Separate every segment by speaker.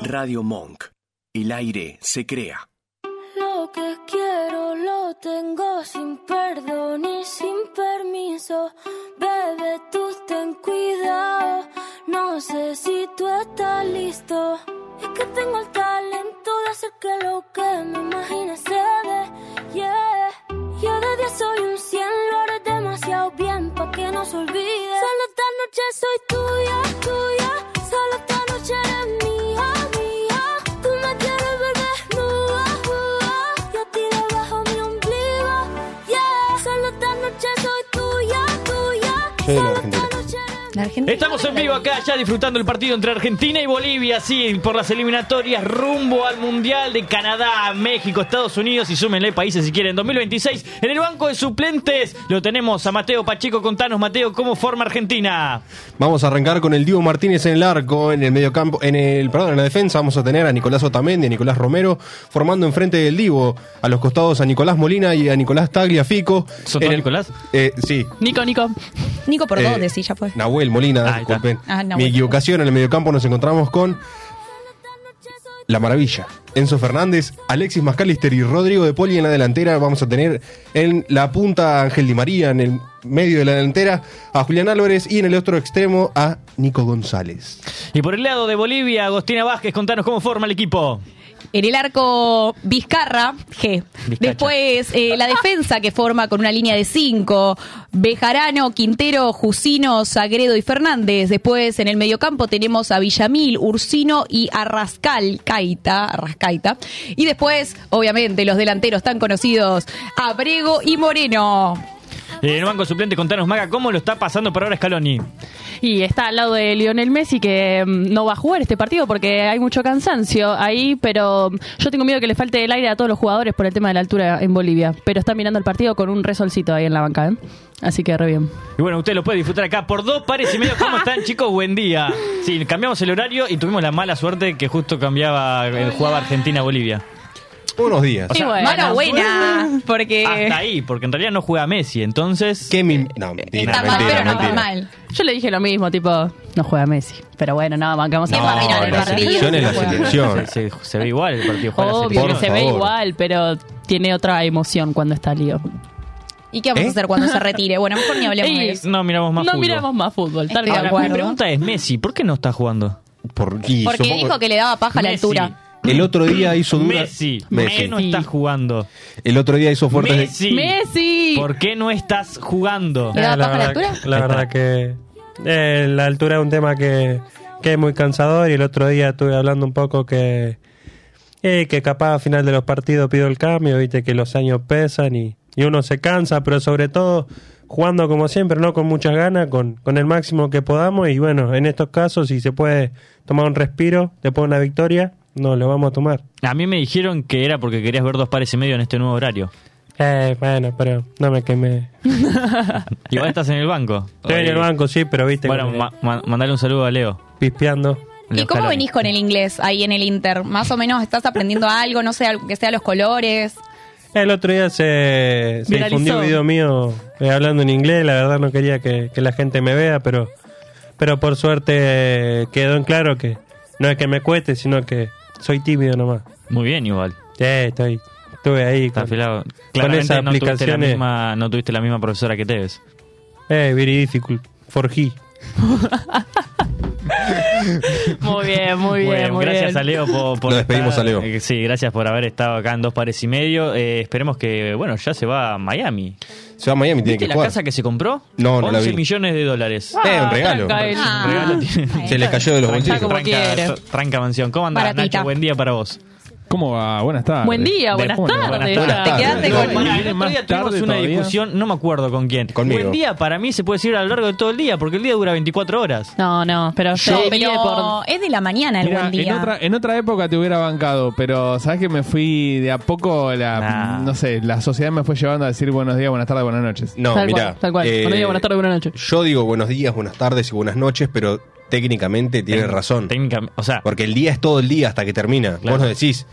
Speaker 1: Radio Monk. El aire se crea.
Speaker 2: Lo que quiero lo tengo sin perdón y sin permiso. Bebe, tú ten cuidado. No sé si tú estás listo. Es que tengo el talento de hacer que lo que me imagine se dé. Yeah. Yo de día soy un cien, lo haré demasiado bien pa' que no se olvide. Solo esta noche soy tuya, tuya. Solo esta noche eres mía, mía. Tú me quieres ver desnuda, uh, yo tiro bajo mi ombligo. Yeah. Solo esta noche soy tuya, tuya.
Speaker 3: Yo de la Argentina.
Speaker 4: La Argentina.
Speaker 5: Estamos en vivo acá ya disfrutando el partido entre Argentina y Bolivia, sí, por las eliminatorias rumbo al Mundial de Canadá, México, Estados Unidos y súmenle países si quieren. 2026, en el banco de suplentes lo tenemos a Mateo Pacheco. Contanos, Mateo, cómo forma Argentina.
Speaker 3: Vamos a arrancar con el Diego Martínez en el arco, en el mediocampo, en el, perdón, en la defensa vamos a tener a Nicolás Otamendi, a Nicolás Romero, formando enfrente del Divo, a los costados a Nicolás Molina y a Nicolás Tagliafico.
Speaker 5: ¿Son todos
Speaker 3: En el-
Speaker 5: Nicolás?
Speaker 3: Eh, sí.
Speaker 4: Nico, Nico. Nico por
Speaker 3: Eh,
Speaker 4: dos, sí, ya fue.
Speaker 3: Nahuel Molina,
Speaker 5: Ahí está.
Speaker 3: disculpen.
Speaker 4: Ah, Nahuel.
Speaker 3: Mi equivocación, en el mediocampo nos encontramos con La Maravilla. Enzo Fernández, Alexis Mascalister y Rodrigo de Poli en la delantera. Vamos a tener en la punta a Ángel Di María, en el medio de la delantera a Julián Álvarez y en el otro extremo a Nico González.
Speaker 5: Y por el lado de Bolivia, Agostina Vázquez, contanos cómo forma el equipo.
Speaker 6: En el arco Vizcarra, G.
Speaker 5: Vizcacha.
Speaker 6: Después eh, la defensa que forma con una línea de cinco. Bejarano, Quintero, Jusino, Sagredo y Fernández. Después en el mediocampo tenemos a Villamil, Ursino y Arrascal, Caita, Arrascaita. Y después, obviamente, los delanteros tan conocidos, Abrego y Moreno.
Speaker 5: En el banco de suplentes, contanos, Maga, cómo lo está pasando por ahora Scaloni.
Speaker 7: Y está al lado de Lionel Messi que mm, no va a jugar este partido porque hay mucho cansancio ahí, pero mm, yo tengo miedo que le falte el aire a todos los jugadores por el tema de la altura en Bolivia. Pero está mirando el partido con un resolcito ahí en la banca, ¿eh? Así que re bien.
Speaker 5: Y bueno, usted lo puede disfrutar acá por dos pares y medio. ¿Cómo están, chicos? Buen día. Sí, cambiamos el horario y tuvimos la mala suerte que justo cambiaba, eh, jugaba Argentina-Bolivia.
Speaker 3: Buenos días.
Speaker 5: O sea,
Speaker 7: bueno.
Speaker 6: Mano buena, porque...
Speaker 5: Hasta ahí, porque en realidad no juega Messi, entonces...
Speaker 3: ¿Qué mi- No, mentira,
Speaker 6: Eh, Está mal,
Speaker 3: mentira,
Speaker 6: pero no
Speaker 3: mentira.
Speaker 6: está mal.
Speaker 7: Yo le dije lo mismo, tipo, no juega Messi. Pero bueno, nada, bancamos
Speaker 6: ¿Quién va a mirar
Speaker 3: No,
Speaker 6: el
Speaker 3: la
Speaker 6: partido?
Speaker 3: selección es la selección.
Speaker 5: Se, se ve igual el partido. juega la
Speaker 7: Obvio que
Speaker 3: Por
Speaker 7: se ve
Speaker 3: favor.
Speaker 7: igual, pero tiene otra emoción cuando está lío.
Speaker 6: ¿Y qué vamos
Speaker 3: ¿Eh?
Speaker 6: a hacer cuando se retire? Bueno, mejor ni hablemos de
Speaker 7: Ey,
Speaker 6: eso.
Speaker 5: No miramos más
Speaker 7: no
Speaker 5: fútbol.
Speaker 7: miramos más fútbol,
Speaker 6: Estoy
Speaker 7: tal
Speaker 6: de
Speaker 7: cual.
Speaker 5: Ahora, mi
Speaker 6: acuerdo.
Speaker 5: pregunta es, Messi, ¿por qué no está jugando?
Speaker 3: Por- y
Speaker 6: Porque
Speaker 3: supongo-
Speaker 6: dijo que le daba paja a la
Speaker 5: Messi.
Speaker 6: altura.
Speaker 3: El otro día hizo dura-
Speaker 5: Messi, ¿por
Speaker 3: Messi.
Speaker 5: qué no estás jugando?
Speaker 3: El otro día hizo fuertes. de-
Speaker 5: Messi,
Speaker 7: ¡Messi!
Speaker 5: ¿por qué no estás jugando?
Speaker 6: ¿Le
Speaker 3: Eh, la
Speaker 6: da paja a la
Speaker 3: verdad-
Speaker 6: altura?
Speaker 3: Ahí
Speaker 8: La verdad
Speaker 3: está.
Speaker 8: que eh, la altura es un tema que, que es muy cansador y el otro día estuve hablando un poco que, eh, que capaz a final de los partidos pido el cambio, viste que los años pesan y, y uno se cansa, pero sobre todo jugando como siempre, no con muchas ganas, con, con el máximo que podamos y bueno, en estos casos si se puede tomar un respiro después de una victoria, no lo vamos a tomar.
Speaker 5: A mí me dijeron que era porque querías ver dos pares y medio en este nuevo horario.
Speaker 8: Eh, bueno, pero no me quemé.
Speaker 5: Igual estás en el banco.
Speaker 8: Estoy en el banco, sí, pero viste,
Speaker 5: Bueno,
Speaker 8: como
Speaker 5: ma- ma- mandale un saludo a Leo.
Speaker 8: pispeando.
Speaker 6: ¿Y
Speaker 5: Leo
Speaker 6: cómo
Speaker 5: Scaloni.
Speaker 6: venís con el inglés ahí en el Inter? Más o menos estás aprendiendo algo, no sé, algo que sea los colores.
Speaker 8: El otro día se, se
Speaker 7: Viralizó.
Speaker 8: difundió un video mío eh, hablando en inglés, la verdad no quería que, que la gente me vea, pero, pero por suerte eh, quedó en claro que no es que me cueste, sino que soy tímido nomás.
Speaker 5: Muy bien, igual.
Speaker 8: Eh, estoy, estuve ahí.
Speaker 5: Está
Speaker 8: Con,
Speaker 5: afilado.
Speaker 8: esas
Speaker 5: Claramente no tuviste, la
Speaker 8: aplicaciones.
Speaker 5: misma, no tuviste la misma profesora que te ves.
Speaker 8: eh, very difficult, for he.
Speaker 7: Muy bien, muy bien,
Speaker 5: Bueno,
Speaker 7: muy
Speaker 5: gracias
Speaker 7: bien.
Speaker 5: a Leo por, por
Speaker 3: Lo despedimos
Speaker 5: estar-
Speaker 3: a Leo.
Speaker 5: eh, Sí, gracias por haber estado acá en dos pares y medio. Eh, esperemos que, bueno, ya se va a Miami.
Speaker 3: Se va a Miami, tiene
Speaker 5: ¿Viste
Speaker 3: que
Speaker 5: la
Speaker 3: jugar.
Speaker 5: casa que se compró?
Speaker 3: No, no la
Speaker 5: 11
Speaker 3: vi.
Speaker 5: millones de dólares.
Speaker 3: Eh, un regalo.
Speaker 7: tranca él.
Speaker 6: Ah,
Speaker 5: regalo
Speaker 3: Se le cayó de los
Speaker 5: Tranca,
Speaker 3: bolsillos.
Speaker 7: como quiere.
Speaker 5: tranca, tranca mansión. ¿Cómo andás,
Speaker 6: Baratita.
Speaker 5: Nacho? Buen día para vos.
Speaker 9: ¿Cómo va? Buenas tardes.
Speaker 7: Buen día, buenas
Speaker 9: ¿Cómo le va?
Speaker 7: tardes.
Speaker 3: Buenas
Speaker 6: Te
Speaker 3: tardes.
Speaker 6: quedaste
Speaker 3: No,
Speaker 6: con...
Speaker 5: Bueno, el otro
Speaker 9: más
Speaker 5: día tuvimos
Speaker 9: tarde
Speaker 5: una
Speaker 9: todavía.
Speaker 5: discusión, no me acuerdo con quién.
Speaker 3: Conmigo.
Speaker 5: Buen día para mí se puede decir a lo largo de todo el día, porque el día dura 24 horas.
Speaker 7: No, no, pero
Speaker 6: No,
Speaker 7: se pide
Speaker 6: pero
Speaker 7: por...
Speaker 6: es de la mañana el
Speaker 9: Mira,
Speaker 6: buen
Speaker 9: en,
Speaker 6: día.
Speaker 9: otra, en otra época te hubiera bancado, pero sabes que me fui de a poco, la,
Speaker 5: Nah.
Speaker 9: no sé, la sociedad me fue llevando a decir buenos días, buenas tardes, buenas noches.
Speaker 3: No,
Speaker 7: tal
Speaker 3: mira.
Speaker 7: cual, tal cual. Buenos días, buenas tardes, buenas noches.
Speaker 3: Yo digo buenos días, buenas tardes y buenas noches, pero técnicamente tienes razón.
Speaker 5: Técnicamente, o sea,
Speaker 3: Porque el día es todo el día hasta que termina.
Speaker 5: Claro.
Speaker 3: Vos nos decís,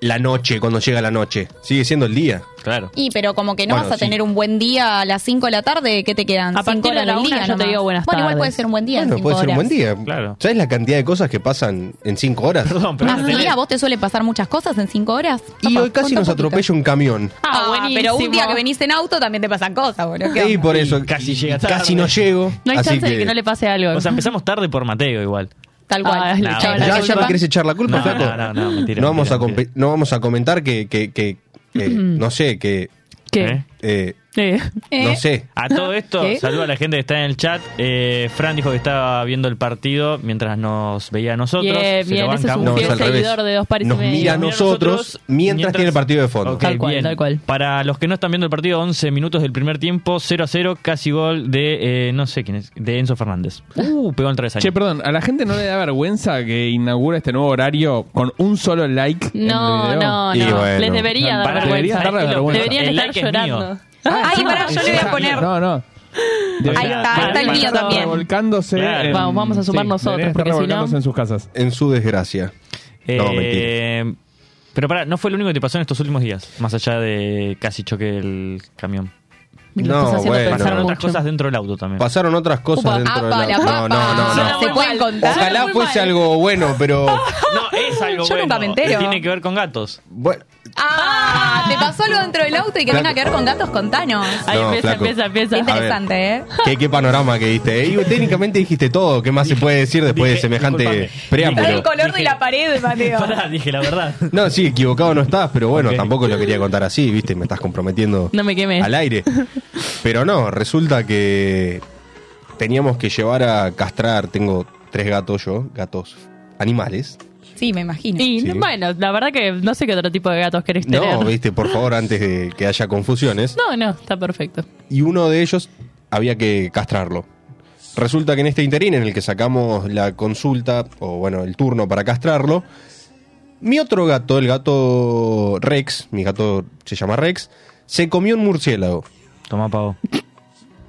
Speaker 3: la noche cuando llega la noche. Sigue siendo el día.
Speaker 5: Claro.
Speaker 6: Y pero como que no
Speaker 3: Bueno,
Speaker 6: vas a
Speaker 3: sí.
Speaker 6: tener un buen día a las 5 de la tarde, ¿qué te quedan?
Speaker 7: A
Speaker 6: Cinco
Speaker 7: partir de
Speaker 6: horas
Speaker 7: la
Speaker 6: del
Speaker 7: una
Speaker 6: día
Speaker 7: yo te
Speaker 6: nomás.
Speaker 7: digo buenas
Speaker 6: Bueno, igual
Speaker 7: tardes.
Speaker 6: puede ser un buen día en
Speaker 3: Bueno,
Speaker 6: cinco
Speaker 3: puede ser un
Speaker 6: horas.
Speaker 3: buen día.
Speaker 5: Claro.
Speaker 3: ¿Sabes la cantidad de cosas que pasan en cinco horas?
Speaker 5: Perdón, pero
Speaker 6: Más
Speaker 5: no tenés-
Speaker 6: día, ¿vos te suelen pasar muchas cosas en 5 horas?
Speaker 3: Y
Speaker 6: Papá,
Speaker 3: hoy casi
Speaker 6: contá
Speaker 3: nos
Speaker 6: un poquito.
Speaker 3: atropella un camión.
Speaker 6: Ah,
Speaker 7: buenísimo.
Speaker 6: pero un día que venís en auto también te pasan cosas, boludo. ¿Qué
Speaker 3: Y
Speaker 6: onda?
Speaker 3: por
Speaker 5: Y
Speaker 3: eso
Speaker 5: casi
Speaker 3: y
Speaker 5: llega
Speaker 3: casi
Speaker 5: tarde.
Speaker 3: no llego.
Speaker 7: No hay
Speaker 3: así
Speaker 7: chance de que no le pase algo.
Speaker 5: O sea, empezamos tarde por Mateo igual.
Speaker 6: Tal
Speaker 7: Ah,
Speaker 6: cual.
Speaker 5: No,
Speaker 7: le echaba la
Speaker 5: ya-
Speaker 3: pues, ya, ya
Speaker 7: culpa.
Speaker 3: me querés echar la culpa,
Speaker 5: No,
Speaker 3: flaco.
Speaker 5: no, no, no, mentira,
Speaker 3: No vamos,
Speaker 5: mentira,
Speaker 3: a compe-
Speaker 5: mentira.
Speaker 3: no vamos a comentar que, que, que- que, no sé, que,
Speaker 7: ¿Qué?
Speaker 5: ¿Eh?
Speaker 3: eh,
Speaker 7: Eh.
Speaker 3: no sé.
Speaker 5: A todo esto,
Speaker 6: ¿Qué?
Speaker 5: saludo a la gente que está en el chat. Eh, Fran dijo que estaba viendo el partido mientras nos veía a nosotros.
Speaker 7: Bien,
Speaker 5: Se lo
Speaker 7: bien, ese
Speaker 5: banca
Speaker 7: es un
Speaker 5: mucho.
Speaker 3: No, es
Speaker 7: fiel
Speaker 3: al revés.
Speaker 7: seguidor de dos pares y
Speaker 3: Nos
Speaker 7: medio.
Speaker 3: mira a nosotros mientras, tiene el partido de fondo.
Speaker 5: Ok,
Speaker 7: Tal cual,
Speaker 5: bien.
Speaker 7: tal cual.
Speaker 5: Para los que no están viendo el partido, 11 minutos del primer tiempo, 0 a 0, casi gol de, eh, no sé quién es, de Enzo Fernández.
Speaker 7: Ah.
Speaker 5: Uh, pegó en el travesaño.
Speaker 9: Che, perdón, ¿a la gente no le da vergüenza que inaugura este nuevo horario con un solo like? en el
Speaker 7: No,
Speaker 9: video?
Speaker 7: no,
Speaker 3: Y
Speaker 7: no.
Speaker 3: bueno.
Speaker 7: Les debería dar
Speaker 5: Para-
Speaker 9: debería
Speaker 7: vergüenza.
Speaker 9: darle vergüenza.
Speaker 7: Deberían
Speaker 5: El
Speaker 7: estar
Speaker 5: like es mío.
Speaker 7: llorando.
Speaker 6: Ay, pará, yo le voy a poner.
Speaker 9: No, no.
Speaker 5: Ahí está, ahí está el
Speaker 6: mío también.
Speaker 9: Revolcándose.
Speaker 5: Claro.
Speaker 9: en-
Speaker 7: Vamos- vamos a sumar nosotros,
Speaker 9: deberían estar
Speaker 7: porque si no-
Speaker 9: revolcándose en sus casas.
Speaker 3: En su desgracia.
Speaker 5: Eh,
Speaker 3: No, mentira.
Speaker 5: pero pará, no fue lo único que te pasó en estos últimos días, más allá de casi choque el camión.
Speaker 7: Me lo
Speaker 3: No,
Speaker 7: estás haciendo
Speaker 3: bueno.
Speaker 7: pensar
Speaker 5: Pasaron otras
Speaker 7: mucho.
Speaker 5: cosas dentro del auto también.
Speaker 3: Pasaron otras cosas
Speaker 7: Upa,
Speaker 3: dentro
Speaker 6: apa,
Speaker 3: de la...
Speaker 6: la
Speaker 3: No, no,
Speaker 6: papa.
Speaker 3: no,
Speaker 6: Suena
Speaker 3: no.
Speaker 6: muy ¿Se pueden
Speaker 7: mal.
Speaker 6: contar?
Speaker 7: Suena
Speaker 3: Ojalá
Speaker 7: muy
Speaker 3: fuese
Speaker 7: mal. Ah.
Speaker 3: algo bueno, pero...
Speaker 5: No, es algo
Speaker 6: Yo
Speaker 5: bueno.
Speaker 6: nunca me entero.
Speaker 5: Tiene que ver con gatos.
Speaker 3: Bueno,
Speaker 6: Ah, te pasó algo dentro del auto y que
Speaker 3: Flaco.
Speaker 6: tenga que ver con gatos, contanos.
Speaker 7: Ahí
Speaker 3: No,
Speaker 7: empieza,
Speaker 3: flaco.
Speaker 7: empieza,
Speaker 6: Qué
Speaker 7: empieza.
Speaker 3: ver.
Speaker 6: interesante, ¿eh?
Speaker 3: Qué, qué panorama que diste. ¿eh? Y técnicamente dijiste todo. ¿Qué más se puede decir después
Speaker 5: dije,
Speaker 3: de semejante
Speaker 5: disculpame.
Speaker 6: Está el
Speaker 3: preámbulo?
Speaker 5: Dije-
Speaker 6: color de la pared, Mateo.
Speaker 5: Pará, dije la verdad.
Speaker 3: No, sí, equivocado no estás, pero bueno,
Speaker 5: Ok.
Speaker 3: tampoco lo quería contar así, viste, me estás comprometiendo
Speaker 7: No me quemes.
Speaker 3: al aire. Pero no, resulta que teníamos que llevar a castrar, tengo tres gatos yo, gatos animales.
Speaker 6: Sí, me imagino.
Speaker 7: Y
Speaker 3: Sí.
Speaker 7: bueno, la verdad que no sé qué otro tipo de gatos querés tener.
Speaker 3: No, viste, por favor, antes de que haya confusiones.
Speaker 7: No, no, está perfecto.
Speaker 3: y uno de ellos había que castrarlo. Resulta que en este interín en el que sacamos la consulta, o bueno, el turno para castrarlo, mi otro gato, el gato Rex, mi gato se llama Rex, se comió un murciélago.
Speaker 5: Tomá, pavo.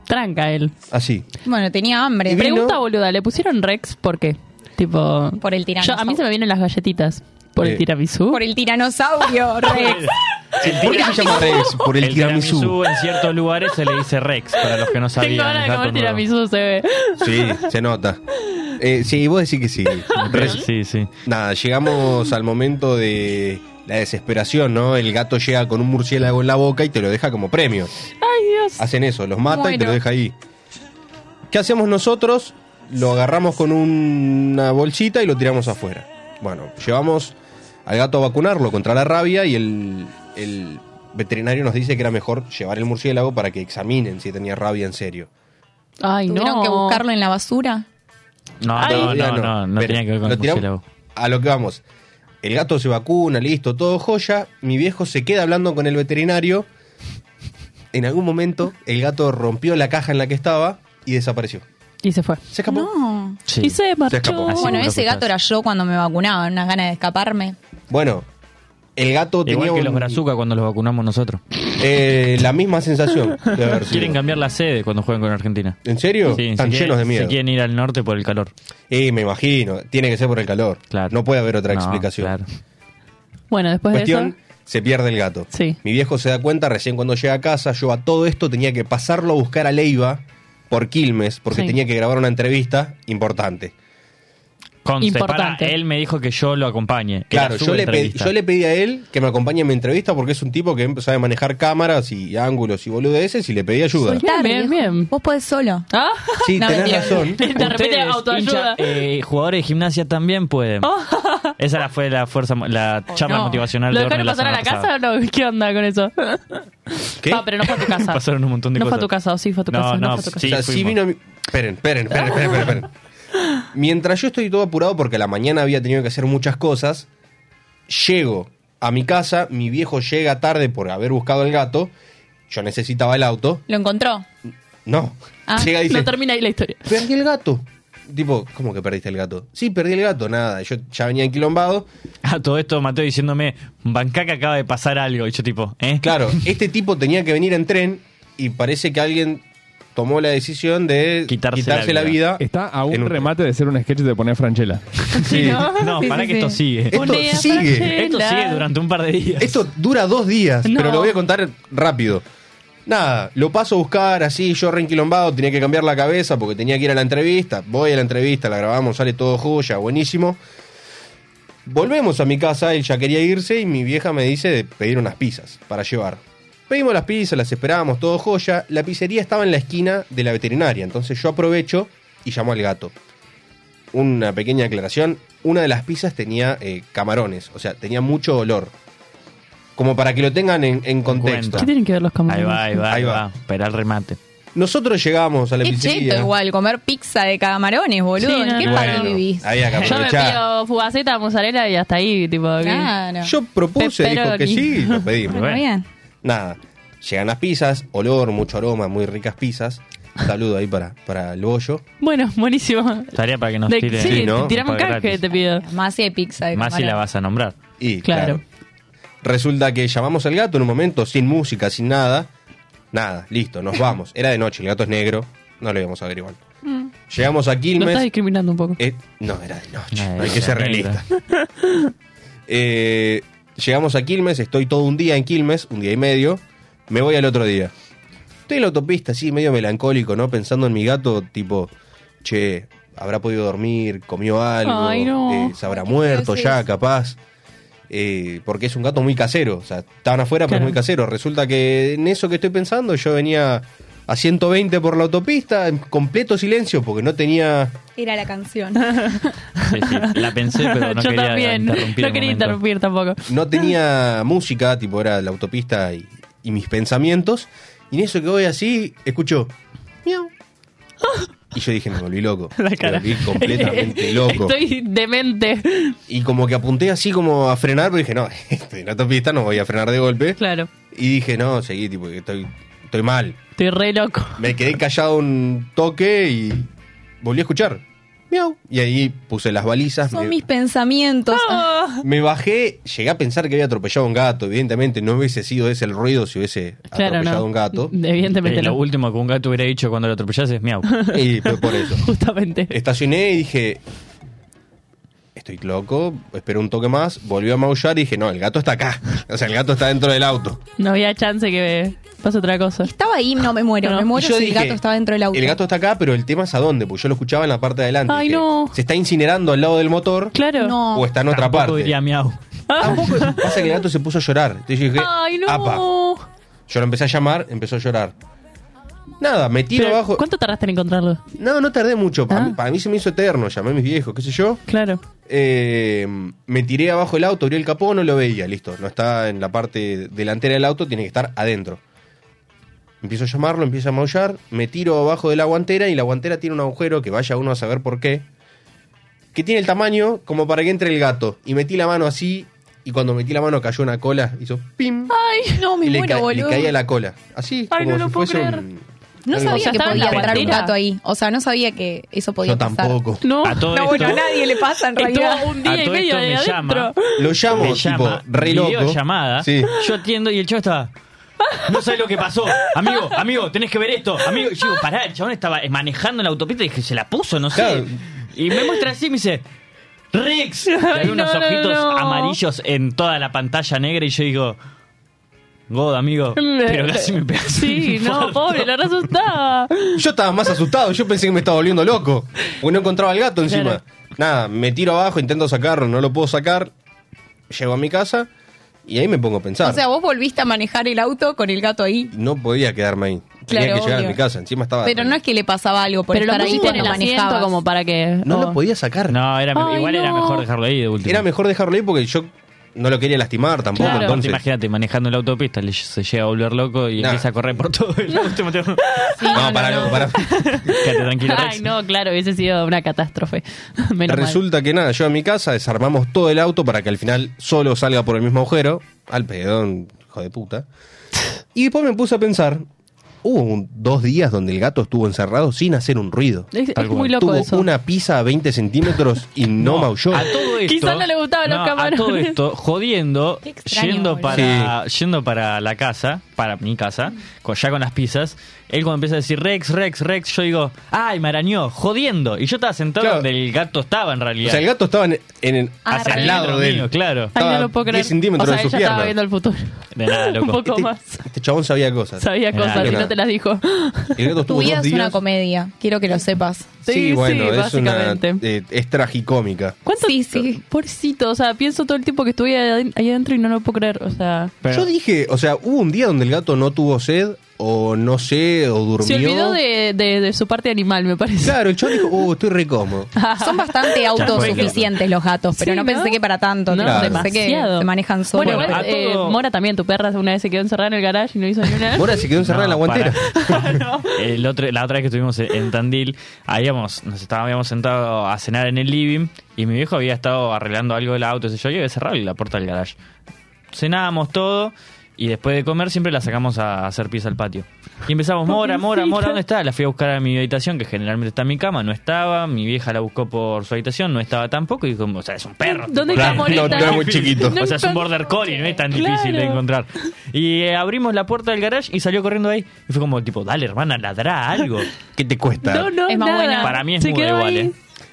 Speaker 7: Tranca él.
Speaker 3: Así.
Speaker 6: Bueno, tenía hambre.
Speaker 3: Y vino-
Speaker 7: Pregunta boluda, ¿le pusieron Rex por qué? Tipo.
Speaker 6: Por el
Speaker 7: Yo- a mí se me vienen las galletitas. ¿Por
Speaker 3: Eh,
Speaker 7: el tiramisú?
Speaker 6: Por el tiranosaurio, Rex.
Speaker 3: ¿Por qué se llama Rex? Por el, tiramisú.
Speaker 5: en ciertos lugares se le dice Rex, para los que no sabían.
Speaker 7: Tengo ganas
Speaker 5: es
Speaker 7: de
Speaker 5: gato
Speaker 7: comer
Speaker 5: nuevo.
Speaker 7: tiramisú, se ve.
Speaker 3: Sí, se nota. Eh, sí, vos decís que sí. Res-
Speaker 5: Sí, sí.
Speaker 3: Nada, llegamos al momento de la desesperación, ¿no? El gato llega con un murciélago en la boca y te lo deja como premio.
Speaker 7: Ay, Dios.
Speaker 3: Hacen eso, los mata y te
Speaker 6: Bueno.
Speaker 3: lo deja ahí. ¿Qué hacemos nosotros? Lo agarramos con un- una bolsita y lo tiramos afuera. Bueno, llevamos al gato a vacunarlo contra la rabia y el, el veterinario nos dice que era mejor llevar el murciélago para que examinen si tenía rabia en serio.
Speaker 7: Ay, no.
Speaker 6: Tuvieron que buscarlo en la basura.
Speaker 5: No, no,
Speaker 7: Ay.
Speaker 3: Ah, Todavía
Speaker 5: no, no, no
Speaker 3: Pero
Speaker 5: tenía que ver con
Speaker 3: lo
Speaker 5: el
Speaker 3: tiramos-
Speaker 5: murciélago.
Speaker 3: A lo que vamos. El gato se vacuna, listo, todo joya. Mi viejo se queda hablando con el veterinario. En algún momento el gato rompió la caja en la que estaba y desapareció.
Speaker 7: Y se fue.
Speaker 3: Se escapó.
Speaker 6: No.
Speaker 5: Sí.
Speaker 7: Y se marchó.
Speaker 3: escapó. Así.
Speaker 6: Bueno,
Speaker 5: me lo
Speaker 6: ese gato
Speaker 5: escuchás.
Speaker 6: era yo cuando me vacunaba, unas ganas de escaparme.
Speaker 3: Bueno, el gato
Speaker 5: Igual
Speaker 3: tenía
Speaker 5: que
Speaker 3: un-
Speaker 5: los brazucas cuando los vacunamos nosotros.
Speaker 3: eh, la misma sensación. de haber sido.
Speaker 5: Quieren cambiar la sede cuando juegan con Argentina.
Speaker 3: ¿En serio?
Speaker 5: Sí,
Speaker 3: Están
Speaker 5: se
Speaker 3: llenos de
Speaker 5: quieren-
Speaker 3: miedo.
Speaker 5: Se quieren ir al norte por el calor.
Speaker 3: Eh, me imagino. Tiene que ser por el calor.
Speaker 5: Claro.
Speaker 3: No puede haber otra
Speaker 5: No,
Speaker 3: explicación.
Speaker 5: claro.
Speaker 7: Bueno, después
Speaker 3: Cuestión,
Speaker 7: de eso.
Speaker 3: se pierde el gato.
Speaker 7: Sí.
Speaker 3: Mi viejo se da cuenta recién cuando llega a casa, yo a todo esto tenía que pasarlo a buscar a Leiva por Quilmes, porque
Speaker 7: Sí.
Speaker 3: tenía que grabar una entrevista importante.
Speaker 5: Conce,
Speaker 7: Importante.
Speaker 5: pará, él me dijo que yo lo acompañe. Era
Speaker 3: Claro,
Speaker 5: su
Speaker 3: yo le, pedí,
Speaker 5: entrevista.
Speaker 3: yo le pedí a él que me acompañe en mi entrevista porque es un tipo que sabe manejar cámaras y ángulos y boludeces y le pedí ayuda.
Speaker 7: Bien,
Speaker 6: Tarde,
Speaker 7: bien,
Speaker 6: viejo.
Speaker 7: bien.
Speaker 6: Vos podés solo.
Speaker 7: Ah,
Speaker 3: Sí,
Speaker 6: No,
Speaker 3: tenés
Speaker 6: mentira.
Speaker 3: razón.
Speaker 7: de repente
Speaker 5: Ustedes,
Speaker 7: autoayuda. Oh.
Speaker 5: hincha, eh, jugadores de gimnasia también pueden. Esa la- fue la fuerza, la charla
Speaker 6: no.
Speaker 5: motivacional
Speaker 7: ¿Lo
Speaker 5: de Orne
Speaker 7: dejaron
Speaker 5: la
Speaker 7: pasar a la
Speaker 5: semana
Speaker 7: casa o
Speaker 5: pasada.
Speaker 7: no? ¿Qué onda con eso?
Speaker 3: ¿Qué?
Speaker 7: No, pero no fue a tu casa.
Speaker 5: Pasaron un montón de
Speaker 7: no
Speaker 5: cosas.
Speaker 7: fue a tu casa, o sí fue a tu
Speaker 5: No,
Speaker 7: casa.
Speaker 5: no,
Speaker 7: fue a tu casa.
Speaker 5: sí.
Speaker 3: o sea, sí
Speaker 5: fuimos.
Speaker 3: vino a mi- Esperen, esperen, esperen, esperen, esperen, esperen. Mientras yo estoy todo apurado porque a la mañana había tenido que hacer muchas cosas, llego a mi casa, mi viejo llega tarde por haber buscado el gato, yo necesitaba el auto,
Speaker 6: Lo encontró.
Speaker 3: no.
Speaker 6: Ah,
Speaker 3: llega y dice,
Speaker 7: No termina ahí la historia.
Speaker 3: perdí el gato. Tipo, ¿cómo que perdiste el gato? Sí, perdí el gato, nada, yo ya venía enquilombado.
Speaker 5: A todo esto, Mateo diciéndome, Bancaca acaba de pasar algo. Y yo, tipo, ¿eh?
Speaker 3: Claro, este tipo tenía que venir en tren y parece que alguien tomó la decisión de
Speaker 5: Quitarse
Speaker 3: quitarse,
Speaker 5: la
Speaker 3: la,
Speaker 5: vida.
Speaker 3: vida.
Speaker 9: Está a un
Speaker 3: En un-
Speaker 9: remate de ser un sketch de poner Franchella.
Speaker 3: Sí.
Speaker 5: No, para que esto sigue.
Speaker 3: Esto
Speaker 7: Ponea
Speaker 3: sigue.
Speaker 5: Esto sigue durante un par de días.
Speaker 3: Esto dura dos días,
Speaker 7: No.
Speaker 3: pero lo voy a contar rápido. Nada, lo paso a buscar así, yo renquilombado, tenía que cambiar la cabeza porque tenía que ir a la entrevista. Voy a la entrevista, la grabamos, sale todo joya, buenísimo. Volvemos a mi casa, él ya quería irse y mi vieja me dice de pedir unas pizzas para llevar. Pedimos las pizzas, las esperábamos, todo joya. La pizzería estaba en la esquina de la veterinaria, entonces yo aprovecho y llamo al gato. Una pequeña aclaración, una de las pizzas tenía eh, camarones, o sea, tenía mucho olor. Como para que lo tengan en, en contexto.
Speaker 5: cuenta.
Speaker 7: ¿Qué tienen que ver los
Speaker 5: Ahí
Speaker 7: camarones?
Speaker 5: va, ahí va, ahí
Speaker 3: Ahí
Speaker 5: va.
Speaker 3: va.
Speaker 5: Espera el remate.
Speaker 3: Nosotros llegamos a la
Speaker 6: Qué
Speaker 3: pizzería.
Speaker 6: cheto igual, comer pizza de camarones, boludo.
Speaker 7: Sí,
Speaker 6: ¿En
Speaker 7: no,
Speaker 6: qué
Speaker 7: no.
Speaker 6: país
Speaker 3: Bueno,
Speaker 6: vivís?
Speaker 3: había que
Speaker 7: Yo me
Speaker 3: aprovechar.
Speaker 7: pido fugaceta, mozzarella y hasta ahí, tipo.
Speaker 6: Claro.
Speaker 3: Yo propuse, dijo que
Speaker 7: Pepperoni.
Speaker 3: sí, y lo pedimos.
Speaker 6: Bueno, bien.
Speaker 3: Nada, llegan las pizzas, olor, mucho aroma, muy ricas pizzas. Saludo ahí para, para el bollo.
Speaker 7: Bueno, buenísimo.
Speaker 5: Estaría para que nos
Speaker 7: De-
Speaker 5: tire.
Speaker 7: sí,
Speaker 3: Sí, ¿no?
Speaker 7: tirame un
Speaker 5: Paga
Speaker 7: canje,
Speaker 5: gratis.
Speaker 7: te pido.
Speaker 6: Más de pizza de
Speaker 5: Más si la
Speaker 6: camarón.
Speaker 5: vas a nombrar.
Speaker 3: Y
Speaker 7: Claro.
Speaker 3: claro. Resulta que llamamos al gato en un momento, sin música, sin nada. Nada, listo, nos vamos. Era de noche, el gato es negro, no lo íbamos a ver igual. Llegamos a
Speaker 7: Lo estás
Speaker 3: Quilmes.
Speaker 7: discriminando un poco.
Speaker 3: eh, no, era de noche,
Speaker 5: Ay,
Speaker 3: no hay que ser
Speaker 5: la
Speaker 3: realista. Eh, llegamos a Quilmes, estoy todo un día en Quilmes, un día y medio. Me voy al otro día. Estoy en la autopista, así, medio melancólico, ¿no? Pensando en mi gato, tipo, che, habrá podido dormir, comió algo,
Speaker 7: Ay, no.
Speaker 3: eh, se habrá muerto ya, capaz. Eh, porque es un gato muy casero, o sea, estaban afuera, pero
Speaker 7: Claro.
Speaker 3: es muy casero. Resulta que en eso que estoy pensando, yo venía a 120 por la autopista, en completo silencio, porque no tenía
Speaker 6: Era la canción.
Speaker 5: Sí, sí, La pensé, pero no
Speaker 7: Yo
Speaker 5: quería
Speaker 7: también.
Speaker 5: interrumpir.
Speaker 7: No
Speaker 5: el
Speaker 7: quería
Speaker 5: momento.
Speaker 7: interrumpir tampoco.
Speaker 3: no tenía música, tipo era la autopista y, y mis pensamientos. Y en eso que voy así, escucho miau. Y yo dije, me volví loco.
Speaker 7: La
Speaker 3: Me
Speaker 7: cara.
Speaker 3: volví completamente loco.
Speaker 7: Estoy demente.
Speaker 3: Y como que apunté así como a frenar, pero dije, no, estoy en la autopista, no voy a frenar de golpe.
Speaker 7: Claro,
Speaker 3: Y dije, no, seguí, tipo, que estoy, estoy mal.
Speaker 7: estoy re loco.
Speaker 3: Me quedé callado un toque y volví a escuchar. Miau. Y ahí puse las balizas.
Speaker 6: Son
Speaker 3: me-
Speaker 6: mis pensamientos.
Speaker 3: me bajé, llegué a pensar que había atropellado a un gato. Evidentemente no hubiese sido ese el ruido si hubiese
Speaker 7: Claro,
Speaker 3: atropellado
Speaker 7: no.
Speaker 3: a un gato.
Speaker 7: Evidentemente
Speaker 5: Eh, lo
Speaker 7: no.
Speaker 5: último que un gato hubiera dicho cuando lo atropellase es miau.
Speaker 3: Y fue por eso.
Speaker 7: Justamente.
Speaker 3: Estacioné y dije, estoy loco, esperé un toque más, volvió a maullar y dije, no, el gato está acá. O sea, el gato está dentro del auto.
Speaker 7: No había chance que pase otra cosa.
Speaker 6: Estaba ahí, no me muero,
Speaker 7: No.
Speaker 6: me muero
Speaker 3: Y
Speaker 6: si
Speaker 3: yo
Speaker 6: el
Speaker 3: dije,
Speaker 6: gato estaba dentro del auto.
Speaker 3: El gato está acá, pero el tema es a dónde, porque yo lo escuchaba en la parte de adelante.
Speaker 7: Ay,
Speaker 3: Dije,
Speaker 7: no.
Speaker 3: Se está incinerando al lado del motor
Speaker 7: Claro. Ah.
Speaker 6: No.
Speaker 3: o está en otra
Speaker 5: Tampoco
Speaker 3: parte.
Speaker 5: diría miau.
Speaker 3: Tampoco pasa que el gato se puso a llorar. Entonces yo dije,
Speaker 7: Ay, no.
Speaker 3: apa. Yo lo empecé a llamar, empezó a llorar. Nada, me tiro
Speaker 7: Pero,
Speaker 3: abajo.
Speaker 7: ¿Cuánto tardaste en encontrarlo?
Speaker 3: No, no tardé mucho. Pa-
Speaker 7: Ah.
Speaker 3: Para, mí se me hizo eterno. Llamé a mis viejos, qué sé yo.
Speaker 7: Claro.
Speaker 3: Eh, me tiré abajo del auto, abrí el capó, no lo veía. Listo, no está en la parte delantera del auto, tiene que estar adentro. Empiezo a llamarlo, empiezo a maullar. Me tiro abajo de la guantera y la guantera tiene un agujero que vaya uno a saber por qué. Que tiene el tamaño como para que entre el gato. Y metí la mano así. Y cuando metí la mano cayó una cola, hizo pim.
Speaker 6: Ay, no, Oh, me
Speaker 3: y le,
Speaker 6: muero,
Speaker 3: ca- le
Speaker 6: boludo.
Speaker 3: caía la cola. Así,
Speaker 7: Ay,
Speaker 3: como
Speaker 7: no lo
Speaker 3: si
Speaker 7: puedo
Speaker 3: fuese
Speaker 7: creer.
Speaker 3: un-
Speaker 6: No
Speaker 3: algo
Speaker 6: sabía
Speaker 7: sea,
Speaker 6: que
Speaker 7: estaba en
Speaker 6: podía
Speaker 5: la
Speaker 6: entrar un
Speaker 7: bandera.
Speaker 6: gato ahí. O sea, no sabía que eso podía
Speaker 3: Yo
Speaker 6: pasar.
Speaker 3: tampoco.
Speaker 7: No.
Speaker 5: A todo
Speaker 6: No, bueno,
Speaker 5: esto,
Speaker 6: a nadie le pasa en realidad.
Speaker 7: Estuvo un
Speaker 5: a
Speaker 7: día y
Speaker 5: todo
Speaker 7: medio
Speaker 5: esto
Speaker 7: de
Speaker 5: me llama.
Speaker 7: adentro.
Speaker 3: Lo llamo,
Speaker 5: me
Speaker 3: tipo,
Speaker 5: llama.
Speaker 3: re loco.
Speaker 5: llamada.
Speaker 3: Sí.
Speaker 5: Yo atiendo y el chavo estaba. No sé lo que pasó. Amigo, amigo, tenés que ver esto. Amigo, y yo digo, pará, el chabón estaba manejando en la autopista y dije, se la puso, no sé.
Speaker 3: Claro.
Speaker 5: Y me muestra así y me dice, Rex. Y
Speaker 7: Ay,
Speaker 5: había unos
Speaker 7: no, no,
Speaker 5: ojitos
Speaker 7: no.
Speaker 5: amarillos en toda la pantalla negra y yo digo, God, amigo. Pero casi me pegó.
Speaker 7: Sí, no, pobre, lo re asustaba.
Speaker 3: Yo estaba más asustado, yo pensé que me estaba volviendo loco. Porque no encontraba al gato encima.
Speaker 7: Claro.
Speaker 3: Nada, me tiro abajo, intento sacarlo, no lo puedo sacar. Llego a mi casa y ahí me pongo a pensar.
Speaker 6: O sea, vos volviste a manejar el auto con el gato ahí.
Speaker 3: no podía quedarme ahí. Tenía
Speaker 6: Claro,
Speaker 3: que llegar
Speaker 6: obvio.
Speaker 3: a mi casa, encima estaba.
Speaker 6: Pero no es que le pasaba algo por
Speaker 7: Pero lo
Speaker 6: estar ahí
Speaker 7: pusiste en
Speaker 6: cuando
Speaker 7: el asiento
Speaker 6: manejabas.
Speaker 7: como para que...
Speaker 3: No
Speaker 7: oh.
Speaker 3: lo podía sacar.
Speaker 5: No, era,
Speaker 7: Ay,
Speaker 5: igual era
Speaker 7: no.
Speaker 5: mejor dejarlo ahí de último.
Speaker 3: Era mejor dejarlo ahí porque yo no lo quería lastimar tampoco.
Speaker 7: Claro.
Speaker 5: Aparte,
Speaker 3: Entonces,
Speaker 5: imagínate, manejando en la autopista, le- se llega a volver loco y
Speaker 3: Nah.
Speaker 5: empieza a correr por todo el último
Speaker 3: no, para, para.
Speaker 5: Quédate tranquilo, Rex.
Speaker 7: Ay, no, claro, hubiese sido una catástrofe. Menos mal.
Speaker 3: Resulta que nada, yo a mi casa desarmamos todo el auto para que al final solo salga por el mismo agujero. Al pedón, hijo de puta. Y después me puse a pensar hubo un- dos días donde el gato estuvo encerrado sin hacer un ruido.
Speaker 7: Es-
Speaker 3: Tal cual.
Speaker 7: es muy loco
Speaker 3: Tuvo
Speaker 7: eso. Ah,
Speaker 3: una pizza a 20 centímetros y no, maulló.
Speaker 5: A todo esto,
Speaker 7: Quizás no le gustaban los
Speaker 5: A
Speaker 7: camarones.
Speaker 5: todo esto, jodiendo,
Speaker 4: Qué extraño,
Speaker 5: yendo
Speaker 4: boludo.
Speaker 5: para, yendo para la casa, para mi
Speaker 7: Mm.
Speaker 5: casa, con, ya con las pizzas, él cuando empieza a decir Rex, Rex, Rex, yo digo, ay, me arañó, jodiendo. Y yo estaba sentado
Speaker 3: Claro.
Speaker 5: donde el gato estaba en realidad.
Speaker 3: O sea, el gato estaba en, en- en-
Speaker 6: Ah,
Speaker 5: Hacia
Speaker 3: al
Speaker 5: el
Speaker 3: lado
Speaker 5: metro
Speaker 3: de él.
Speaker 5: mío, claro.
Speaker 7: Ay, no
Speaker 3: Estaba
Speaker 7: lo puedo creer.
Speaker 3: 10 centímetros
Speaker 7: o sea,
Speaker 3: de su
Speaker 7: ella estaba
Speaker 3: pierna.
Speaker 7: viendo el futuro.
Speaker 5: De nada,
Speaker 7: Un
Speaker 5: Ah, loco.
Speaker 7: poco más.
Speaker 3: Este, este chabón sabía cosas.
Speaker 7: Sabía
Speaker 5: Claro.
Speaker 7: cosas y
Speaker 3: Claro.
Speaker 7: no te las dijo.
Speaker 3: El gato
Speaker 6: Tu
Speaker 3: estuvo
Speaker 6: vida
Speaker 3: dos
Speaker 6: es una
Speaker 3: días.
Speaker 6: comedia, quiero que lo sepas.
Speaker 3: Sí,
Speaker 7: Sí,
Speaker 3: bueno,
Speaker 7: sí,
Speaker 3: es una
Speaker 7: básicamente.
Speaker 3: eh, es tragicómica.
Speaker 7: ¿Cuánto?
Speaker 6: Sí, sí.
Speaker 7: Pobrecito, o sea, pienso todo el tiempo que estuve ahí ahí adentro y no lo puedo creer. O sea,
Speaker 3: Yo dije, o sea, hubo un día donde el gato no tuvo sed o no sé o durmió.
Speaker 7: se olvidó de, de- de su parte animal, me parece.
Speaker 3: Claro, el chabón dijo, "Uh, estoy re cómodo."
Speaker 7: Ah.
Speaker 6: Son bastante autosuficientes los gatos, pero
Speaker 7: Sí,
Speaker 6: no
Speaker 7: ¿no?
Speaker 6: pensé que para tanto.
Speaker 7: No,
Speaker 6: tipo,
Speaker 3: Claro.
Speaker 6: Pensé que
Speaker 7: demasiado.
Speaker 6: se manejan solos.
Speaker 7: Bueno,
Speaker 5: Bueno,
Speaker 7: igual,
Speaker 5: a
Speaker 7: eh,
Speaker 5: todo-
Speaker 7: Mora también, tu perra, una vez se quedó encerrada en el garage y no hizo ni una.
Speaker 3: Ahora se quedó encerrada en la
Speaker 5: No,
Speaker 3: guantera.
Speaker 5: para. El otro- la otra vez que estuvimos en, en Tandil, habíamos, nos estábamos, habíamos sentado a cenar en el living y mi viejo había estado arreglando algo del auto, qué sé yo, y había cerrado la puerta del garage. Cenábamos todo y después de comer siempre la sacamos a hacer pizza al patio. Y empezamos, Mora, Mora, Mora, ¿dónde está? La fui a buscar a mi habitación, que generalmente está en mi cama, no estaba, mi vieja la buscó por su habitación, no estaba tampoco, y como, o sea, es un perro.
Speaker 7: ¿Dónde
Speaker 5: tipo,
Speaker 7: está
Speaker 5: no-
Speaker 7: Morita?
Speaker 3: no, no es muy chiquito.
Speaker 7: No
Speaker 5: o sea, es un
Speaker 7: encuentro-
Speaker 5: border collie, no es tan difícil de
Speaker 7: Claro.
Speaker 5: encontrar. Y eh, abrimos la puerta del garage y salió corriendo ahí. Y fue como, tipo, dale, hermana, ladrá algo.
Speaker 3: ¿Qué te cuesta?
Speaker 7: No, no,
Speaker 6: Es más
Speaker 7: nada.
Speaker 6: buena.
Speaker 5: Para mí es
Speaker 7: Se
Speaker 5: muda
Speaker 7: quedó
Speaker 5: igual,
Speaker 7: ahí.
Speaker 5: ¿eh?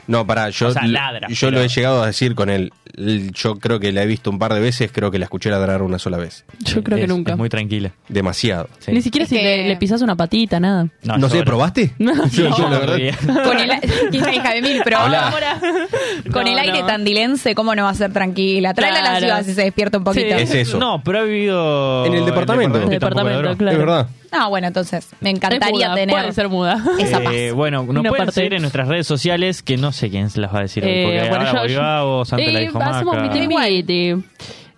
Speaker 3: No, pará, yo,
Speaker 5: O sea,
Speaker 3: l-
Speaker 5: ladra,
Speaker 3: yo
Speaker 5: pero-
Speaker 3: lo he llegado a decir con él. L- Yo creo que la he visto un par de veces, creo que la escuché ladrar una sola vez.
Speaker 7: Yo creo que
Speaker 5: Es-
Speaker 7: nunca.
Speaker 5: Es muy tranquila.
Speaker 3: Demasiado.
Speaker 5: Sí.
Speaker 7: Ni siquiera
Speaker 6: Es
Speaker 7: si
Speaker 6: que-
Speaker 7: le, le pisas una patita, nada.
Speaker 3: No, sé, ¿probaste?
Speaker 7: No.
Speaker 3: Yo- yo, la
Speaker 5: No,
Speaker 3: verdad-
Speaker 5: bien.
Speaker 6: Con el, ¿Quién es hija de mil, pero
Speaker 3: Hola.
Speaker 6: con
Speaker 7: No,
Speaker 6: el aire
Speaker 7: no.
Speaker 6: tandilense, ¿cómo no va a ser tranquila? Tráela a la
Speaker 7: Claro.
Speaker 6: ciudad si se despierta un poquito.
Speaker 7: Sí.
Speaker 3: Es eso.
Speaker 5: No, pero ha vivido...
Speaker 3: En el departamento.
Speaker 5: que tampoco
Speaker 7: Departamento,
Speaker 5: ladró.
Speaker 7: claro.
Speaker 3: Es verdad.
Speaker 6: Ah, bueno, entonces, me
Speaker 7: Es
Speaker 6: encantaría
Speaker 7: muda,
Speaker 6: tener
Speaker 7: Puede ser muda.
Speaker 6: esa paz.
Speaker 5: Eh, bueno, nos
Speaker 7: Una
Speaker 5: pueden
Speaker 7: parte.
Speaker 5: seguir en nuestras redes sociales, que no sé quién se las va a decir hoy,
Speaker 7: Eh,
Speaker 5: porque
Speaker 7: bueno,
Speaker 5: ahora
Speaker 7: yo-
Speaker 5: volvió Gabo, Santa la
Speaker 7: Eh,
Speaker 5: dijo
Speaker 7: hacemos
Speaker 5: Maca.
Speaker 7: meeting whitey.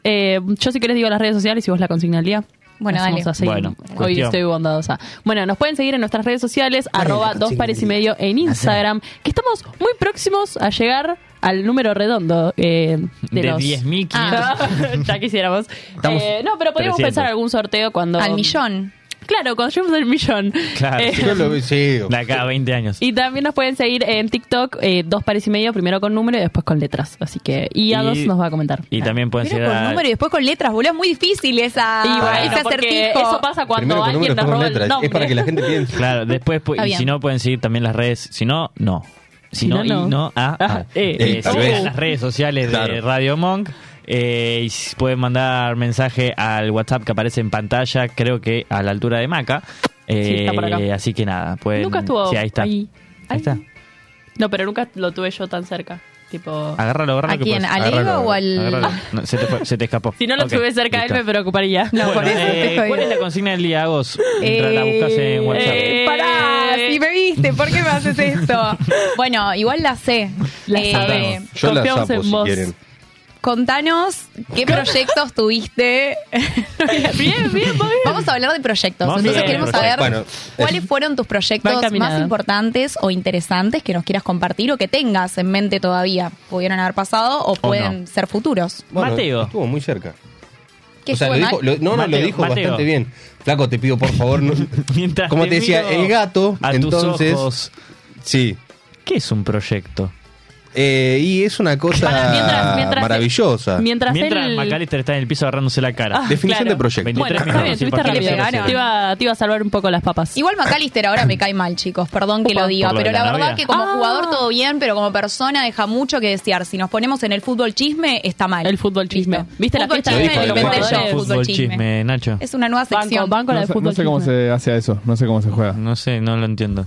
Speaker 7: Eh, yo si querés digo las redes sociales y vos la consignaría.
Speaker 6: Bueno,
Speaker 7: Hacemos
Speaker 6: dale.
Speaker 7: así.
Speaker 5: Bueno,
Speaker 7: Hoy
Speaker 5: cuestión.
Speaker 7: estoy bondadosa. Bueno, nos pueden seguir en nuestras redes sociales, arroba dos pares y medio en Instagram, que estamos muy próximos a llegar al número redondo eh, de,
Speaker 5: De
Speaker 7: los...
Speaker 5: 10.500.
Speaker 7: Ah, ya quisiéramos.
Speaker 5: Estamos
Speaker 7: Eh, no, pero podríamos
Speaker 5: 300.
Speaker 7: pensar algún sorteo cuando...
Speaker 6: al millón.
Speaker 7: Claro, cuando lleguemos al millón.
Speaker 5: Claro,
Speaker 7: Eh,
Speaker 5: sí.
Speaker 3: Yo lo sí.
Speaker 5: De acá a 20 años.
Speaker 7: y también nos pueden seguir en TikTok, eh, dos pares y medio, primero con número y después con letras. Así que, y a
Speaker 5: Y-
Speaker 7: dos nos va a comentar.
Speaker 5: Y también pueden
Speaker 6: Primero
Speaker 5: seguir
Speaker 6: con
Speaker 5: a...
Speaker 6: número y después con letras, boludo. Es muy difícil esa,
Speaker 7: Y bueno,
Speaker 6: Ah, ese
Speaker 7: porque
Speaker 6: acertijo.
Speaker 7: eso pasa cuando
Speaker 3: Primero con números,
Speaker 7: alguien te
Speaker 3: después con
Speaker 7: roba el
Speaker 3: letras.
Speaker 7: nombre.
Speaker 3: Es para que la gente piense.
Speaker 5: Claro, después, pu-
Speaker 6: Está
Speaker 5: y
Speaker 6: bien.
Speaker 5: si no, pueden seguir también las redes. Si no, no. Si, no, y no, ah, ah.
Speaker 7: eh,
Speaker 5: Eh,
Speaker 3: eh,
Speaker 5: si
Speaker 3: tal
Speaker 5: ven
Speaker 3: vez.
Speaker 5: las redes sociales de
Speaker 3: Claro.
Speaker 5: Radio Monk. eh, y s- pueden mandar mensaje al WhatsApp que aparece en pantalla, creo que a la altura de Maca. Eh,
Speaker 7: Sí, está por acá.
Speaker 5: Así que nada, pueden.
Speaker 7: Nunca estuvo
Speaker 5: Sí, ahí está.
Speaker 7: ahí. Ay.
Speaker 5: está.
Speaker 7: No, pero nunca lo tuve yo tan cerca. Tipo...
Speaker 5: Agárralo, agárralo.
Speaker 6: ¿A
Speaker 5: que
Speaker 6: quién?
Speaker 5: puedes.
Speaker 6: ¿Al
Speaker 3: Agárralo,
Speaker 6: Eva o al...?
Speaker 5: Agárralo. No, se, te fue- se te escapó.
Speaker 7: Ah. Si no lo
Speaker 5: Ok,
Speaker 7: tuve cerca de él,
Speaker 5: listo.
Speaker 7: me preocuparía.
Speaker 6: No, por
Speaker 5: Bueno,
Speaker 6: eso
Speaker 5: eh,
Speaker 6: te jodido.
Speaker 5: ¿Cuál es la consigna del día, Agos? Mientras la buscas en WhatsApp.
Speaker 7: Eh,
Speaker 6: Eh, Pará, si me viste, ¿por qué me haces esto? bueno, igual la sé.
Speaker 7: La
Speaker 6: Eh,
Speaker 7: sabés.
Speaker 3: Yo la
Speaker 7: Confiamos
Speaker 3: sapo
Speaker 7: en
Speaker 3: si
Speaker 7: vos.
Speaker 3: quieren.
Speaker 6: Contanos qué proyectos tuviste.
Speaker 7: bien, bien, bien.
Speaker 6: Vamos a hablar de proyectos.
Speaker 5: Vamos a
Speaker 6: Entonces
Speaker 5: hablar de
Speaker 6: queremos
Speaker 5: proyectos.
Speaker 6: saber
Speaker 3: Bueno,
Speaker 6: cuáles fueron tus
Speaker 7: Va
Speaker 6: proyectos
Speaker 7: encaminada.
Speaker 6: más importantes o interesantes que nos quieras compartir o que tengas en mente todavía. Pudieron haber pasado o pueden
Speaker 5: no.
Speaker 6: ser futuros.
Speaker 3: Bueno,
Speaker 5: Mateo.
Speaker 3: Estuvo muy cerca.
Speaker 6: ¿Qué
Speaker 3: o sea, lo
Speaker 6: fue,
Speaker 3: dijo,
Speaker 6: Mac?
Speaker 3: lo- no, no,
Speaker 5: Mateo,
Speaker 3: lo dijo
Speaker 5: Mateo.
Speaker 3: bastante bien. Flaco, te pido por favor. no-
Speaker 5: Mientras
Speaker 3: como te decía,
Speaker 5: miro
Speaker 3: el gato,
Speaker 5: a tus
Speaker 3: entonces.
Speaker 5: ojos,
Speaker 3: Sí.
Speaker 5: ¿Qué es un proyecto?
Speaker 3: Eh, y es una cosa
Speaker 7: Para- mientras- mientras-
Speaker 3: Ah, maravillosa.
Speaker 7: Mientras,
Speaker 5: Mientras
Speaker 7: él...
Speaker 5: Macalister está en el piso agarrándose la cara.
Speaker 7: Ah,
Speaker 3: Definición
Speaker 7: claro.
Speaker 3: de proyecto.
Speaker 5: 23
Speaker 7: Bueno, está bien,
Speaker 5: minutos,
Speaker 7: tuviste
Speaker 5: sí,
Speaker 7: rápido.
Speaker 6: le pegaron.
Speaker 7: Te iba, te iba a salvar un poco las papas.
Speaker 6: Igual McAllister ahora me cae mal, chicos, perdón que
Speaker 7: Upa.
Speaker 6: lo diga,
Speaker 5: Por lo
Speaker 6: pero
Speaker 5: de la
Speaker 6: la verdad
Speaker 5: novia.
Speaker 6: que como
Speaker 7: Ah.
Speaker 6: jugador todo bien, pero como persona deja mucho que desear. Si nos ponemos en el fútbol chisme, está mal.
Speaker 7: El fútbol chisme.
Speaker 6: Listo.
Speaker 7: ¿Viste la
Speaker 6: Fútbol
Speaker 7: fiesta
Speaker 3: Lo
Speaker 6: chisme?
Speaker 3: dijo,
Speaker 6: lo
Speaker 3: lo
Speaker 6: inventé
Speaker 3: dijo.
Speaker 6: yo,
Speaker 5: Fútbol, chisme. Nacho.
Speaker 6: Es una nueva
Speaker 7: Banco,
Speaker 6: sección.
Speaker 7: banco la
Speaker 9: No
Speaker 7: de
Speaker 9: sé,
Speaker 7: fútbol
Speaker 9: no sé cómo
Speaker 7: chisme.
Speaker 9: se hace eso, no sé cómo se juega.
Speaker 5: No sé, no lo entiendo.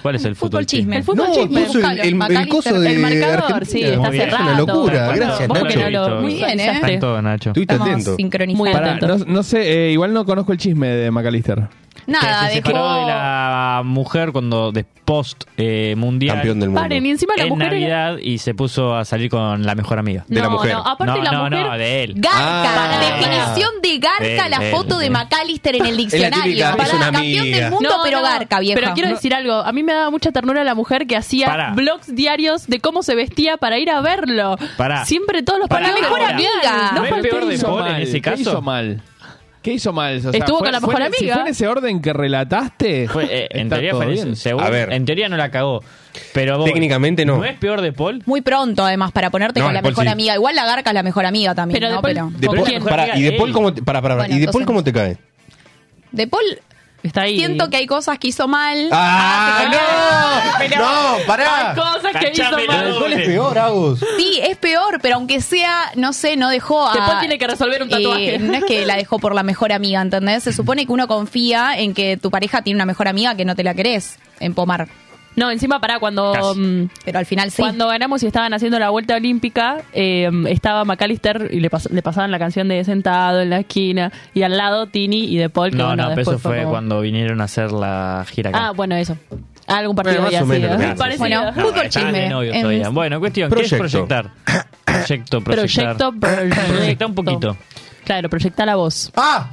Speaker 5: ¿Cuál es el fútbol,
Speaker 6: Fútbol chisme.
Speaker 7: El fútbol
Speaker 3: No,
Speaker 7: chisme.
Speaker 3: puso el, el- el coso
Speaker 6: Macalister,
Speaker 3: de
Speaker 7: el marcador,
Speaker 3: Argentina.
Speaker 7: sí, está
Speaker 5: Muy bien.
Speaker 7: cerrado.
Speaker 3: Es una locura,
Speaker 7: Bueno,
Speaker 3: gracias,
Speaker 7: vos
Speaker 5: Nacho.
Speaker 7: que no lo-
Speaker 6: Muy bien, ¿eh?
Speaker 5: Está en todo, Nacho.
Speaker 3: Estuviste
Speaker 6: Estamos
Speaker 3: atento.
Speaker 6: sincronizados.
Speaker 7: Muy
Speaker 9: Pará,
Speaker 7: atento.
Speaker 9: no, no sé, eh, igual no conozco el chisme de McAllister.
Speaker 6: Nada,
Speaker 5: que se
Speaker 6: dejó...
Speaker 5: separó de la mujer cuando de post eh, mundial
Speaker 3: Campeón del mundo.
Speaker 7: Paren, y encima la
Speaker 5: en
Speaker 7: mujer... era-
Speaker 5: Navidad y se puso a salir con la mejor amiga.
Speaker 3: de la
Speaker 7: No,
Speaker 3: mujer.
Speaker 7: No, aparte
Speaker 5: no,
Speaker 7: la
Speaker 5: no,
Speaker 7: mujer...
Speaker 5: no, de él.
Speaker 6: Garca,
Speaker 3: Ah.
Speaker 6: definición de garca
Speaker 5: Bien,
Speaker 6: la
Speaker 5: bien,
Speaker 6: foto de
Speaker 5: bien.
Speaker 6: McAllister en el diccionario.
Speaker 3: típica, es
Speaker 6: Pará,
Speaker 3: una
Speaker 6: campeón
Speaker 3: amiga.
Speaker 6: del mundo,
Speaker 7: No,
Speaker 6: pero
Speaker 7: no,
Speaker 6: garca, vieja.
Speaker 7: Pero quiero decir algo. A mí me daba mucha ternura la mujer que hacía
Speaker 5: Pará.
Speaker 7: blogs diarios de cómo se vestía para ir a verlo.
Speaker 5: Pará.
Speaker 7: Siempre todos los
Speaker 5: Pará,
Speaker 7: partidos.
Speaker 5: ahora.
Speaker 7: Bien.
Speaker 6: amiga.
Speaker 7: No
Speaker 5: ¿No es
Speaker 7: falté.
Speaker 5: peor de
Speaker 9: hizo
Speaker 5: Paul en
Speaker 9: mal?
Speaker 5: ese
Speaker 9: ¿Qué
Speaker 5: caso?
Speaker 9: hizo mal? ¿Qué hizo mal? O sea,
Speaker 7: Estuvo
Speaker 9: fue-
Speaker 7: con la
Speaker 9: fue
Speaker 7: mejor
Speaker 9: en- Si
Speaker 7: amiga.
Speaker 9: fue en ese orden que relataste,
Speaker 5: Fue, eh, en
Speaker 9: está
Speaker 5: teoría
Speaker 9: todo
Speaker 5: fue
Speaker 9: bien.
Speaker 5: según-
Speaker 3: A ver.
Speaker 5: en teoría no la cagó. Pero vos-
Speaker 3: Técnicamente no.
Speaker 5: ¿No es peor de Paul?
Speaker 6: Muy pronto, además, para ponerte
Speaker 3: No,
Speaker 6: con la
Speaker 3: de Paul
Speaker 6: mejor
Speaker 3: sí.
Speaker 6: amiga. Igual la garca es la mejor amiga también,
Speaker 7: Pero
Speaker 6: ¿no?
Speaker 7: de Paul-
Speaker 6: Pero
Speaker 3: De
Speaker 5: ¿Con
Speaker 3: Paul-
Speaker 5: quién?
Speaker 3: pará, ¿Y de Paul cómo te, pará, pará, pará,
Speaker 6: Bueno,
Speaker 3: ¿y de Paul
Speaker 6: entonces-
Speaker 3: cómo te cae?
Speaker 6: de Paul
Speaker 7: Está ahí.
Speaker 6: siento que hay cosas que hizo mal.
Speaker 3: ¡Ah, no! ¡No,
Speaker 7: Hay
Speaker 3: pará!
Speaker 7: cosas que hizo
Speaker 5: Cachame la
Speaker 7: mal.
Speaker 5: boca.
Speaker 3: ¿Cuál es peor, Agus?
Speaker 6: Sí, es peor, pero aunque sea, no sé, no dejó a...
Speaker 7: Que Paul tiene que resolver un tatuaje.
Speaker 6: Eh, no es que la dejó por la mejor amiga, ¿entendés? Se supone que uno confía en que tu pareja tiene una mejor amiga que no te la querés empomar.
Speaker 7: No, encima para cuando
Speaker 5: Casi.
Speaker 7: mm,
Speaker 6: Pero al final sí.
Speaker 7: cuando ganamos y estaban haciendo la vuelta olímpica, eh, estaba McAllister y le, pas- le pasaban la canción de Sentado en la esquina y al lado Tini y De Paul. que
Speaker 5: No,
Speaker 7: bueno,
Speaker 5: no, pero
Speaker 7: después
Speaker 5: eso fue
Speaker 7: como-
Speaker 5: cuando vinieron a hacer la gira acá.
Speaker 7: Ah, bueno, eso. Algún partido
Speaker 3: Bueno,
Speaker 7: había
Speaker 3: más o menos,
Speaker 7: sido.
Speaker 3: gracias.
Speaker 7: Parecido.
Speaker 6: Bueno,
Speaker 5: No,
Speaker 6: fútbol
Speaker 5: estaban de
Speaker 6: chisme.
Speaker 5: novio
Speaker 6: En-
Speaker 5: todavía. Bueno, cuestión, ¿qué es
Speaker 3: Proyecto.
Speaker 5: proyectar? Proyecto, proyectar.
Speaker 7: Proyecto, proyecto.
Speaker 5: Proyecta un poquito.
Speaker 7: Claro, proyecta la voz.
Speaker 3: ¡Ah!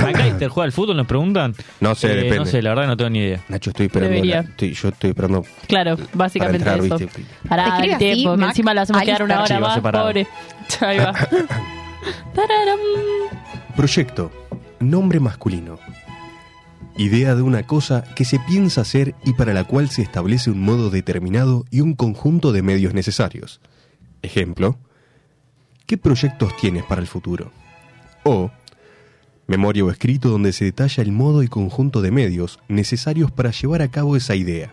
Speaker 5: ¿McAllister juega al fútbol? ¿Nos preguntan? Eh,
Speaker 3: No sé, depende.
Speaker 5: No sé, la verdad que no tengo ni idea.
Speaker 3: Nacho, estoy esperando.
Speaker 7: Debería.
Speaker 3: la- estoy- yo estoy esperando.
Speaker 7: Claro, básicamente
Speaker 3: Para entrar,
Speaker 7: eso.
Speaker 3: ¿viste?
Speaker 7: Para
Speaker 6: Te
Speaker 7: dar
Speaker 6: escribe
Speaker 7: el
Speaker 6: así,
Speaker 7: tiempo, que
Speaker 6: Mac,
Speaker 7: encima lo hacemos quedar una
Speaker 5: Alistair. Sí,
Speaker 7: hora
Speaker 5: va
Speaker 7: más,
Speaker 5: separado.
Speaker 7: pobre. Ahí va. Tararam.
Speaker 3: Proyecto. Nombre masculino. Idea de una cosa que se piensa hacer y para la cual se establece un modo determinado y un conjunto de medios necesarios. Ejemplo. ¿Qué proyectos tienes para el futuro? O. Memoria o escrito donde se detalla el modo y conjunto de medios necesarios para llevar a cabo esa idea,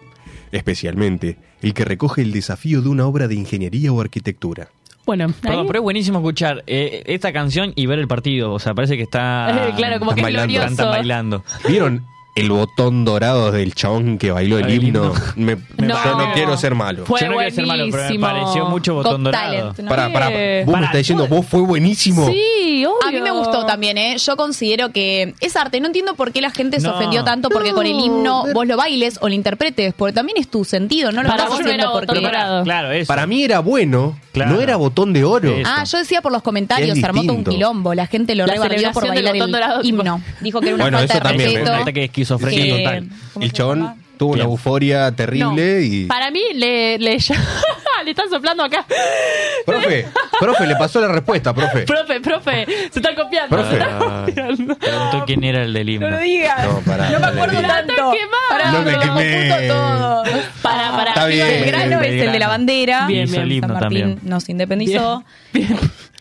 Speaker 3: especialmente el que recoge el desafío de una obra de ingeniería o arquitectura.
Speaker 7: Bueno,
Speaker 5: Perdón,
Speaker 7: ahí-
Speaker 5: pero es buenísimo escuchar eh, esta canción y ver el partido. O sea, parece que está.
Speaker 7: Claro, como
Speaker 3: que es
Speaker 5: bailando.
Speaker 7: glorioso.
Speaker 5: Están bailando.
Speaker 3: ¿Vieron el botón dorado del chabón que bailó el
Speaker 5: El
Speaker 3: himno?
Speaker 5: himno.
Speaker 3: Me-
Speaker 7: No.
Speaker 3: Yo no quiero ser malo.
Speaker 7: Fue
Speaker 5: Yo no quiero ser malo, pero me
Speaker 7: buenísimo.
Speaker 5: pareció mucho botón
Speaker 6: Got
Speaker 5: dorado.
Speaker 6: Talent, ¿no?
Speaker 3: Pará, pará.
Speaker 7: Eh,
Speaker 3: Vos me
Speaker 5: pará,
Speaker 3: estás diciendo, vos fue buenísimo.
Speaker 7: Sí, obvio.
Speaker 6: A mí me gustó también, ¿eh? Yo considero que es arte. No entiendo por qué la gente se
Speaker 5: No.
Speaker 6: ofendió tanto porque con el himno vos lo bailes o lo interpretes, porque también es tu sentido, no lo
Speaker 7: Para
Speaker 6: estás
Speaker 7: vos no era
Speaker 6: haciendo
Speaker 7: botón
Speaker 6: porque...
Speaker 7: dorado. Claro.
Speaker 5: Claro, eso.
Speaker 3: Para mí era bueno,
Speaker 5: Claro.
Speaker 3: no era botón de oro.
Speaker 5: Sí.
Speaker 6: Ah, yo decía por los comentarios,
Speaker 3: Es
Speaker 6: se armó todo un
Speaker 3: distinto.
Speaker 6: quilombo. La gente lo
Speaker 7: La
Speaker 6: rebarrió por
Speaker 7: celebración del
Speaker 6: bailar el
Speaker 7: botón dorado, tipo.
Speaker 6: himno. Dijo que era una
Speaker 3: Bueno,
Speaker 6: falta
Speaker 3: eso
Speaker 6: de
Speaker 3: también, ¿eh?
Speaker 6: respeto.
Speaker 5: un ataque de esquizofrenia
Speaker 6: que-
Speaker 5: total.
Speaker 6: ¿cómo
Speaker 3: El
Speaker 6: se
Speaker 3: chabón
Speaker 6: llama?
Speaker 3: tuvo una
Speaker 5: Bien.
Speaker 3: euforia terrible y.
Speaker 7: Para mí le, le, le están soplando acá.
Speaker 3: Profe, profe, le pasó la respuesta, profe.
Speaker 7: Profe, profe, se están copiando.
Speaker 3: Profe.
Speaker 7: se están
Speaker 5: Ah,
Speaker 7: copiando.
Speaker 5: Preguntó quién era el del himno.
Speaker 6: digas.
Speaker 3: No, pará, no le digas.
Speaker 7: Tanto. Pará,
Speaker 3: No me lo quemé. computo todo.
Speaker 7: Pará, pará.
Speaker 3: Está bien.
Speaker 6: Belgrano es el de la bandera.
Speaker 5: Bien, hizo el himno
Speaker 6: San Martín
Speaker 5: también.
Speaker 6: nos independizó.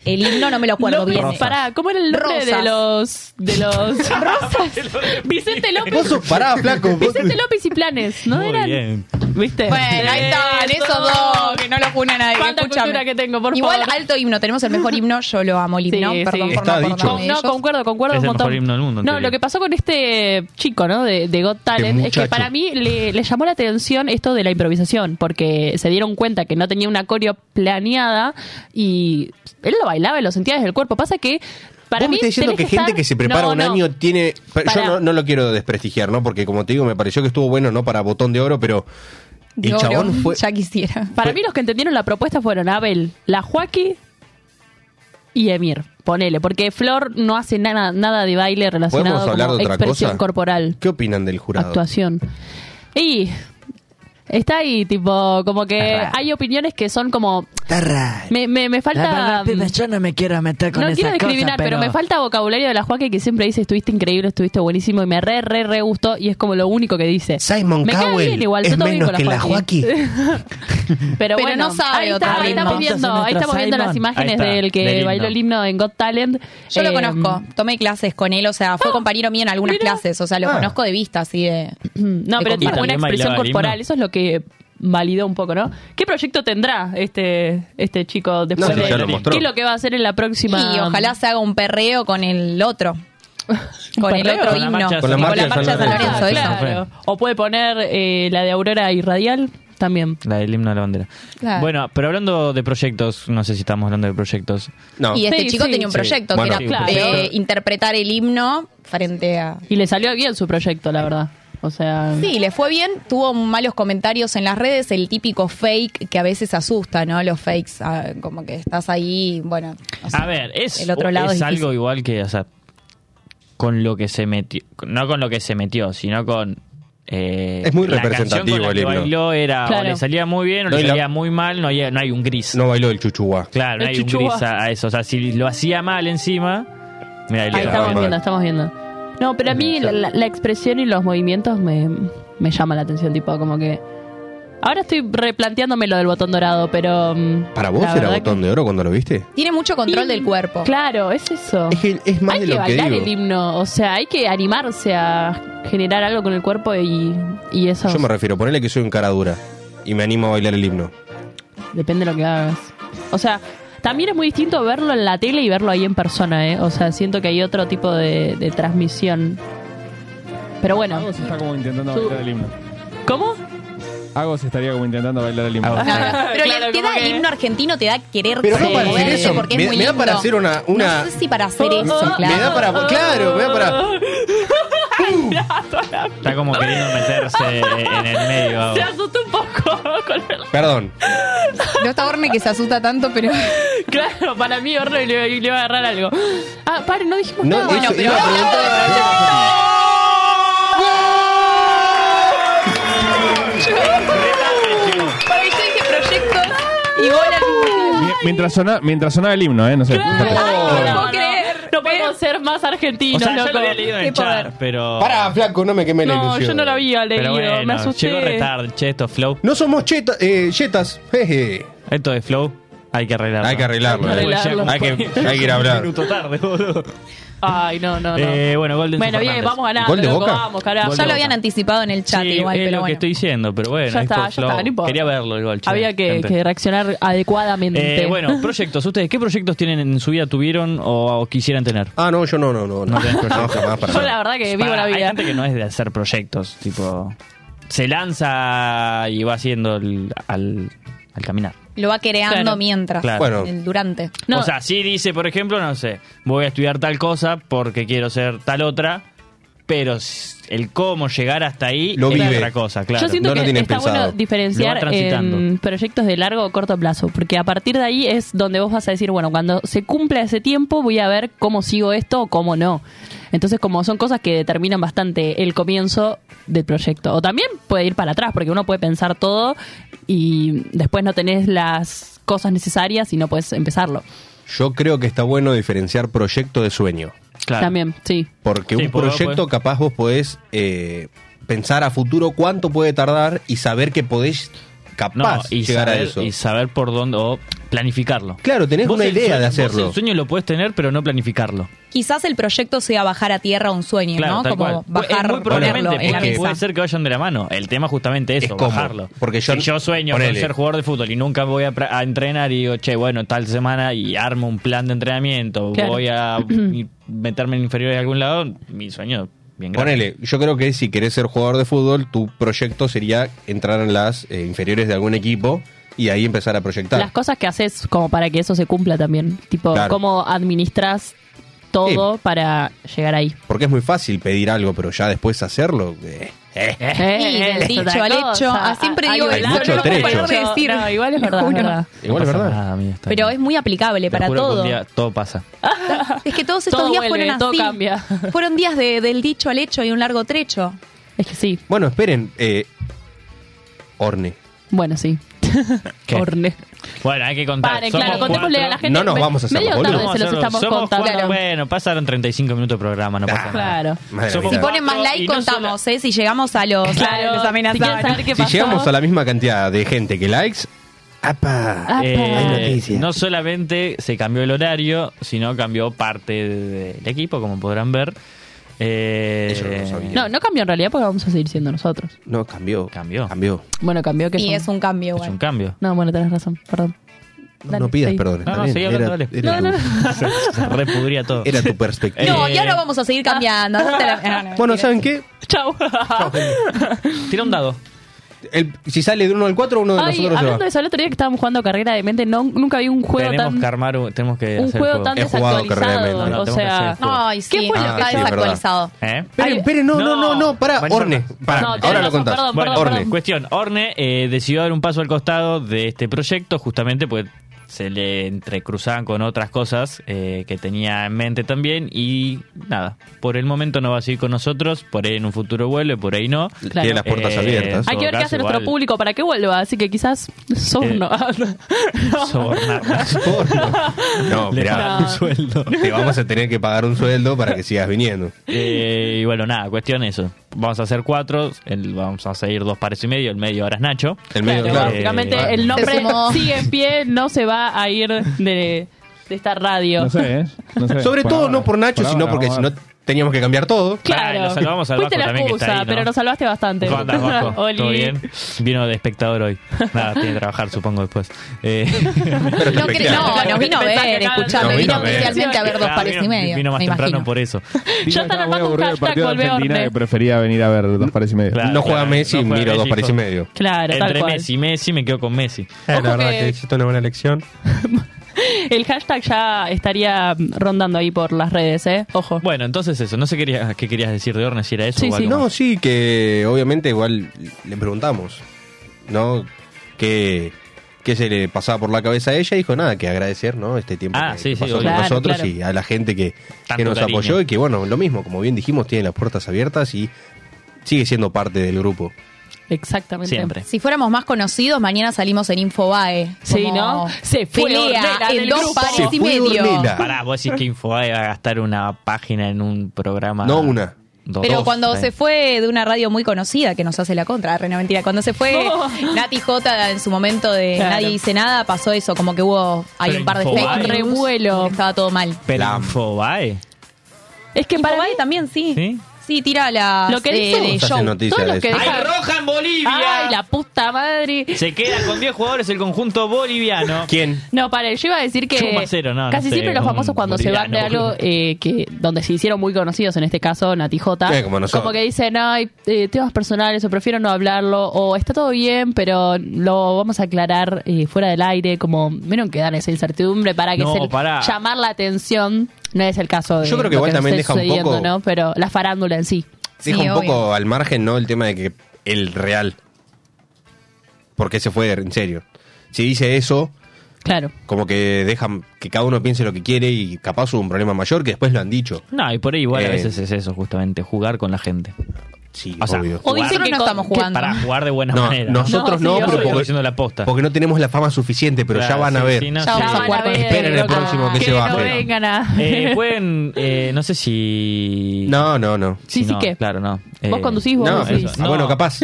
Speaker 6: El himno no me lo acuerdo
Speaker 7: López,
Speaker 6: bien.
Speaker 7: pará, ¿cómo era el nombre
Speaker 6: Rosas.
Speaker 7: de los de los Rosas? Vicente
Speaker 3: Vos
Speaker 7: López.
Speaker 3: sos pará, flaco. vos-
Speaker 7: Vicente López y Planes, ¿no
Speaker 5: Muy
Speaker 7: eran?
Speaker 5: bien.
Speaker 7: ¿Viste?
Speaker 6: Bueno, ahí están,
Speaker 7: Eso.
Speaker 6: esos dos, que no lo junan nadie.
Speaker 7: Cuánta
Speaker 6: escúchame.
Speaker 7: cultura que tengo, por
Speaker 6: Igual
Speaker 7: favor.
Speaker 6: alto himno, tenemos el mejor himno, yo lo amo el
Speaker 7: Sí,
Speaker 6: himno,
Speaker 7: sí.
Speaker 6: perdón por
Speaker 3: Está
Speaker 6: no
Speaker 3: dicho.
Speaker 6: acordarme de
Speaker 7: No,
Speaker 6: ellos.
Speaker 7: concuerdo, concuerdo
Speaker 5: Es
Speaker 7: un
Speaker 5: el
Speaker 7: montón.
Speaker 5: mejor himno del mundo, en
Speaker 7: No,
Speaker 5: teoría.
Speaker 7: lo que pasó con este chico, ¿no? De, de Got Talent, es que
Speaker 3: muchacho.
Speaker 7: para mí le, le llamó la atención esto de la improvisación, porque se dieron cuenta que no tenía una coreo planeada y él lo bailaba y lo sentía desde el cuerpo. Pasa que
Speaker 3: Vos
Speaker 7: para
Speaker 3: me
Speaker 7: mí.
Speaker 3: estás diciendo
Speaker 7: tenés
Speaker 3: que gente
Speaker 7: estar-
Speaker 3: que se prepara
Speaker 7: No,
Speaker 3: un
Speaker 7: no.
Speaker 3: año tiene. pero Yo
Speaker 7: Pará.
Speaker 3: no, no lo quiero desprestigiar, ¿no? Porque como te digo, me pareció que estuvo bueno, no para botón de oro, pero. El
Speaker 6: Digo,
Speaker 3: chabón
Speaker 6: no,
Speaker 3: fue.
Speaker 6: Ya quisiera.
Speaker 7: Para mí los que entendieron la propuesta fueron Abel, la Joaquí y Emir. Ponele, porque Flor no hace nada, nada de baile relacionado
Speaker 3: ¿Podemos
Speaker 7: con
Speaker 3: hablar de otra
Speaker 7: expresión
Speaker 3: cosa?
Speaker 7: corporal.
Speaker 3: ¿Qué opinan del jurado?
Speaker 7: actuación. Y está ahí, tipo, como que hay opiniones que son como... Me, me, me falta...
Speaker 10: yo no me quiero meter
Speaker 7: No quiero discriminar, pero... me falta vocabulario de la Joaquín que siempre dice estuviste increíble, estuviste buenísimo y me re, re, re gustó y es como lo único que dice.
Speaker 10: Simon
Speaker 7: me cae
Speaker 10: Cowell
Speaker 7: bien igual,
Speaker 10: es
Speaker 7: yo todo bien
Speaker 10: menos
Speaker 7: con
Speaker 10: que la
Speaker 7: Joaquín. pero,
Speaker 6: Pero
Speaker 7: bueno,
Speaker 6: no sabe
Speaker 7: ahí,
Speaker 6: otra
Speaker 7: está- ahí
Speaker 6: ritmo.
Speaker 7: estamos viendo, ahí estamos viendo las
Speaker 5: Ahí
Speaker 7: imágenes
Speaker 5: está,
Speaker 7: del que
Speaker 5: del himno.
Speaker 7: bailó el himno en Got Talent.
Speaker 6: Yo
Speaker 7: Eh,
Speaker 6: lo conozco, tomé clases con él, o sea,
Speaker 7: Ah,
Speaker 6: fue compañero mío en algunas
Speaker 7: mira.
Speaker 6: clases, o sea, lo
Speaker 3: Ah.
Speaker 6: conozco de vista, así de...
Speaker 7: Mm, No,
Speaker 6: de
Speaker 7: pero
Speaker 6: compañero.
Speaker 7: tiene una
Speaker 5: también
Speaker 7: expresión
Speaker 5: bailaba el
Speaker 7: corporal,
Speaker 5: himno.
Speaker 7: eso es lo que validó un poco, ¿no? ¿Qué proyecto tendrá este este chico después
Speaker 3: No, sí,
Speaker 7: de
Speaker 3: ya lo mostró.
Speaker 7: qué es lo que va a hacer en la próxima?
Speaker 6: Y ojalá se haga un perreo con el otro. Con el
Speaker 7: perreo?
Speaker 6: otro
Speaker 5: Con la
Speaker 6: himno.
Speaker 5: marcha
Speaker 3: Con la
Speaker 6: Sí,
Speaker 3: marcha de San
Speaker 6: de San Lorenzo, ¿eh?
Speaker 7: Ah,
Speaker 6: eso.
Speaker 5: claro.
Speaker 7: O puede poner eh, la de Aurora y Radial también.
Speaker 5: La del himno de la bandera.
Speaker 6: Claro.
Speaker 5: Bueno, pero hablando de proyectos, no sé si estamos hablando de proyectos.
Speaker 3: No.
Speaker 6: Y este
Speaker 7: Sí,
Speaker 6: chico
Speaker 7: sí.
Speaker 6: tenía un
Speaker 7: Sí.
Speaker 6: proyecto
Speaker 3: Bueno,
Speaker 6: que
Speaker 5: sí,
Speaker 6: era
Speaker 7: claro.
Speaker 6: eh, interpretar el himno frente a...
Speaker 7: Y le salió bien su proyecto, la verdad. O sea,
Speaker 6: Sí, le fue bien, tuvo malos comentarios en las redes, el típico fake que a veces asusta, ¿no? Los fakes, ah, como que estás ahí, bueno. o sea,
Speaker 5: A ver, es,
Speaker 6: el otro lado
Speaker 5: es
Speaker 6: es difícil.
Speaker 5: algo igual que, o sea, con lo que se metió, no con lo que se metió, sino con... eh,
Speaker 3: Es muy
Speaker 5: la
Speaker 3: representativo
Speaker 5: canción con la
Speaker 3: el
Speaker 5: que
Speaker 3: himno.
Speaker 5: bailó era o
Speaker 7: Claro.
Speaker 5: le salía muy bien o
Speaker 3: No, y
Speaker 5: le
Speaker 3: la-
Speaker 5: salía muy mal, no hay, no hay un gris.
Speaker 3: No bailó el chuchuá.
Speaker 5: Claro, no
Speaker 7: El
Speaker 5: hay un
Speaker 7: chuchuá.
Speaker 5: gris a, a eso. O sea, si lo hacía mal encima, Mira, ahí
Speaker 7: Ahí
Speaker 5: le-
Speaker 7: estamos
Speaker 3: vale.
Speaker 7: viendo, estamos viendo. No, pero a mí la, la- la expresión y los movimientos me, me llama la atención, tipo, como que... Ahora estoy replanteándome lo del botón dorado, pero... mm,
Speaker 3: ¿Para vos
Speaker 7: la
Speaker 3: era
Speaker 7: verdad
Speaker 3: botón
Speaker 7: que-
Speaker 3: de oro cuando lo viste?
Speaker 6: Tiene mucho control
Speaker 7: Y-
Speaker 6: del cuerpo.
Speaker 7: Claro, es eso.
Speaker 3: Es, que es más
Speaker 7: hay
Speaker 3: de
Speaker 7: que
Speaker 3: lo que
Speaker 7: bailar
Speaker 3: digo.
Speaker 7: el himno, o sea, hay que animarse a generar algo con el cuerpo y, y eso
Speaker 3: Yo me refiero, ponele que soy un cara dura y me animo a bailar el himno.
Speaker 7: depende de lo que hagas. O sea, también es muy distinto verlo en la tele y verlo ahí en persona, ¿eh? O sea, siento que hay otro tipo de, de transmisión. Pero bueno,
Speaker 9: Agos está como intentando
Speaker 7: Tú-
Speaker 9: bailar el himno.
Speaker 7: ¿cómo?
Speaker 9: Agos estaría como intentando bailar el himno.
Speaker 6: No, no, Pero
Speaker 7: Claro,
Speaker 6: la- te
Speaker 7: como
Speaker 6: da
Speaker 7: que-
Speaker 6: el himno argentino, te da querer
Speaker 3: Pero no
Speaker 7: Sí,
Speaker 3: para hacer
Speaker 7: obviamente,
Speaker 3: eso,
Speaker 6: porque es
Speaker 3: me,
Speaker 6: muy
Speaker 3: me da para
Speaker 6: lindo.
Speaker 3: hacer una... una
Speaker 6: No sé si para hacer eso,
Speaker 7: Oh, oh,
Speaker 6: claro.
Speaker 3: Me da para... Claro, me da para...
Speaker 5: Está como queriendo meterse en el medio.
Speaker 7: Se asustó un poco con el-
Speaker 3: Perdón.
Speaker 6: No está Orne que se asusta tanto, pero.
Speaker 7: Claro, para mí Orne le, le va a agarrar algo. Ah, pare, no dijimos
Speaker 3: No,
Speaker 7: nada.
Speaker 3: eso iba a preguntar.
Speaker 6: Para que yo dije proyecto y voy al
Speaker 9: Mi- Mientras, sona, mientras sonaba el himno, ¿eh? No sé.
Speaker 7: Ay,
Speaker 6: No
Speaker 7: no,
Speaker 6: puedo
Speaker 7: no,
Speaker 6: creer.
Speaker 7: no podemos ser más
Speaker 5: O
Speaker 7: argentinos,
Speaker 5: sea, yo
Speaker 7: loco.
Speaker 5: lo había leído en el
Speaker 6: Qué poder.
Speaker 5: chat, pero.
Speaker 3: Pará, flaco, no me quemé la
Speaker 7: No,
Speaker 3: ilusión.
Speaker 7: yo no lo había
Speaker 5: Pero
Speaker 7: leído,
Speaker 5: bueno,
Speaker 7: me asusté.
Speaker 5: llegó retard, che, esto es flow.
Speaker 3: No somos cheta, eh, yetas. Jeje.
Speaker 5: Esto es flow. Hay que arreglarlo.
Speaker 3: Hay que arreglarlo. eh.
Speaker 7: Hay que arreglarlo.
Speaker 3: Hay que, hay que ir a
Speaker 5: Un
Speaker 3: hablar.
Speaker 5: minuto tarde, boludo.
Speaker 7: Ay, no, no, no.
Speaker 5: Eh, bueno, Golden
Speaker 7: bueno,
Speaker 5: Fernández.
Speaker 7: bien, vamos ganando.
Speaker 3: ¿Gol de
Speaker 7: loco,
Speaker 3: Boca?
Speaker 7: Vamos, carajo.
Speaker 6: Ya lo habían anticipado en el chat
Speaker 5: Sí,
Speaker 6: igual,
Speaker 5: es
Speaker 6: pero
Speaker 5: lo que
Speaker 6: bueno.
Speaker 5: estoy diciendo, pero bueno,
Speaker 7: Ya
Speaker 5: esto
Speaker 7: está,
Speaker 5: es
Speaker 7: ya
Speaker 5: flow.
Speaker 7: está, no importa.
Speaker 5: Quería verlo igual, che,
Speaker 7: Había que,
Speaker 5: gente.
Speaker 7: que reaccionar adecuadamente.
Speaker 5: Eh, bueno, proyectos. ¿Ustedes qué proyectos tienen en su vida tuvieron o, o quisieran tener?
Speaker 3: Ah, no, yo no, no, no. No, no jamás para
Speaker 7: yo la
Speaker 3: nada.
Speaker 7: verdad que vivo
Speaker 5: Pará,
Speaker 7: la
Speaker 5: Hay
Speaker 7: vida.
Speaker 5: gente que no es de hacer proyectos, tipo. Se lanza y va haciendo el- al, al caminar.
Speaker 6: Lo va creando
Speaker 7: Claro.
Speaker 6: mientras.
Speaker 5: Claro.
Speaker 3: Bueno.
Speaker 6: El durante.
Speaker 7: No.
Speaker 5: O sea, si dice, por ejemplo, no sé, voy a estudiar tal cosa porque quiero ser tal otra, pero s- el cómo llegar hasta ahí
Speaker 3: Lo
Speaker 5: es
Speaker 3: vive.
Speaker 5: otra cosa, claro.
Speaker 7: Yo siento
Speaker 3: no lo
Speaker 7: que
Speaker 3: tienen
Speaker 7: está
Speaker 3: pensado.
Speaker 7: bueno
Speaker 5: Lo
Speaker 7: diferenciar
Speaker 5: va transitando.
Speaker 7: en proyectos de largo o corto plazo, porque a partir de ahí es donde vos vas a decir, bueno, cuando se cumpla ese tiempo voy a ver cómo sigo esto o cómo no. Entonces, como son cosas que determinan bastante el comienzo del proyecto. O también puede ir para atrás, porque uno puede pensar todo y después no tenés las cosas necesarias y no puedes empezarlo.
Speaker 3: Yo creo que está bueno diferenciar proyecto de sueño.
Speaker 5: Claro.
Speaker 7: También, sí.
Speaker 3: Porque
Speaker 5: Sí,
Speaker 3: un
Speaker 5: por-
Speaker 3: proyecto
Speaker 5: pues.
Speaker 3: capaz vos podés eh, pensar a futuro cuánto puede tardar y saber que podés
Speaker 5: No,
Speaker 3: capaz
Speaker 5: y,
Speaker 3: llegar
Speaker 5: saber,
Speaker 3: a eso.
Speaker 5: y saber por dónde, o planificarlo.
Speaker 3: Claro, tenés
Speaker 5: Vos
Speaker 3: una
Speaker 5: el
Speaker 3: idea
Speaker 5: sueño-
Speaker 3: de
Speaker 5: vos
Speaker 3: hacerlo.
Speaker 5: el sueño lo puedes tener, pero no planificarlo.
Speaker 6: Quizás el proyecto sea bajar a tierra un sueño,
Speaker 5: Claro,
Speaker 6: ¿no?
Speaker 5: tal
Speaker 6: Como
Speaker 5: cual. Pues, Es muy
Speaker 6: bajar,
Speaker 5: probablemente,
Speaker 6: ponerlo en la
Speaker 5: porque
Speaker 6: mesa.
Speaker 5: puede ser que vayan de la mano. El tema es justamente eso,
Speaker 3: Es cómo.
Speaker 5: bajarlo.
Speaker 3: Porque yo-
Speaker 5: si yo sueño con
Speaker 3: ponele.
Speaker 5: ser jugador de fútbol y nunca voy a, pra- a entrenar y digo, che, bueno, tal semana y armo un plan de entrenamiento,
Speaker 7: Claro.
Speaker 5: voy a y meterme en inferiores de algún lado, mi sueño es bien grande.
Speaker 3: Ponele, yo creo que si querés ser jugador de fútbol, tu proyecto sería entrar en las eh, inferiores de algún equipo y ahí empezar a proyectar.
Speaker 7: Las cosas que haces como para que eso se cumpla también. Tipo,
Speaker 3: Claro.
Speaker 7: cómo administras todo para llegar ahí.
Speaker 3: Porque es muy fácil pedir algo, pero ya después hacerlo. eh, eh.
Speaker 6: Y del
Speaker 7: es
Speaker 6: dicho
Speaker 7: otra
Speaker 6: al
Speaker 7: cosa.
Speaker 6: hecho. Ah, siempre
Speaker 7: Hay
Speaker 6: digo
Speaker 7: que
Speaker 6: eso,
Speaker 7: hablar.
Speaker 3: Mucho no lo puedo trecho.
Speaker 6: parar de decir.
Speaker 7: No, igual es
Speaker 6: Te
Speaker 7: verdad, es
Speaker 6: juro.
Speaker 7: verdad.
Speaker 3: Igual es
Speaker 5: pasa
Speaker 3: verdad.
Speaker 5: nada, Ah, amigo, está
Speaker 6: Pero
Speaker 5: bien.
Speaker 6: es muy aplicable
Speaker 5: Te
Speaker 6: para
Speaker 5: juro que un
Speaker 6: todo.
Speaker 5: día todo pasa.
Speaker 6: Es que todos estos
Speaker 7: Todo
Speaker 6: días
Speaker 7: vuelve,
Speaker 6: fueron así.
Speaker 7: todo cambia.
Speaker 6: Fueron días de- del dicho al hecho y un largo trecho.
Speaker 7: Es que sí.
Speaker 3: Bueno, esperen. eh, Orne.
Speaker 7: Bueno, sí.
Speaker 5: ¿Qué?
Speaker 7: Orne.
Speaker 5: Bueno, hay que contar.
Speaker 7: Paren,
Speaker 5: Somos
Speaker 7: claro, contémosle a la
Speaker 5: cuatro.
Speaker 7: gente.
Speaker 3: No nos
Speaker 7: Me-
Speaker 3: vamos a hacer
Speaker 7: Medio
Speaker 3: los boludos.
Speaker 7: tarde se los
Speaker 5: Somos-
Speaker 7: estamos
Speaker 5: somos
Speaker 7: contando.
Speaker 5: cuatro. Bueno, pasaron 35 minutos de programa, no pasa nada.
Speaker 7: Claro.
Speaker 3: Madre
Speaker 5: Somos
Speaker 3: mía.
Speaker 5: cuatro
Speaker 6: Ponen más like,
Speaker 5: y no
Speaker 6: contamos, ¿eh? Si llegamos a los. a los
Speaker 7: Claro, si quieren
Speaker 6: amenazados.
Speaker 7: saber qué
Speaker 3: Si
Speaker 7: pasó.
Speaker 3: llegamos a la misma cantidad de gente que likes, ¡apa!
Speaker 7: Ah,
Speaker 5: Eh,
Speaker 7: Hay
Speaker 3: noticias.
Speaker 5: no solamente se cambió el horario, sino cambió parte del equipo, como podrán ver. Eh,
Speaker 3: Eso no lo sabía.
Speaker 7: No, no cambió en realidad porque vamos a seguir siendo nosotros.
Speaker 3: No, cambió.
Speaker 5: Cambió.
Speaker 3: Cambió.
Speaker 7: Bueno, cambió que
Speaker 6: Y
Speaker 7: somos-
Speaker 6: es un cambio,
Speaker 5: Es un
Speaker 6: bueno.
Speaker 5: cambio.
Speaker 7: No, bueno, tenés razón, perdón.
Speaker 3: No,
Speaker 7: Dale,
Speaker 3: no pidas
Speaker 7: seguí.
Speaker 3: perdón. está
Speaker 5: No, no,
Speaker 3: bien,
Speaker 5: seguí hablando,
Speaker 3: era,
Speaker 5: dale.
Speaker 3: era
Speaker 7: No, no,
Speaker 3: tu,
Speaker 5: Se repudría todo.
Speaker 3: era tu perspectiva.
Speaker 6: No,
Speaker 5: Eh,
Speaker 6: y ahora vamos a seguir cambiando. No te la- no, no,
Speaker 3: Eh, bueno,
Speaker 6: mentira.
Speaker 3: ¿saben qué?
Speaker 7: Chau.
Speaker 5: Tira un dado.
Speaker 3: El- si sale de uno al 4, uno de
Speaker 7: Ay,
Speaker 3: nosotros se va.
Speaker 7: hablando de eso, el otro día que estábamos jugando carrera de mente, no, nunca vi un juego
Speaker 5: tenemos
Speaker 7: tan
Speaker 5: que armar un, tenemos que
Speaker 7: un
Speaker 5: hacer Eh,
Speaker 7: juego tan
Speaker 3: He jugado Carrera de
Speaker 7: desactualizado.
Speaker 3: Mente.
Speaker 5: No, tengo
Speaker 7: o
Speaker 5: que hacer
Speaker 7: sea,
Speaker 5: el juego.
Speaker 6: Ay, sí,
Speaker 7: ¿Qué fue lo
Speaker 6: está
Speaker 7: que hizo?
Speaker 6: desactualizado.
Speaker 5: ¿Eh?
Speaker 3: Esperen, esperen, no, no, no, no, pará.
Speaker 5: Bueno,
Speaker 3: Orne,
Speaker 5: perdón.
Speaker 3: pará,
Speaker 7: No, tenés
Speaker 3: ahora lo
Speaker 7: razón,
Speaker 3: contás.
Speaker 7: perdón,
Speaker 5: Bueno,
Speaker 7: perdón,
Speaker 3: Orne,
Speaker 7: perdón.
Speaker 5: cuestión. Orne eh, decidió dar un paso al costado de este proyecto justamente porque se le entrecruzaban con otras cosas eh, que tenía en mente también y nada, por el momento no va a seguir con nosotros, por ahí en un futuro vuelve, por ahí no.
Speaker 7: Claro.
Speaker 3: Tiene las puertas
Speaker 5: Eh,
Speaker 3: abiertas.
Speaker 5: en
Speaker 7: Hay
Speaker 5: todo
Speaker 7: que ver qué
Speaker 5: caso,
Speaker 7: hace nuestro
Speaker 5: igual- Eh,
Speaker 7: público para que vuelva, así que quizás soborno.
Speaker 5: Sobornar.
Speaker 3: No,
Speaker 5: Le
Speaker 3: mirá,
Speaker 5: pagan un sueldo.
Speaker 3: te vamos a tener que pagar un sueldo para que sigas viniendo.
Speaker 5: Eh, y bueno, nada, cuestión eso. Vamos a hacer cuatro, el- vamos a seguir dos pares y medio, el medio ahora es Nacho.
Speaker 3: El medio,
Speaker 7: Claro,
Speaker 3: claro.
Speaker 7: básicamente
Speaker 5: Eh,
Speaker 7: el nombre
Speaker 6: se sumó.
Speaker 7: sigue en pie, no se va a ir de, de esta radio.
Speaker 9: No sé, ¿eh? No sé.
Speaker 3: Sobre
Speaker 9: Por
Speaker 3: todo
Speaker 9: ahora.
Speaker 3: no por Nacho,
Speaker 9: Por
Speaker 3: sino
Speaker 9: ahora,
Speaker 3: porque si
Speaker 9: vamos
Speaker 3: no
Speaker 9: a ver.
Speaker 3: teníamos que cambiar todo.
Speaker 7: Claro,
Speaker 5: Pará, lo salvamos al
Speaker 7: fuiste
Speaker 5: Vasco
Speaker 7: la
Speaker 5: también, que está
Speaker 7: excusa,
Speaker 5: ahí, ¿no?
Speaker 7: pero lo salvaste bastante.
Speaker 5: ¿Cómo andás, Vasco? ¿Todo
Speaker 7: Oli.
Speaker 5: bien? Vino de espectador hoy. Nada, tiene que trabajar, supongo, después. Eh,
Speaker 3: Pero
Speaker 6: No, cre-
Speaker 3: espectacular.
Speaker 6: no, nos vino a
Speaker 7: Pensá que
Speaker 6: ver,
Speaker 7: acá-
Speaker 6: escuchame,
Speaker 3: Nos vino
Speaker 6: vino
Speaker 3: a ver.
Speaker 6: oficialmente a ver dos
Speaker 5: claro,
Speaker 6: pares
Speaker 5: Ah, vino-
Speaker 6: y medio.
Speaker 5: Vino más
Speaker 6: me
Speaker 5: temprano
Speaker 6: imagino.
Speaker 5: por eso.
Speaker 7: Ya
Speaker 9: Yo
Speaker 7: están
Speaker 9: estaba muy
Speaker 7: armando un
Speaker 9: aburrido el
Speaker 7: hashtag,
Speaker 9: partido de
Speaker 7: volvé a
Speaker 9: Argentina
Speaker 7: Orne.
Speaker 9: que prefería venir a ver dos pares y medio.
Speaker 5: Claro,
Speaker 3: no juega
Speaker 5: claro,
Speaker 3: Messi,
Speaker 5: no juega
Speaker 3: miro dos
Speaker 5: Messi, pues.
Speaker 3: pares y
Speaker 5: hijo.
Speaker 3: medio.
Speaker 7: Claro, tal
Speaker 5: Entre
Speaker 7: cual.
Speaker 5: Messi y Messi me quedo con Messi.
Speaker 8: Eh, la verdad
Speaker 7: que-
Speaker 8: que hiciste una buena elección.
Speaker 7: El hashtag ya estaría rondando ahí por las redes, ¿eh? Ojo.
Speaker 5: Bueno, entonces eso. No sé quería- qué querías decir de Orne, si era eso
Speaker 7: Sí,
Speaker 5: o algo
Speaker 7: sí.
Speaker 5: más.
Speaker 3: No, sí, que obviamente igual le preguntamos, ¿no? ¿Qué, qué se le pasaba por la cabeza a ella? Y dijo, nada, que agradecer, ¿no? Este tiempo
Speaker 5: Ah,
Speaker 3: que,
Speaker 5: sí,
Speaker 3: que
Speaker 5: sí,
Speaker 3: pasó con
Speaker 5: obvio.
Speaker 7: Claro,
Speaker 3: nosotros
Speaker 7: claro.
Speaker 3: y a la gente que, que
Speaker 5: Tanto
Speaker 3: nos
Speaker 5: cariño.
Speaker 3: apoyó y que, bueno, lo mismo, como bien dijimos, tiene las puertas abiertas y sigue siendo parte del grupo.
Speaker 7: Exactamente.
Speaker 5: Siempre.
Speaker 6: Si fuéramos más conocidos, mañana salimos en Infobae.
Speaker 7: Sí,
Speaker 6: Como
Speaker 7: ¿no? Se fue
Speaker 6: pelea
Speaker 7: Ornella del
Speaker 6: en dos
Speaker 7: grupo.
Speaker 6: pares
Speaker 3: Se
Speaker 6: y
Speaker 3: fue
Speaker 6: medio.
Speaker 3: Ornella.
Speaker 5: Pará, vos decís que Infobae va a gastar una página en un programa.
Speaker 3: No una.
Speaker 5: Dos,
Speaker 6: Pero
Speaker 5: dos,
Speaker 6: cuando
Speaker 5: tres.
Speaker 6: se fue de una radio muy conocida que nos hace la contra, ah, re, no mentira, cuando se fue
Speaker 7: No.
Speaker 6: Nati J en su momento de
Speaker 7: Oh. Claro.
Speaker 6: Nadie dice nada, pasó eso, como que hubo hay
Speaker 5: Pero
Speaker 6: un par de
Speaker 5: Infobae.
Speaker 6: fake news,
Speaker 7: Revuelo.
Speaker 6: estaba todo mal.
Speaker 5: Pero eh.
Speaker 3: La-
Speaker 5: Infobae.
Speaker 7: Es que para
Speaker 6: Infobae
Speaker 7: mí
Speaker 6: también sí.
Speaker 5: ¿Sí?
Speaker 6: Sí, tira la
Speaker 7: Lo que
Speaker 6: de- de
Speaker 7: dice vos.
Speaker 3: Nos
Speaker 6: show.
Speaker 3: hacen eh, noticias
Speaker 7: Todos los
Speaker 3: de
Speaker 7: que
Speaker 3: eso.
Speaker 5: ¡Hay
Speaker 7: dejan-
Speaker 5: roja en Bolivia!
Speaker 7: ¡Ay, la puta madre!
Speaker 5: Se queda con 10 jugadores el conjunto boliviano.
Speaker 3: ¿Quién?
Speaker 7: No, para, yo iba a decir que
Speaker 5: Chuma cero, no, no
Speaker 7: casi
Speaker 5: sé,
Speaker 7: siempre los
Speaker 5: un
Speaker 7: famosos cuando se van de
Speaker 5: boliviano,
Speaker 7: algo
Speaker 5: boludo.
Speaker 7: eh, que donde se hicieron muy conocidos, en este caso Nati J,
Speaker 3: Eh, como nosotros.
Speaker 7: que dicen, ay, eh, temas personales o prefiero no hablarlo, o está todo bien, pero lo vamos a aclarar eh, fuera del aire, como, menos que dar esa incertidumbre para que
Speaker 5: No,
Speaker 7: se-
Speaker 5: pará.
Speaker 7: llamar la atención. No es el caso de
Speaker 3: Yo creo que
Speaker 7: lo
Speaker 3: igual
Speaker 7: nos
Speaker 3: también deja
Speaker 7: esté
Speaker 3: un poco-
Speaker 7: sucediendo, ¿no? Pero la farándula en sí.
Speaker 3: Deja
Speaker 6: Sí,
Speaker 3: un
Speaker 6: obvio.
Speaker 3: poco al margen, ¿no? El tema de que el real. ¿Por qué se fue? En serio. Si dice eso,
Speaker 7: Claro.
Speaker 3: como que dejan que cada uno piense lo que quiere y capaz hubo un problema mayor que después lo han dicho.
Speaker 5: No, y por ahí igual a
Speaker 3: Eh.
Speaker 5: veces es eso, justamente, jugar con la gente.
Speaker 3: Sí,
Speaker 5: O sea,
Speaker 3: obvio.
Speaker 6: O dicen
Speaker 5: Jugar-
Speaker 6: que no estamos jugando.
Speaker 5: Para jugar de buena
Speaker 3: No,
Speaker 5: manera.
Speaker 3: nosotros
Speaker 7: No,
Speaker 3: no,
Speaker 7: sí,
Speaker 3: pero
Speaker 5: Yo soy
Speaker 7: obvio.
Speaker 5: el que
Speaker 3: porque,
Speaker 5: haciendo la posta.
Speaker 3: porque no tenemos la fama suficiente, pero
Speaker 5: Claro,
Speaker 3: ya van a
Speaker 5: sí,
Speaker 3: ver.
Speaker 5: sí, no,
Speaker 7: Ya
Speaker 5: Ah, sí,
Speaker 7: van
Speaker 5: sí.
Speaker 7: a ver,
Speaker 3: Esperen el
Speaker 7: loco.
Speaker 3: próximo que se
Speaker 7: no
Speaker 3: baje.
Speaker 7: vengan a-
Speaker 5: Eh, pueden, eh, no sé si...
Speaker 3: No, no, no.
Speaker 7: Sí,
Speaker 5: si
Speaker 7: sí
Speaker 5: no,
Speaker 7: que.
Speaker 5: Claro, no.
Speaker 7: Vos
Speaker 5: Eh,
Speaker 7: conducís, vos
Speaker 3: No,
Speaker 7: decís.
Speaker 3: eso. Ah, bueno, capaz.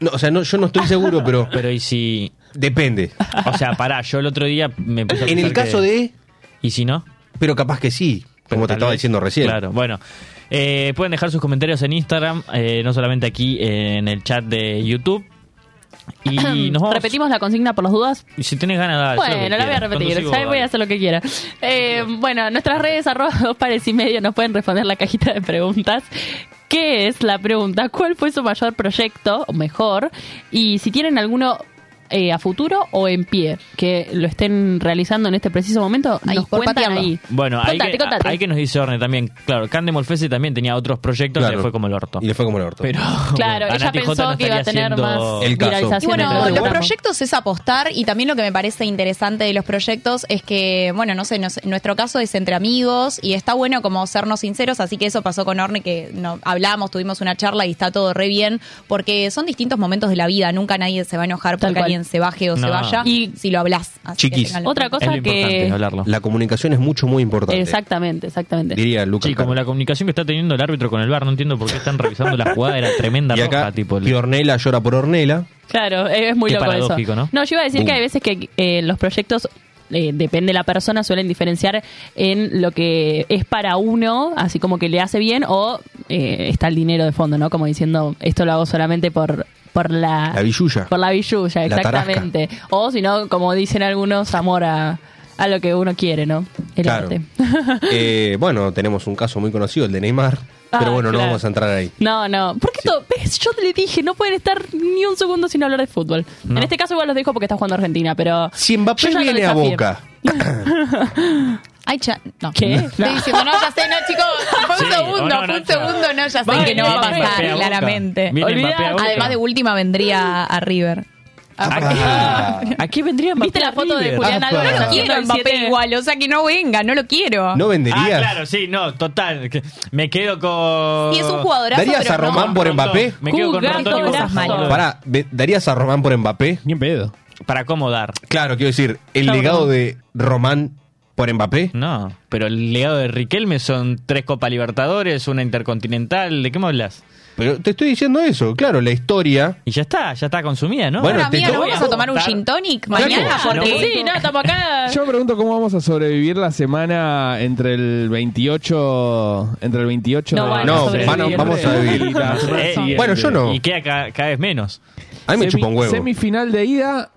Speaker 3: No, o sea, no, yo no estoy seguro, pero
Speaker 5: Pero y si...
Speaker 3: depende.
Speaker 5: O sea, pará, yo el otro día me empecé a
Speaker 3: En el
Speaker 5: pensar
Speaker 3: caso
Speaker 5: que-
Speaker 3: de,
Speaker 5: ¿Y si no?
Speaker 3: pero capaz que sí, como
Speaker 5: Pero
Speaker 3: te
Speaker 5: tal
Speaker 3: estaba
Speaker 5: vez.
Speaker 3: diciendo recién.
Speaker 5: Claro, bueno. Eh, pueden dejar sus comentarios en Instagram, eh, no solamente aquí en el chat de YouTube. Y nos vamos...
Speaker 7: Repetimos la consigna por las dudas.
Speaker 5: Y si tenés ganas, dale, hacé Ah, lo que
Speaker 7: Bueno, la voy a
Speaker 5: quieras.
Speaker 7: repetir,
Speaker 5: Conducí vos,
Speaker 7: ya voy a
Speaker 5: dale.
Speaker 7: hacer lo que quiera. Eh, bueno, nuestras redes arroba dos pares y medio nos pueden responder la cajita de preguntas. ¿Qué es la pregunta? ¿Cuál fue su mayor proyecto o mejor? Y si tienen alguno eh, a futuro o en pie que lo estén realizando en este preciso momento,
Speaker 6: Ahí,
Speaker 7: nos
Speaker 6: por
Speaker 7: cuentan
Speaker 6: patearlo.
Speaker 7: ahí.
Speaker 5: Bueno, ahí
Speaker 7: Contate,
Speaker 5: que,
Speaker 7: contate.
Speaker 5: ahí que nos dice Orne también. Claro, Cande Molfese también tenía otros proyectos
Speaker 3: Claro.
Speaker 5: que le fue como el orto.
Speaker 3: Y le fue como el orto.
Speaker 5: Pero
Speaker 7: Claro,
Speaker 5: a
Speaker 7: ella
Speaker 5: Nati Jota
Speaker 7: pensó
Speaker 5: no
Speaker 7: que iba a
Speaker 5: estaría
Speaker 7: tener más
Speaker 5: haciendo-
Speaker 3: El caso.
Speaker 7: viralización
Speaker 6: Y
Speaker 7: en el
Speaker 6: bueno, los
Speaker 7: programa.
Speaker 6: proyectos es apostar y también lo que me parece interesante de los proyectos es que, bueno, no sé, nos- en nuestro caso es entre amigos y está bueno como sernos sinceros, así que eso pasó con Orne, que no, hablamos, tuvimos una charla y está todo re bien, porque son distintos momentos de la vida, nunca nadie se va a enojar
Speaker 7: Tal
Speaker 6: porque
Speaker 7: cual.
Speaker 6: alguien se baje o se
Speaker 5: No.
Speaker 6: vaya
Speaker 7: Y-
Speaker 6: si lo hablas. Así
Speaker 3: Chiquis.
Speaker 6: que ténganlo en
Speaker 7: Otra
Speaker 6: cuenta.
Speaker 5: Es lo
Speaker 7: cosa
Speaker 5: importante,
Speaker 7: que...
Speaker 5: hablarlo.
Speaker 3: La comunicación es mucho, muy importante.
Speaker 7: Exactamente, exactamente.
Speaker 3: Diría Lucas.
Speaker 5: Sí, como
Speaker 3: Carlos.
Speaker 5: la comunicación que está teniendo el árbitro con el bar, no entiendo por qué están revisando la jugada, era tremenda
Speaker 3: Y
Speaker 5: roja,
Speaker 3: acá,
Speaker 5: tipo. el-
Speaker 3: y Ornella llora por Ornella.
Speaker 7: Claro, eh, es muy
Speaker 5: Qué
Speaker 7: loco eso.
Speaker 5: paradójico, ¿no?
Speaker 7: yo iba a decir
Speaker 3: Boom.
Speaker 7: que hay veces que eh, los proyectos, eh, depende de la persona, suelen diferenciar en lo que es para uno, así como que le hace bien, o eh, está el dinero de fondo, ¿no? Como diciendo, esto lo hago solamente por, por la...
Speaker 3: La villuya.
Speaker 7: Ah. Por la villuya,
Speaker 3: La tarasca.
Speaker 7: exactamente. o si no, como dicen algunos, amor a, a lo que uno quiere, ¿no? El
Speaker 3: Claro.
Speaker 7: arte.
Speaker 3: Eh, bueno, tenemos un caso muy conocido, el de Neymar.
Speaker 7: Ah,
Speaker 3: pero bueno,
Speaker 7: claro.
Speaker 3: no vamos a entrar ahí.
Speaker 7: No, no. ¿Por qué todo? ¿Ves? Yo le dije, no pueden estar ni un segundo sin hablar de fútbol.
Speaker 5: No.
Speaker 7: En este caso igual los dejo porque está jugando Argentina, pero...
Speaker 3: Si
Speaker 7: Yo
Speaker 3: Mbappé
Speaker 7: ya lo
Speaker 3: viene a
Speaker 7: desafié.
Speaker 3: Boca,
Speaker 6: Ay, cha- no.
Speaker 7: ¿Qué?
Speaker 6: Estoy diciendo, no, ya sé, no, chicos, fue un
Speaker 5: Sí, o
Speaker 6: segundo,
Speaker 5: no,
Speaker 6: fue un
Speaker 5: Nacha.
Speaker 6: segundo, no, ya sé
Speaker 5: Viene
Speaker 6: que no va a
Speaker 5: Mbappé
Speaker 6: pasar,
Speaker 5: Boca.
Speaker 6: claramente.
Speaker 5: Viene
Speaker 7: Olvidá-
Speaker 5: Mbappé a Boca.
Speaker 6: Además de última vendría a River.
Speaker 3: Ah.
Speaker 5: Aquí vendría Mbappé
Speaker 7: ¿Viste la
Speaker 5: a
Speaker 7: foto de
Speaker 5: River?
Speaker 7: Julián
Speaker 3: Ah,
Speaker 7: Álvarez?
Speaker 3: no lo
Speaker 7: haciendo
Speaker 6: Quiero
Speaker 7: el
Speaker 6: el papel
Speaker 7: siete?
Speaker 6: igual, o sea que no venga, no lo quiero.
Speaker 3: ¿No
Speaker 5: Ah,
Speaker 3: venderías?
Speaker 5: claro, sí, no, total. que- Me quedo con.
Speaker 6: Y es un jugadorazo,
Speaker 3: ¿Darías
Speaker 6: pero
Speaker 3: a Román
Speaker 6: no.
Speaker 3: por
Speaker 5: Rondón.
Speaker 3: Mbappé?
Speaker 5: Me quedo con
Speaker 7: Jugadorazo.
Speaker 5: Rondón y Borja
Speaker 7: Jugadorazo.
Speaker 5: Mauro.
Speaker 3: Pará, ¿ve- ¿darías a Román por Mbappé?
Speaker 9: Ni en pedo.
Speaker 5: Para acomodar.
Speaker 3: Claro, quiero decir, el
Speaker 7: Claro,
Speaker 3: legado
Speaker 7: Román.
Speaker 3: de Román por Mbappé.
Speaker 5: No, pero el legado de Riquelme son tres Copa Libertadores, una Intercontinental. ¿De qué me hablas?
Speaker 3: Pero te estoy diciendo eso, claro, la historia.
Speaker 5: Y ya está, ya está consumida, ¿no?
Speaker 3: Bueno,
Speaker 6: Bueno,
Speaker 3: te
Speaker 6: amiga, ¿nos
Speaker 3: voy
Speaker 6: vamos
Speaker 3: a
Speaker 6: a tomar un
Speaker 5: votar.
Speaker 6: gin tonic
Speaker 5: Claro.
Speaker 6: mañana?
Speaker 5: No,
Speaker 6: Porque
Speaker 5: voy.
Speaker 7: Ah, Sí, no, estamos acá.
Speaker 9: Yo me pregunto cómo vamos a sobrevivir la semana entre el 28 entre el 28
Speaker 7: No,
Speaker 9: de-
Speaker 7: van a
Speaker 3: No,
Speaker 7: sobrevivir.
Speaker 3: van a- vamos a vivir.
Speaker 9: Y la semana
Speaker 5: Eh,
Speaker 9: siguiente.
Speaker 3: Bueno, yo no.
Speaker 5: Y queda ca- cada, vez menos.
Speaker 3: A mí me
Speaker 9: Semi-
Speaker 3: chupa un huevo.
Speaker 9: Semifinal de ida,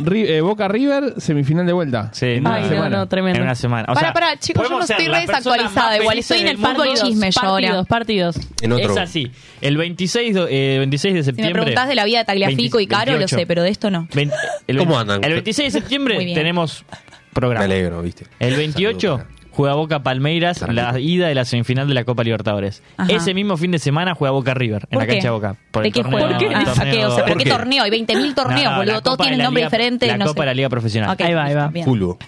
Speaker 9: Ri- eh, Boca River, semifinal de vuelta.
Speaker 5: Sí,
Speaker 9: En
Speaker 5: no.
Speaker 9: una
Speaker 7: Ay, no,
Speaker 9: semana.
Speaker 7: no, tremendo.
Speaker 5: En una semana. O sea,
Speaker 6: Pará, pará, chicos, yo
Speaker 5: podemos
Speaker 6: no
Speaker 5: ser
Speaker 6: estoy
Speaker 5: las personas
Speaker 6: desactualizada
Speaker 5: más
Speaker 6: igual, estoy en
Speaker 5: felices
Speaker 6: el
Speaker 5: del
Speaker 6: fútbol
Speaker 5: mundo.
Speaker 6: chisme yo ahora.
Speaker 7: partidos, partidos.
Speaker 3: En otro.
Speaker 5: Es así. El 26, do- eh, 26 de
Speaker 6: Si me
Speaker 5: septiembre.
Speaker 6: preguntás de la vida de Tagliafico y Caro, lo
Speaker 5: 28.
Speaker 6: sé, pero de esto no.
Speaker 5: Vein- el
Speaker 3: ¿Cómo
Speaker 5: vein-
Speaker 3: andan?
Speaker 5: El 26 de
Speaker 6: Muy
Speaker 5: septiembre
Speaker 6: bien.
Speaker 5: tenemos
Speaker 3: Me
Speaker 5: programa.
Speaker 3: alegro, ¿viste?
Speaker 5: El 28
Speaker 3: Saludos,
Speaker 5: juega Boca Palmeiras, la ida de la semifinal de la Copa Libertadores.
Speaker 6: Ajá.
Speaker 5: Ese mismo fin de semana juega Boca River en
Speaker 6: ¿Por
Speaker 5: la
Speaker 6: qué?
Speaker 5: cancha de Boca. Por
Speaker 6: ¿De
Speaker 5: el
Speaker 6: qué
Speaker 5: torneo-
Speaker 6: juego? ¿Por qué?
Speaker 5: el
Speaker 6: Ah, ¿qué? O sea, ¿pero
Speaker 3: ¿Por
Speaker 6: qué
Speaker 3: qué?
Speaker 6: torneo? Hay 20.000 torneos,
Speaker 5: No, la
Speaker 6: boludo. Todos
Speaker 5: Copa de
Speaker 6: tienen
Speaker 5: la
Speaker 6: nombre
Speaker 5: Liga-
Speaker 6: diferente.
Speaker 5: La
Speaker 6: no
Speaker 5: Copa
Speaker 6: sé.
Speaker 5: de la Liga Profesional.
Speaker 6: Ok,
Speaker 7: Ahí va, ahí va.
Speaker 6: bien.
Speaker 3: Fulvo.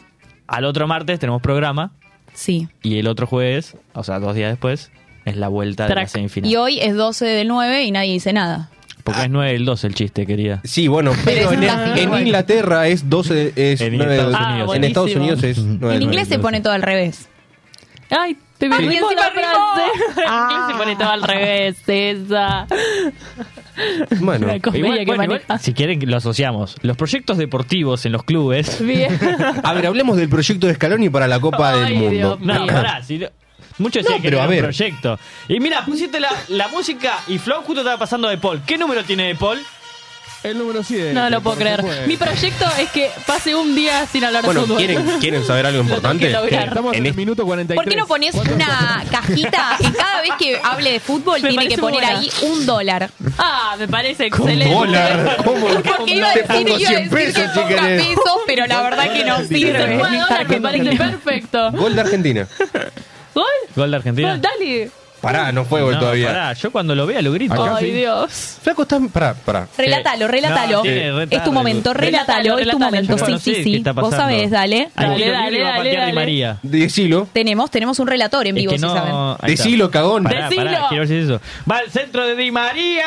Speaker 5: Al otro martes tenemos programa
Speaker 6: Sí.
Speaker 5: y el otro jueves, o sea, dos días después, es la vuelta de la
Speaker 7: Track.
Speaker 5: semifinal.
Speaker 6: Y hoy es 12 del 9 y nadie dice nada.
Speaker 5: Porque es 9 del 2 el chiste, querida.
Speaker 3: Sí, bueno, pero en,
Speaker 6: fantástico.
Speaker 3: en Inglaterra es 12, es
Speaker 5: En
Speaker 3: nueve de
Speaker 5: Estados
Speaker 3: doce.
Speaker 5: Unidos.
Speaker 3: en
Speaker 7: Ah,
Speaker 3: Estados
Speaker 7: buenísimo.
Speaker 3: Unidos es nueve
Speaker 6: en
Speaker 3: de
Speaker 6: inglés
Speaker 3: doce.
Speaker 6: se pone todo al revés.
Speaker 7: Ay, te me
Speaker 6: Ay,
Speaker 7: rimó
Speaker 6: encima
Speaker 7: la
Speaker 6: rimó.
Speaker 7: frase. Ah. se pone todo al revés, esa.
Speaker 3: Bueno,
Speaker 7: La comedia
Speaker 5: Igual,
Speaker 7: que
Speaker 5: bueno, igual,
Speaker 7: maneja.
Speaker 5: si quieren, lo asociamos. Los proyectos deportivos en los clubes.
Speaker 7: Bien.
Speaker 3: a ver, hablemos del proyecto de Scaloni para la Copa
Speaker 7: Ay,
Speaker 3: del Mundo.
Speaker 7: Dios mío.
Speaker 5: No, pará, si lo- Muchos decían
Speaker 3: No,
Speaker 5: que
Speaker 3: pero
Speaker 5: era
Speaker 3: a
Speaker 5: un
Speaker 3: ver.
Speaker 5: proyecto. Y mira, pusiste la, la música y Flow justo estaba pasando de Paul. ¿Qué número tiene de Paul?
Speaker 9: El número 7.
Speaker 7: No lo puedo creer. Mi proyecto es que pase un día sin hablar
Speaker 3: Bueno,
Speaker 7: fútbol.
Speaker 3: ¿quieren, ¿quieren saber algo importante?
Speaker 7: tengo que lograr.
Speaker 9: Eh, Estamos en,
Speaker 3: En
Speaker 9: el
Speaker 3: este-
Speaker 9: minuto 43.
Speaker 6: ¿Por qué no pones una cajita que cada vez que hable de fútbol
Speaker 7: Me
Speaker 6: tiene que
Speaker 7: parece
Speaker 6: poner
Speaker 7: buena.
Speaker 6: ahí un dólar?
Speaker 7: Ah, me parece
Speaker 3: Un
Speaker 7: excelente.
Speaker 3: dólar. ¿Cómo?
Speaker 6: Porque iba a
Speaker 3: Te
Speaker 6: decir,
Speaker 3: pongo
Speaker 6: iba a
Speaker 3: 100
Speaker 6: decir
Speaker 3: pesos,
Speaker 6: que
Speaker 3: si
Speaker 6: ponga
Speaker 3: querés.
Speaker 6: pesos, pero la verdad que no
Speaker 7: Se
Speaker 6: sirve.
Speaker 7: fue a dólar, me parece perfecto.
Speaker 3: Gol de Argentina.
Speaker 7: ¿Gol?
Speaker 5: Gol de Argentina.
Speaker 7: Gol, dale.
Speaker 3: Pará, no fue gol
Speaker 5: No,
Speaker 3: todavía.
Speaker 5: pará, yo cuando lo vea lo grito.
Speaker 9: Acá
Speaker 7: Ay,
Speaker 9: sí.
Speaker 7: Dios.
Speaker 3: Flaco, estás... Pará, pará.
Speaker 6: Relátalo,
Speaker 5: Eh,
Speaker 6: relátalo.
Speaker 5: no, tiene re
Speaker 6: es
Speaker 5: tarde.
Speaker 6: tu momento, relátalo, es tu
Speaker 7: Relátalo,
Speaker 6: momento.
Speaker 7: relátalo,
Speaker 6: Sí,
Speaker 5: yo no sé
Speaker 6: sí,
Speaker 5: qué
Speaker 6: sí.
Speaker 5: está
Speaker 6: Vos
Speaker 5: pasando.
Speaker 6: sabés, dale.
Speaker 5: Hay
Speaker 7: Dale,
Speaker 5: un libro
Speaker 7: dale,
Speaker 5: que va a
Speaker 7: dale,
Speaker 5: patear Di
Speaker 7: dale.
Speaker 5: María.
Speaker 3: Decilo.
Speaker 6: Tenemos, tenemos un relator en
Speaker 5: Es
Speaker 6: vivo,
Speaker 5: que
Speaker 6: si
Speaker 5: no-
Speaker 6: saben.
Speaker 5: ahí está.
Speaker 3: Decilo, cagón.
Speaker 5: Pará,
Speaker 7: Decilo.
Speaker 5: pará, quiero ver si es eso. Va al centro de Di María.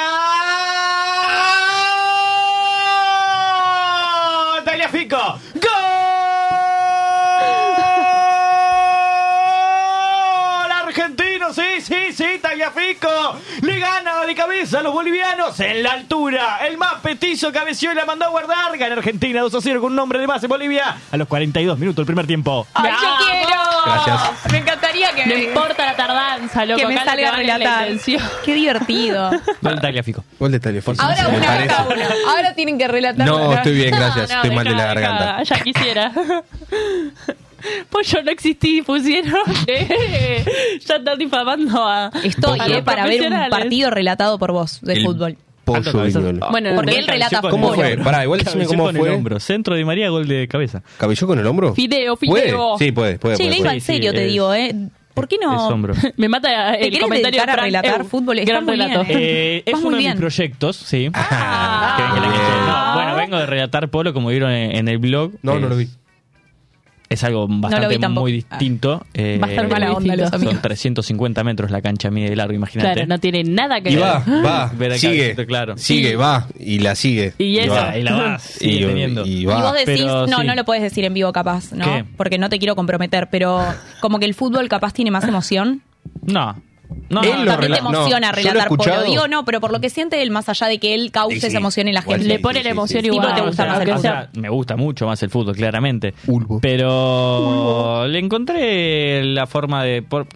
Speaker 5: Tagliafico. ¡Gol! Argentino, sí, sí, sí, Tagliafico. Le gana de cabeza a los bolivianos en la altura. El más petizo cabeció y la mandó a guardar. Gana Argentina 2 a 0 con un nombre de más en Bolivia a los 42 minutos del primer tiempo.
Speaker 6: ¡Ay,
Speaker 7: ¡Bravo!
Speaker 6: yo quiero!
Speaker 3: Gracias.
Speaker 6: Me encantaría que
Speaker 7: No
Speaker 6: me,
Speaker 7: importa la tardanza, loco.
Speaker 6: que me
Speaker 7: acá lo
Speaker 6: salga a
Speaker 7: vale es la
Speaker 6: relatar.
Speaker 7: intención.
Speaker 6: Qué divertido.
Speaker 5: Gol Tagliafico.
Speaker 3: Gol de Telefono.
Speaker 6: Ahora
Speaker 3: Me
Speaker 6: una
Speaker 3: parece.
Speaker 6: cada uno. Ahora tienen que relatar.
Speaker 3: No, estoy bien, gracias.
Speaker 7: No, no,
Speaker 3: estoy mal de la
Speaker 7: dejá,
Speaker 3: garganta.
Speaker 7: dejá, Ya quisiera. Pues yo no existí, pusieron. eh, ya están difamando a.
Speaker 6: Estoy
Speaker 7: a
Speaker 6: eh,
Speaker 7: los
Speaker 6: para ver un
Speaker 7: profesionales.
Speaker 6: partido relatado por vos de
Speaker 3: El
Speaker 6: fútbol.
Speaker 5: Alto
Speaker 3: Pollo
Speaker 5: cabezazo.
Speaker 3: Viñolo.
Speaker 7: Bueno,
Speaker 6: Porque
Speaker 7: no,
Speaker 6: él
Speaker 7: no,
Speaker 6: relata
Speaker 5: Cabeció
Speaker 3: ¿Cómo
Speaker 5: con
Speaker 6: fútbol.
Speaker 5: el
Speaker 3: fue?
Speaker 5: hombro.
Speaker 3: Pará, igual decime
Speaker 5: Cabeció
Speaker 3: cómo
Speaker 5: con el
Speaker 3: fue.
Speaker 5: hombro. Centro de María, gol de cabeza.
Speaker 3: ¿Cabelló con el hombro?
Speaker 7: Fideo,
Speaker 3: ¿Puede?
Speaker 7: fideo.
Speaker 3: Sí, puede, puede.
Speaker 6: Che,
Speaker 3: puede,
Speaker 6: le iba
Speaker 3: puede.
Speaker 6: en serio,
Speaker 5: Sí,
Speaker 6: te
Speaker 5: es-
Speaker 6: digo, ¿eh? ¿Por qué
Speaker 5: Es
Speaker 6: no?
Speaker 5: hombro.
Speaker 7: Me mata
Speaker 6: ¿Te
Speaker 7: el
Speaker 6: querés
Speaker 7: comentario
Speaker 6: dedicar a
Speaker 7: Frank
Speaker 6: relatar
Speaker 7: Eu.
Speaker 6: fútbol? Está
Speaker 7: Gran
Speaker 6: muy bien,
Speaker 7: relato.
Speaker 5: Eh, es
Speaker 6: Vas
Speaker 5: uno
Speaker 6: muy
Speaker 5: de mis
Speaker 6: bien.
Speaker 5: proyectos, sí.
Speaker 6: Ah.
Speaker 5: ¿Creen que la
Speaker 3: Bien.
Speaker 5: gente- no, bueno, vengo de relatar polo, como vieron en, en el blog.
Speaker 3: No, no lo vi.
Speaker 5: Es- Es algo bastante
Speaker 6: vi tampoco. Ah,
Speaker 5: muy distinto. Eh,
Speaker 7: Bastante
Speaker 6: mala onda los
Speaker 5: Son
Speaker 6: amigos.
Speaker 5: 350 metros la cancha mide de largo, imagínate.
Speaker 7: Claro, no tiene nada que
Speaker 3: Y
Speaker 7: ver.
Speaker 3: va, va,
Speaker 5: Ver a
Speaker 3: sigue,
Speaker 5: Cabecito, claro.
Speaker 3: sigue, va, y la sigue.
Speaker 7: Y esa,
Speaker 3: va,
Speaker 5: Y la vas, sigue
Speaker 3: y-
Speaker 5: teniendo.
Speaker 3: y
Speaker 6: Y vos
Speaker 3: va.
Speaker 6: decís,
Speaker 5: pero
Speaker 6: no,
Speaker 5: sí.
Speaker 6: no lo podés decir en vivo capaz, ¿no?
Speaker 5: ¿Qué?
Speaker 6: Porque no te quiero comprometer, pero como que el fútbol capaz tiene más emoción.
Speaker 5: No. No,
Speaker 3: Él
Speaker 5: no,
Speaker 3: lo
Speaker 5: no,
Speaker 6: También te
Speaker 3: rela- no,
Speaker 6: emociona
Speaker 3: yo lo he
Speaker 6: relatar por
Speaker 3: escuchado.
Speaker 6: lo digo, no, pero por lo que siente él, más allá de que él cause
Speaker 3: Sí, sí.
Speaker 6: esa emoción en la
Speaker 3: Igual sí.
Speaker 6: gente.
Speaker 7: Le pone la emoción
Speaker 6: sí.
Speaker 7: igual.
Speaker 6: Tipo, te gusta
Speaker 7: o sea,
Speaker 6: más el
Speaker 7: aunque
Speaker 5: o sea,
Speaker 7: sea-
Speaker 5: me gusta mucho más el fútbol, claramente.
Speaker 3: Ulvo.
Speaker 5: Pero le encontré la forma de... por-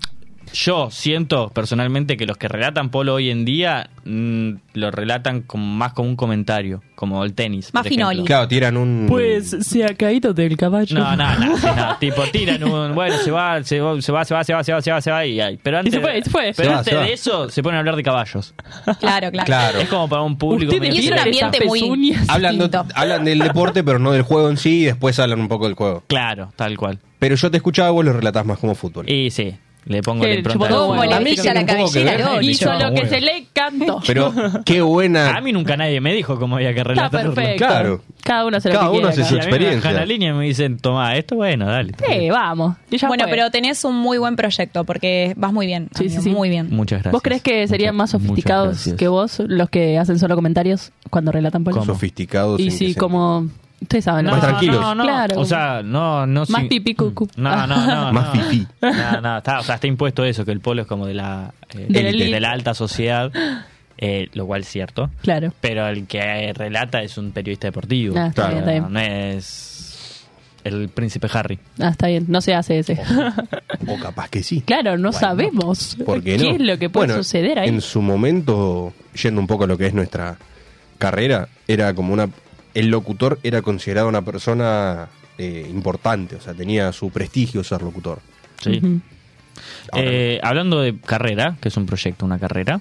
Speaker 5: Yo siento personalmente que los que relatan polo hoy en día mm, lo relatan como, más como un comentario, como el tenis. por
Speaker 6: Más finoli.
Speaker 5: ejemplo.
Speaker 3: Claro, tiran un...
Speaker 7: se ha caído del caballo.
Speaker 5: No, no, no, sí, no. Tipo, tiran un. Bueno, se va, se va, se va, se va, se va, se va, se va, se va, y ahí. Pero antes,
Speaker 7: se fue, y se fue.
Speaker 5: Pero
Speaker 3: Se va,
Speaker 5: antes
Speaker 3: se va.
Speaker 5: de eso, se ponen a hablar de caballos.
Speaker 6: Claro, claro.
Speaker 3: Claro.
Speaker 5: Es como para un público.
Speaker 7: Ustedes
Speaker 5: medio
Speaker 6: Y es un
Speaker 7: Tiene
Speaker 5: selecto.
Speaker 6: ambiente
Speaker 7: esas
Speaker 6: muy
Speaker 7: pezuñas.
Speaker 3: Hablan,
Speaker 6: distinto.
Speaker 3: hablan del deporte, pero no del juego en sí, y después hablan un poco del juego.
Speaker 5: Claro, tal cual. Eh,
Speaker 3: Pero yo te escuchaba, vos lo relatás más como fútbol.
Speaker 5: Y sí. Le pongo la
Speaker 7: El
Speaker 5: impronta.
Speaker 7: chupón
Speaker 5: del
Speaker 7: como
Speaker 5: fútbol.
Speaker 7: le
Speaker 5: A mí
Speaker 6: brilla
Speaker 5: tiene
Speaker 6: la
Speaker 5: un poco que
Speaker 6: cabellera al
Speaker 5: ver,
Speaker 6: ocho.
Speaker 5: me
Speaker 7: Hizo
Speaker 5: chupa
Speaker 7: lo
Speaker 5: un
Speaker 7: que
Speaker 5: huevo.
Speaker 7: se le cantó.
Speaker 3: Pero qué
Speaker 5: A
Speaker 3: buena.
Speaker 5: mí nunca nadie me dijo cómo había que
Speaker 7: Está
Speaker 5: relatarlo.
Speaker 7: perfecto.
Speaker 3: Claro.
Speaker 7: Cada uno se lo
Speaker 3: Cada
Speaker 7: que
Speaker 3: uno
Speaker 7: quiere
Speaker 3: hace
Speaker 7: acá.
Speaker 3: su
Speaker 5: Y a mí me
Speaker 3: experiencia.
Speaker 5: bajan la línea y me dicen, tomá, esto bueno, dale. está
Speaker 7: Sí,
Speaker 5: bien".
Speaker 7: vamos. Y ya
Speaker 6: Bueno,
Speaker 7: fue.
Speaker 6: pero tenés un muy buen proyecto porque vas muy bien.
Speaker 7: Sí,
Speaker 6: amigo,
Speaker 7: sí, sí.
Speaker 6: Muy bien.
Speaker 5: Muchas gracias.
Speaker 7: ¿Vos crees que serían más
Speaker 5: Muchas- muchas
Speaker 7: sofisticados
Speaker 5: gracias.
Speaker 7: que vos los que hacen solo comentarios cuando relatan por
Speaker 5: ¿Cómo?
Speaker 3: Sofisticados.
Speaker 7: Y
Speaker 3: en que
Speaker 7: sí,
Speaker 3: se-
Speaker 7: como. Ustedes saben.
Speaker 3: Más
Speaker 7: ¿no?
Speaker 3: tranquilos.
Speaker 5: No, no.
Speaker 7: Claro.
Speaker 5: O sea, no, no.
Speaker 7: Más
Speaker 5: sí.
Speaker 7: pipí cucú.
Speaker 5: No, no, no.
Speaker 3: Más
Speaker 5: no.
Speaker 3: fifí.
Speaker 5: No, no, está, o sea, está impuesto eso, que el polo es como de la, eh,
Speaker 7: De la
Speaker 5: élite,
Speaker 7: élite.
Speaker 5: de la alta sociedad, eh, lo cual es cierto.
Speaker 7: Claro.
Speaker 5: Pero el que relata es un periodista deportivo.
Speaker 7: Ah, está
Speaker 5: O sea,
Speaker 7: bien, está bien.
Speaker 5: No es el príncipe Harry.
Speaker 7: Ah, está bien. No se hace ese.
Speaker 3: O capaz que sí.
Speaker 7: claro, no sabemos
Speaker 3: ¿Por qué
Speaker 7: qué,
Speaker 3: no?
Speaker 7: es lo que puede
Speaker 3: Bueno,
Speaker 7: suceder ahí.
Speaker 3: En su momento, yendo un poco a lo que es nuestra carrera, era como una. El locutor era considerado una persona eh, importante, o sea, tenía su prestigio ser locutor.
Speaker 5: Sí.
Speaker 7: Ujú.
Speaker 3: Ahora,
Speaker 5: Eh, hablando de carrera, que es un proyecto, una carrera.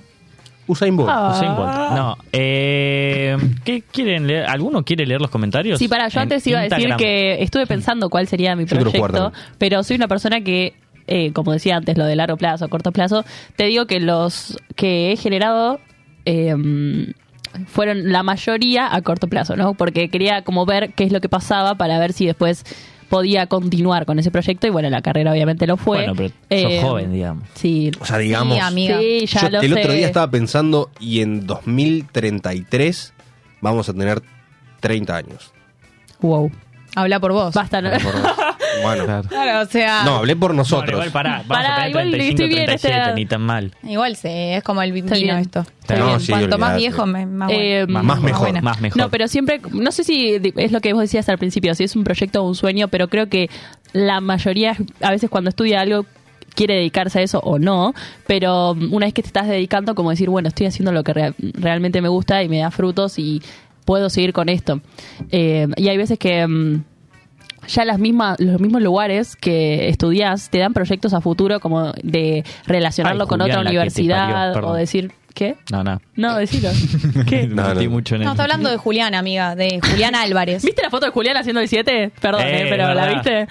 Speaker 3: Usain Bolt.
Speaker 7: Ah.
Speaker 5: Usain Bolt. No. eh, ¿Qué quieren leer? ¿Alguno quiere leer los comentarios?
Speaker 7: Sí, para, yo
Speaker 5: En
Speaker 7: antes iba a
Speaker 5: Instagram.
Speaker 7: decir que estuve pensando cuál sería mi
Speaker 3: Yo quiero jugar
Speaker 7: proyecto, pero soy una persona que, eh, como decía antes, lo de largo plazo, corto plazo, te digo que los que he generado eh, fueron la mayoría a corto plazo, ¿no? Porque quería como ver qué es lo que pasaba para ver si después podía continuar con ese proyecto y bueno, la carrera obviamente lo fue.
Speaker 5: Bueno, pero sos
Speaker 7: Eh,
Speaker 5: joven, digamos.
Speaker 7: Sí,
Speaker 3: O sea, digamos.
Speaker 6: Sí, amiga.
Speaker 7: Sí, ya
Speaker 3: yo
Speaker 7: lo
Speaker 3: el
Speaker 7: sé.
Speaker 3: otro día estaba pensando, y en 2033 vamos a tener 30 años.
Speaker 7: Wow.
Speaker 6: Habla por vos.
Speaker 7: Basta, ¿no?
Speaker 3: Bueno,
Speaker 6: Claro, o
Speaker 7: Ah.
Speaker 6: sea.
Speaker 3: no, hablé por
Speaker 5: Bueno,
Speaker 3: nosotros.
Speaker 5: igual pará, vamos
Speaker 7: Pará,
Speaker 5: a tener
Speaker 7: igual
Speaker 5: 35,
Speaker 7: estoy bien,
Speaker 5: 37,
Speaker 7: o sea-
Speaker 5: ni tan mal.
Speaker 6: Igual se es como el vino
Speaker 7: bien.
Speaker 6: esto.
Speaker 5: Está
Speaker 3: No,
Speaker 5: bien.
Speaker 3: sí,
Speaker 6: Cuanto más
Speaker 3: olvidate.
Speaker 6: viejo, me- más bueno.
Speaker 7: Eh,
Speaker 5: Más,
Speaker 3: Más mejor.
Speaker 5: mejor. Más mejor.
Speaker 7: No, pero siempre, no sé si di- es lo que vos decías al principio, si es un proyecto o un sueño, pero creo que la mayoría, a veces cuando estudia algo, quiere dedicarse a eso o no, pero mm, una vez que te estás dedicando, como decir, bueno, estoy haciendo lo que rea- realmente me gusta y me da frutos y puedo seguir con esto. Eh, y hay veces que... mm, ya las mismas, los mismos lugares que estudias te dan proyectos a futuro como de relacionarlo
Speaker 5: Ay,
Speaker 7: con
Speaker 5: Julián,
Speaker 7: otra
Speaker 5: la que te
Speaker 7: universidad
Speaker 5: parió, perdón.
Speaker 7: o decir, ¿qué?
Speaker 5: No, no.
Speaker 7: No, decilo.
Speaker 5: ¿Qué?
Speaker 3: No,
Speaker 5: Metí
Speaker 3: no.
Speaker 5: mucho en
Speaker 6: no,
Speaker 5: el-
Speaker 6: está hablando de Juliana, amiga, de Juliana Álvarez.
Speaker 7: ¿Viste la foto de Julián haciendo el 7? Perdón,
Speaker 5: Eh,
Speaker 7: eh, pero ¿la
Speaker 5: verdad.
Speaker 7: viste?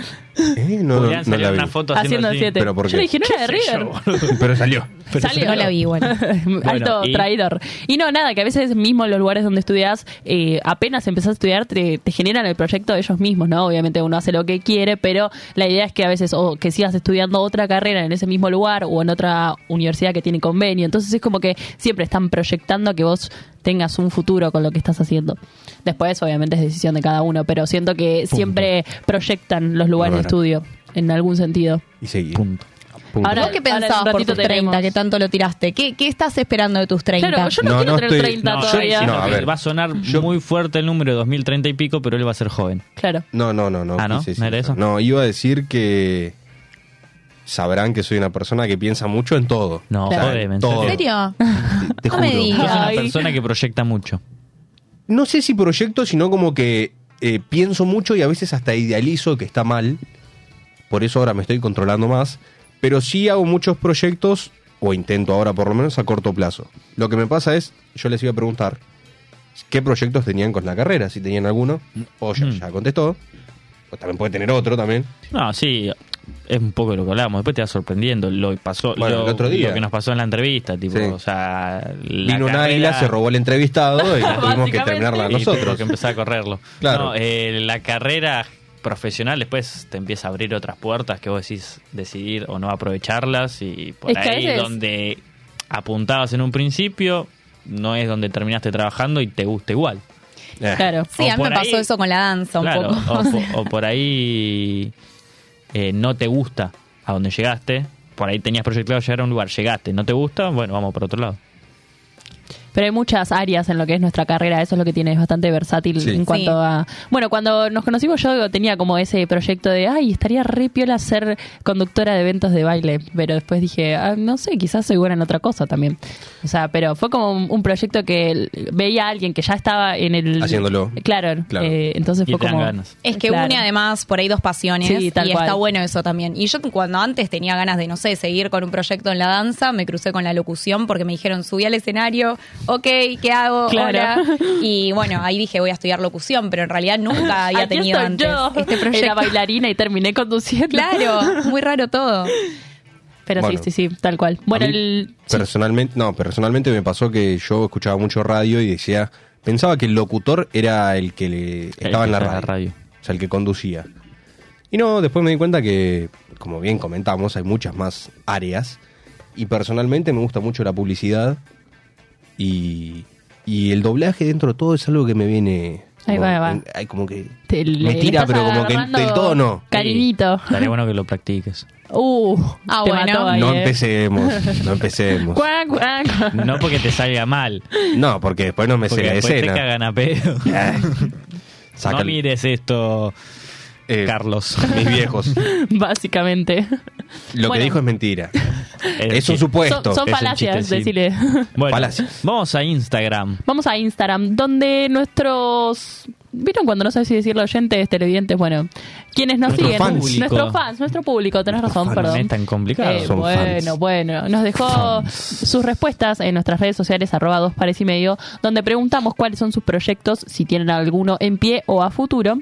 Speaker 3: Eh, no, no,
Speaker 5: Julián
Speaker 3: no
Speaker 5: salió
Speaker 3: la
Speaker 5: en
Speaker 3: vi.
Speaker 5: una foto haciendo
Speaker 7: Haciendo el
Speaker 5: así.
Speaker 7: 7.
Speaker 3: ¿Pero por
Speaker 7: Yo
Speaker 3: qué?
Speaker 7: le dije, no era de River.
Speaker 3: Pero salió.
Speaker 7: Salió.
Speaker 6: No la vi igual.
Speaker 7: Alto
Speaker 5: y-
Speaker 7: traidor. Y no, nada, que a veces mismo los lugares donde estudias, eh, apenas empezás a estudiar, te, te generan el proyecto de ellos mismos, ¿no? Obviamente uno hace lo que quiere, pero la idea es que a veces o que sigas estudiando otra carrera en ese mismo lugar o en otra universidad que tiene convenio. Entonces es como que siempre están proyectando que vos tengas un futuro con lo que estás haciendo. Después, obviamente, es decisión de cada uno, pero siento que siempre proyectan los lugares de
Speaker 3: Ahora.
Speaker 7: estudio, en algún sentido.
Speaker 3: Y seguí.
Speaker 5: Punto.
Speaker 3: Punto.
Speaker 7: Ahora-
Speaker 6: ¿Vos qué pensabas
Speaker 7: ahora en un
Speaker 6: por
Speaker 7: ratito
Speaker 6: tus
Speaker 7: tenemos.
Speaker 6: 30 que tanto lo tiraste? ¿Qué, qué estás esperando de tus 30?
Speaker 7: Claro, yo no,
Speaker 3: No,
Speaker 7: quiero
Speaker 3: no
Speaker 7: tener
Speaker 3: estoy-
Speaker 7: 30
Speaker 5: No, yo
Speaker 7: todavía.
Speaker 5: diciendo
Speaker 3: No, a
Speaker 5: que
Speaker 3: ver.
Speaker 5: va a sonar muy fuerte el número 2030 y pico, pero él va a ser joven.
Speaker 7: Claro.
Speaker 3: No, no, no, no.
Speaker 5: Ah, ¿no?
Speaker 3: quise decir
Speaker 5: ¿No era eso?
Speaker 3: No, iba a decir que sabrán que soy una persona que piensa mucho en todo.
Speaker 5: No,
Speaker 3: O sea,
Speaker 5: jodeme, en
Speaker 3: todo.
Speaker 6: ¿En serio?
Speaker 3: Te
Speaker 6: No me
Speaker 3: juro.
Speaker 5: Yo soy una
Speaker 7: Ay.
Speaker 5: persona que proyecta mucho.
Speaker 3: No sé si proyecto, sino como que eh, pienso mucho y a veces hasta idealizo que está mal. Por eso ahora me estoy controlando más. Pero sí hago muchos proyectos, o intento ahora por lo menos a corto plazo. Lo que me pasa es, yo les iba a preguntar qué proyectos tenían con la carrera, si tenían alguno. O ya,
Speaker 5: Mm.
Speaker 3: ya contestó. O también puede tener otro también.
Speaker 5: No, sí, es un poco lo que hablábamos. Después te va sorprendiendo lo que pasó,
Speaker 3: Bueno,
Speaker 5: lo,
Speaker 3: el otro día.
Speaker 5: lo que nos pasó en la entrevista. Tipo,
Speaker 3: Sí.
Speaker 5: o sea, la
Speaker 3: Vino
Speaker 5: carrera-
Speaker 3: una águila, se robó el entrevistado y tuvimos que
Speaker 7: Básicamente.
Speaker 3: terminarla
Speaker 5: Y tuvimos
Speaker 3: nosotros. Eh.
Speaker 5: que empezar a correrlo.
Speaker 3: Claro.
Speaker 5: No, eh, la carrera profesional después te empieza a abrir otras puertas que vos decís decidir o no aprovecharlas y por
Speaker 7: Es que a
Speaker 5: ahí
Speaker 7: veces-
Speaker 5: donde apuntabas en un principio no es donde terminaste trabajando y te gusta igual.
Speaker 3: Eh,
Speaker 7: Claro.
Speaker 6: Sí,
Speaker 5: O
Speaker 6: a mí me
Speaker 5: por ahí-
Speaker 6: pasó eso con la danza un
Speaker 5: Claro,
Speaker 6: poco.
Speaker 5: O, po- o por ahí eh, no te gusta a donde llegaste. Por ahí tenías proyectado llegar a un lugar, llegaste, no te gusta, bueno, vamos por otro lado.
Speaker 7: Pero hay muchas áreas en lo que es nuestra carrera, eso es lo que tiene, es bastante versátil
Speaker 3: Sí.
Speaker 7: en cuanto
Speaker 6: Sí.
Speaker 7: a... Bueno, cuando nos conocimos yo tenía como ese proyecto de, ay, estaría re piola ser conductora de eventos de baile, pero después dije, "Ah, no sé, quizás soy buena en otra cosa también. O sea, pero fue como un, un proyecto que l- veía a alguien que ya estaba en el...
Speaker 3: Haciéndolo.
Speaker 7: Claro,
Speaker 3: Claro.
Speaker 7: eh, entonces
Speaker 5: Y
Speaker 7: fue
Speaker 5: te dan
Speaker 7: como...
Speaker 5: ganas.
Speaker 6: Es que
Speaker 7: Claro.
Speaker 6: une además por ahí dos pasiones
Speaker 7: Sí, tal
Speaker 6: y
Speaker 7: cual.
Speaker 6: está bueno eso también. Y yo cuando antes tenía ganas de, no sé, seguir con un proyecto en la danza, me crucé con la locución porque me dijeron, subí al escenario, ok, ¿qué hago?
Speaker 7: Claro.
Speaker 6: Hola". Y bueno, ahí dije, voy a estudiar locución, pero en realidad nunca había
Speaker 7: Aquí
Speaker 6: tenido
Speaker 7: estoy
Speaker 6: antes
Speaker 7: yo,
Speaker 6: este
Speaker 7: Era
Speaker 6: proyecto.
Speaker 7: bailarina y terminé conduciendo.
Speaker 6: Claro, muy raro todo.
Speaker 7: Pero
Speaker 3: Bueno.
Speaker 7: sí, sí, sí, tal cual. Bueno,
Speaker 3: A mí,
Speaker 7: el, sí,
Speaker 3: personalmente, no, personalmente me pasó que yo escuchaba mucho radio y decía, pensaba que el locutor era el que le- estaba en la radio, o sea, el que conducía. Y no, después me di cuenta que, como bien comentamos, hay muchas más áreas y personalmente me gusta mucho la publicidad y, y el doblaje dentro de todo es algo que me viene...
Speaker 7: Ahí
Speaker 3: como-
Speaker 7: va, ahí va.
Speaker 3: en- ay, como que...
Speaker 7: te- le-
Speaker 3: me
Speaker 7: le
Speaker 3: tira,
Speaker 7: eh, estás
Speaker 3: pero como que
Speaker 7: agarrando
Speaker 3: del todo no.
Speaker 7: Cariñito.
Speaker 5: Estaría bueno que lo practiques.
Speaker 7: Uh,
Speaker 6: Ah,
Speaker 7: te
Speaker 6: bueno.
Speaker 7: mató ahí,
Speaker 3: No
Speaker 7: eh.
Speaker 3: empecemos, no empecemos.
Speaker 7: Cuac, cuac.
Speaker 5: No porque te salga mal.
Speaker 3: No, porque después no me sé
Speaker 5: Porque
Speaker 3: la
Speaker 5: después te
Speaker 3: escena.
Speaker 5: cagan a pedo.
Speaker 3: Saca
Speaker 5: No
Speaker 3: el-
Speaker 5: mires esto,
Speaker 3: eh,
Speaker 5: Carlos.
Speaker 3: mis viejos.
Speaker 7: Básicamente.
Speaker 3: Lo
Speaker 7: Bueno.
Speaker 3: que dijo es mentira. es un
Speaker 7: Son,
Speaker 3: supuesto.
Speaker 7: son
Speaker 5: es un
Speaker 7: falacias,
Speaker 5: chistecín.
Speaker 7: decirle.
Speaker 5: Eh, Bueno,
Speaker 3: Falacias.
Speaker 5: vamos a Instagram.
Speaker 7: Vamos a Instagram, donde nuestros. ¿Vieron cuando no sé si decirlo oyentes, televidentes? Bueno, quienes nos
Speaker 5: Nuestro
Speaker 7: siguen.
Speaker 5: fans.
Speaker 7: Nuestros fans, nuestro público, tenés razón,
Speaker 5: Fan,
Speaker 7: perdón.
Speaker 5: No es tan complicado.
Speaker 7: Eh,
Speaker 3: son
Speaker 7: bueno,
Speaker 3: fans.
Speaker 7: bueno, nos dejó sus respuestas en nuestras redes sociales, arroba dos pares y medio, donde preguntamos cuáles son sus proyectos, si tienen alguno en pie o a futuro.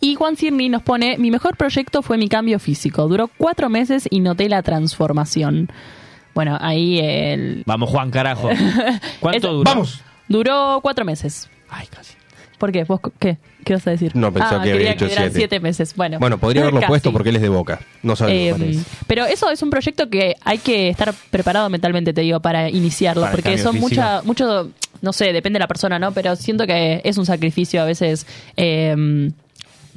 Speaker 7: Y Juan Cirni nos pone, mi mejor proyecto fue mi cambio físico. Duró cuatro meses y noté la transformación. Bueno, ahí el...
Speaker 5: Vamos, Juan, carajo. ¿Cuánto
Speaker 7: Eso-
Speaker 5: duró?
Speaker 3: Vamos.
Speaker 7: Duró cuatro meses.
Speaker 5: Ay, casi.
Speaker 7: ¿Por qué? ¿Vos co- qué? ¿Qué vas a decir?
Speaker 3: No, pensaba
Speaker 7: Ah,
Speaker 3: que había
Speaker 7: quería
Speaker 3: dicho
Speaker 7: eran
Speaker 3: siete.
Speaker 7: siete meses. Bueno,
Speaker 3: Bueno, podría haberlo
Speaker 7: Casi.
Speaker 3: puesto porque él es de boca. No sabe.
Speaker 7: Eh,
Speaker 3: lo que parece.
Speaker 7: pero eso es un proyecto que hay que estar preparado mentalmente, te digo, para iniciarlo,
Speaker 5: Para el
Speaker 7: porque
Speaker 5: cambio
Speaker 7: son
Speaker 5: físico.
Speaker 7: mucha, mucho, no sé, depende de la persona, ¿no? Pero siento que es un sacrificio a veces. eh,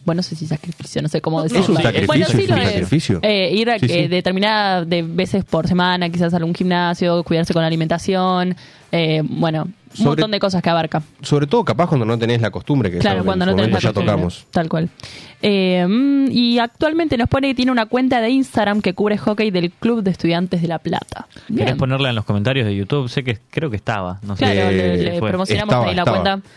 Speaker 7: bueno, no sé si sacrificio, no sé cómo decirlo. Eh,
Speaker 3: un sacrificio,
Speaker 7: Bueno, sí
Speaker 3: es
Speaker 7: lo
Speaker 3: un
Speaker 7: es.
Speaker 3: sacrificio.
Speaker 7: Eh, ir a
Speaker 3: Sí,
Speaker 7: que
Speaker 3: sí.
Speaker 7: determinada de veces por semana, quizás a algún gimnasio, cuidarse con la alimentación, eh, bueno, un
Speaker 3: Sobre-
Speaker 7: montón de cosas que abarca.
Speaker 3: Sobre todo capaz cuando no tenés la costumbre que
Speaker 7: Claro,
Speaker 3: en
Speaker 7: cuando
Speaker 3: su
Speaker 7: no tenés
Speaker 3: momento
Speaker 7: la
Speaker 3: ya
Speaker 7: costumbre.
Speaker 3: tocamos.
Speaker 7: Tal cual. Eh, mm, y actualmente nos pone que tiene una cuenta de Instagram que cubre hockey del Club de Estudiantes de La Plata. Bien.
Speaker 5: ¿Querés ponerla en los comentarios de YouTube? Sé que creo que estaba. No sé.
Speaker 7: Claro,
Speaker 3: Eh,
Speaker 7: le, le
Speaker 5: fue.
Speaker 7: promocionamos
Speaker 3: Estaba,
Speaker 7: ahí la
Speaker 3: estaba.
Speaker 7: cuenta.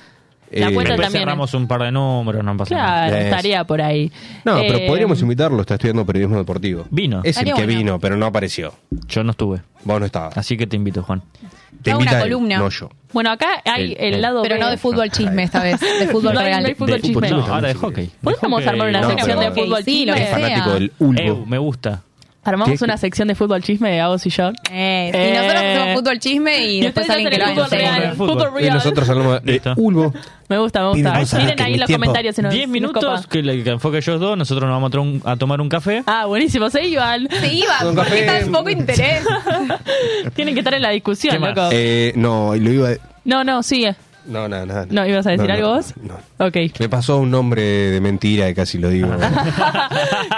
Speaker 7: La
Speaker 3: Eh,
Speaker 7: cuenta
Speaker 5: Después
Speaker 7: también.
Speaker 5: cerramos un par de números, no pasa nada.
Speaker 7: Claro,
Speaker 3: Yes.
Speaker 7: estaría por ahí.
Speaker 3: No,
Speaker 7: Eh,
Speaker 3: pero podríamos invitarlo, está estudiando periodismo deportivo.
Speaker 5: Vino.
Speaker 3: Es el
Speaker 6: Estaría
Speaker 3: que
Speaker 6: bueno.
Speaker 3: vino, pero no apareció.
Speaker 5: Yo no estuve.
Speaker 3: Vos no estabas.
Speaker 5: Así que te invito, Juan.
Speaker 3: Te
Speaker 6: Hago una
Speaker 3: invita él,
Speaker 6: columna.
Speaker 3: no yo.
Speaker 7: Bueno, acá hay
Speaker 3: El-
Speaker 7: el,
Speaker 3: el-
Speaker 7: lado
Speaker 6: Pero
Speaker 7: B.
Speaker 6: no de fútbol chisme esta vez, de fútbol
Speaker 7: No hay-
Speaker 6: real.
Speaker 7: no hay fútbol
Speaker 5: De
Speaker 7: chisme.
Speaker 5: No, ahora de hockey.
Speaker 7: Podríamos
Speaker 5: De hockey.
Speaker 7: armar una
Speaker 3: No,
Speaker 7: sección
Speaker 3: pero-
Speaker 7: de fútbol
Speaker 6: Sí, lo
Speaker 7: chisme.
Speaker 6: que
Speaker 3: Es fanático
Speaker 6: sea.
Speaker 3: del Ulbo.
Speaker 5: Eu, me gusta.
Speaker 7: Armamos
Speaker 3: ¿Qué?
Speaker 7: una sección de fútbol chisme de Agos y yo.
Speaker 6: Eh,
Speaker 7: Eh.
Speaker 6: y nosotros hacemos fútbol chisme y,
Speaker 7: Y
Speaker 6: después
Speaker 7: ustedes
Speaker 6: alguien que
Speaker 7: hacen
Speaker 6: lo
Speaker 7: el fútbol
Speaker 5: hagan.
Speaker 7: real.
Speaker 5: Fútbol.
Speaker 7: Fútbol
Speaker 3: Y
Speaker 7: real.
Speaker 3: Eh, nosotros hablamos de
Speaker 5: Listo.
Speaker 3: Ulbo.
Speaker 7: Me gusta, me
Speaker 3: Piden
Speaker 7: gusta.
Speaker 3: cosas
Speaker 7: Tienen
Speaker 3: que
Speaker 7: ahí
Speaker 3: mi
Speaker 7: los
Speaker 3: tiempo-
Speaker 7: comentarios. si nos-
Speaker 5: Diez
Speaker 7: nos
Speaker 5: minutos
Speaker 7: copa.
Speaker 5: que el que enfoque ellos dos, nosotros nos vamos a, tro- un- a tomar un café.
Speaker 7: Ah, buenísimo, se iban.
Speaker 6: Se iba,
Speaker 3: Don
Speaker 6: porque
Speaker 3: Rafael.
Speaker 6: tan poco interés.
Speaker 7: Tienen que estar en la
Speaker 5: ¿Qué
Speaker 7: discusión,
Speaker 5: más?
Speaker 7: loco.
Speaker 3: Eh, no, y lo iba a...
Speaker 7: No, no, sigue.
Speaker 3: No, nada, nada.
Speaker 7: No, ¿ibas a
Speaker 3: No,
Speaker 7: decir
Speaker 3: no,
Speaker 7: algo vos?
Speaker 3: No.
Speaker 7: Ok.
Speaker 3: Me pasó un nombre de mentira y casi lo digo.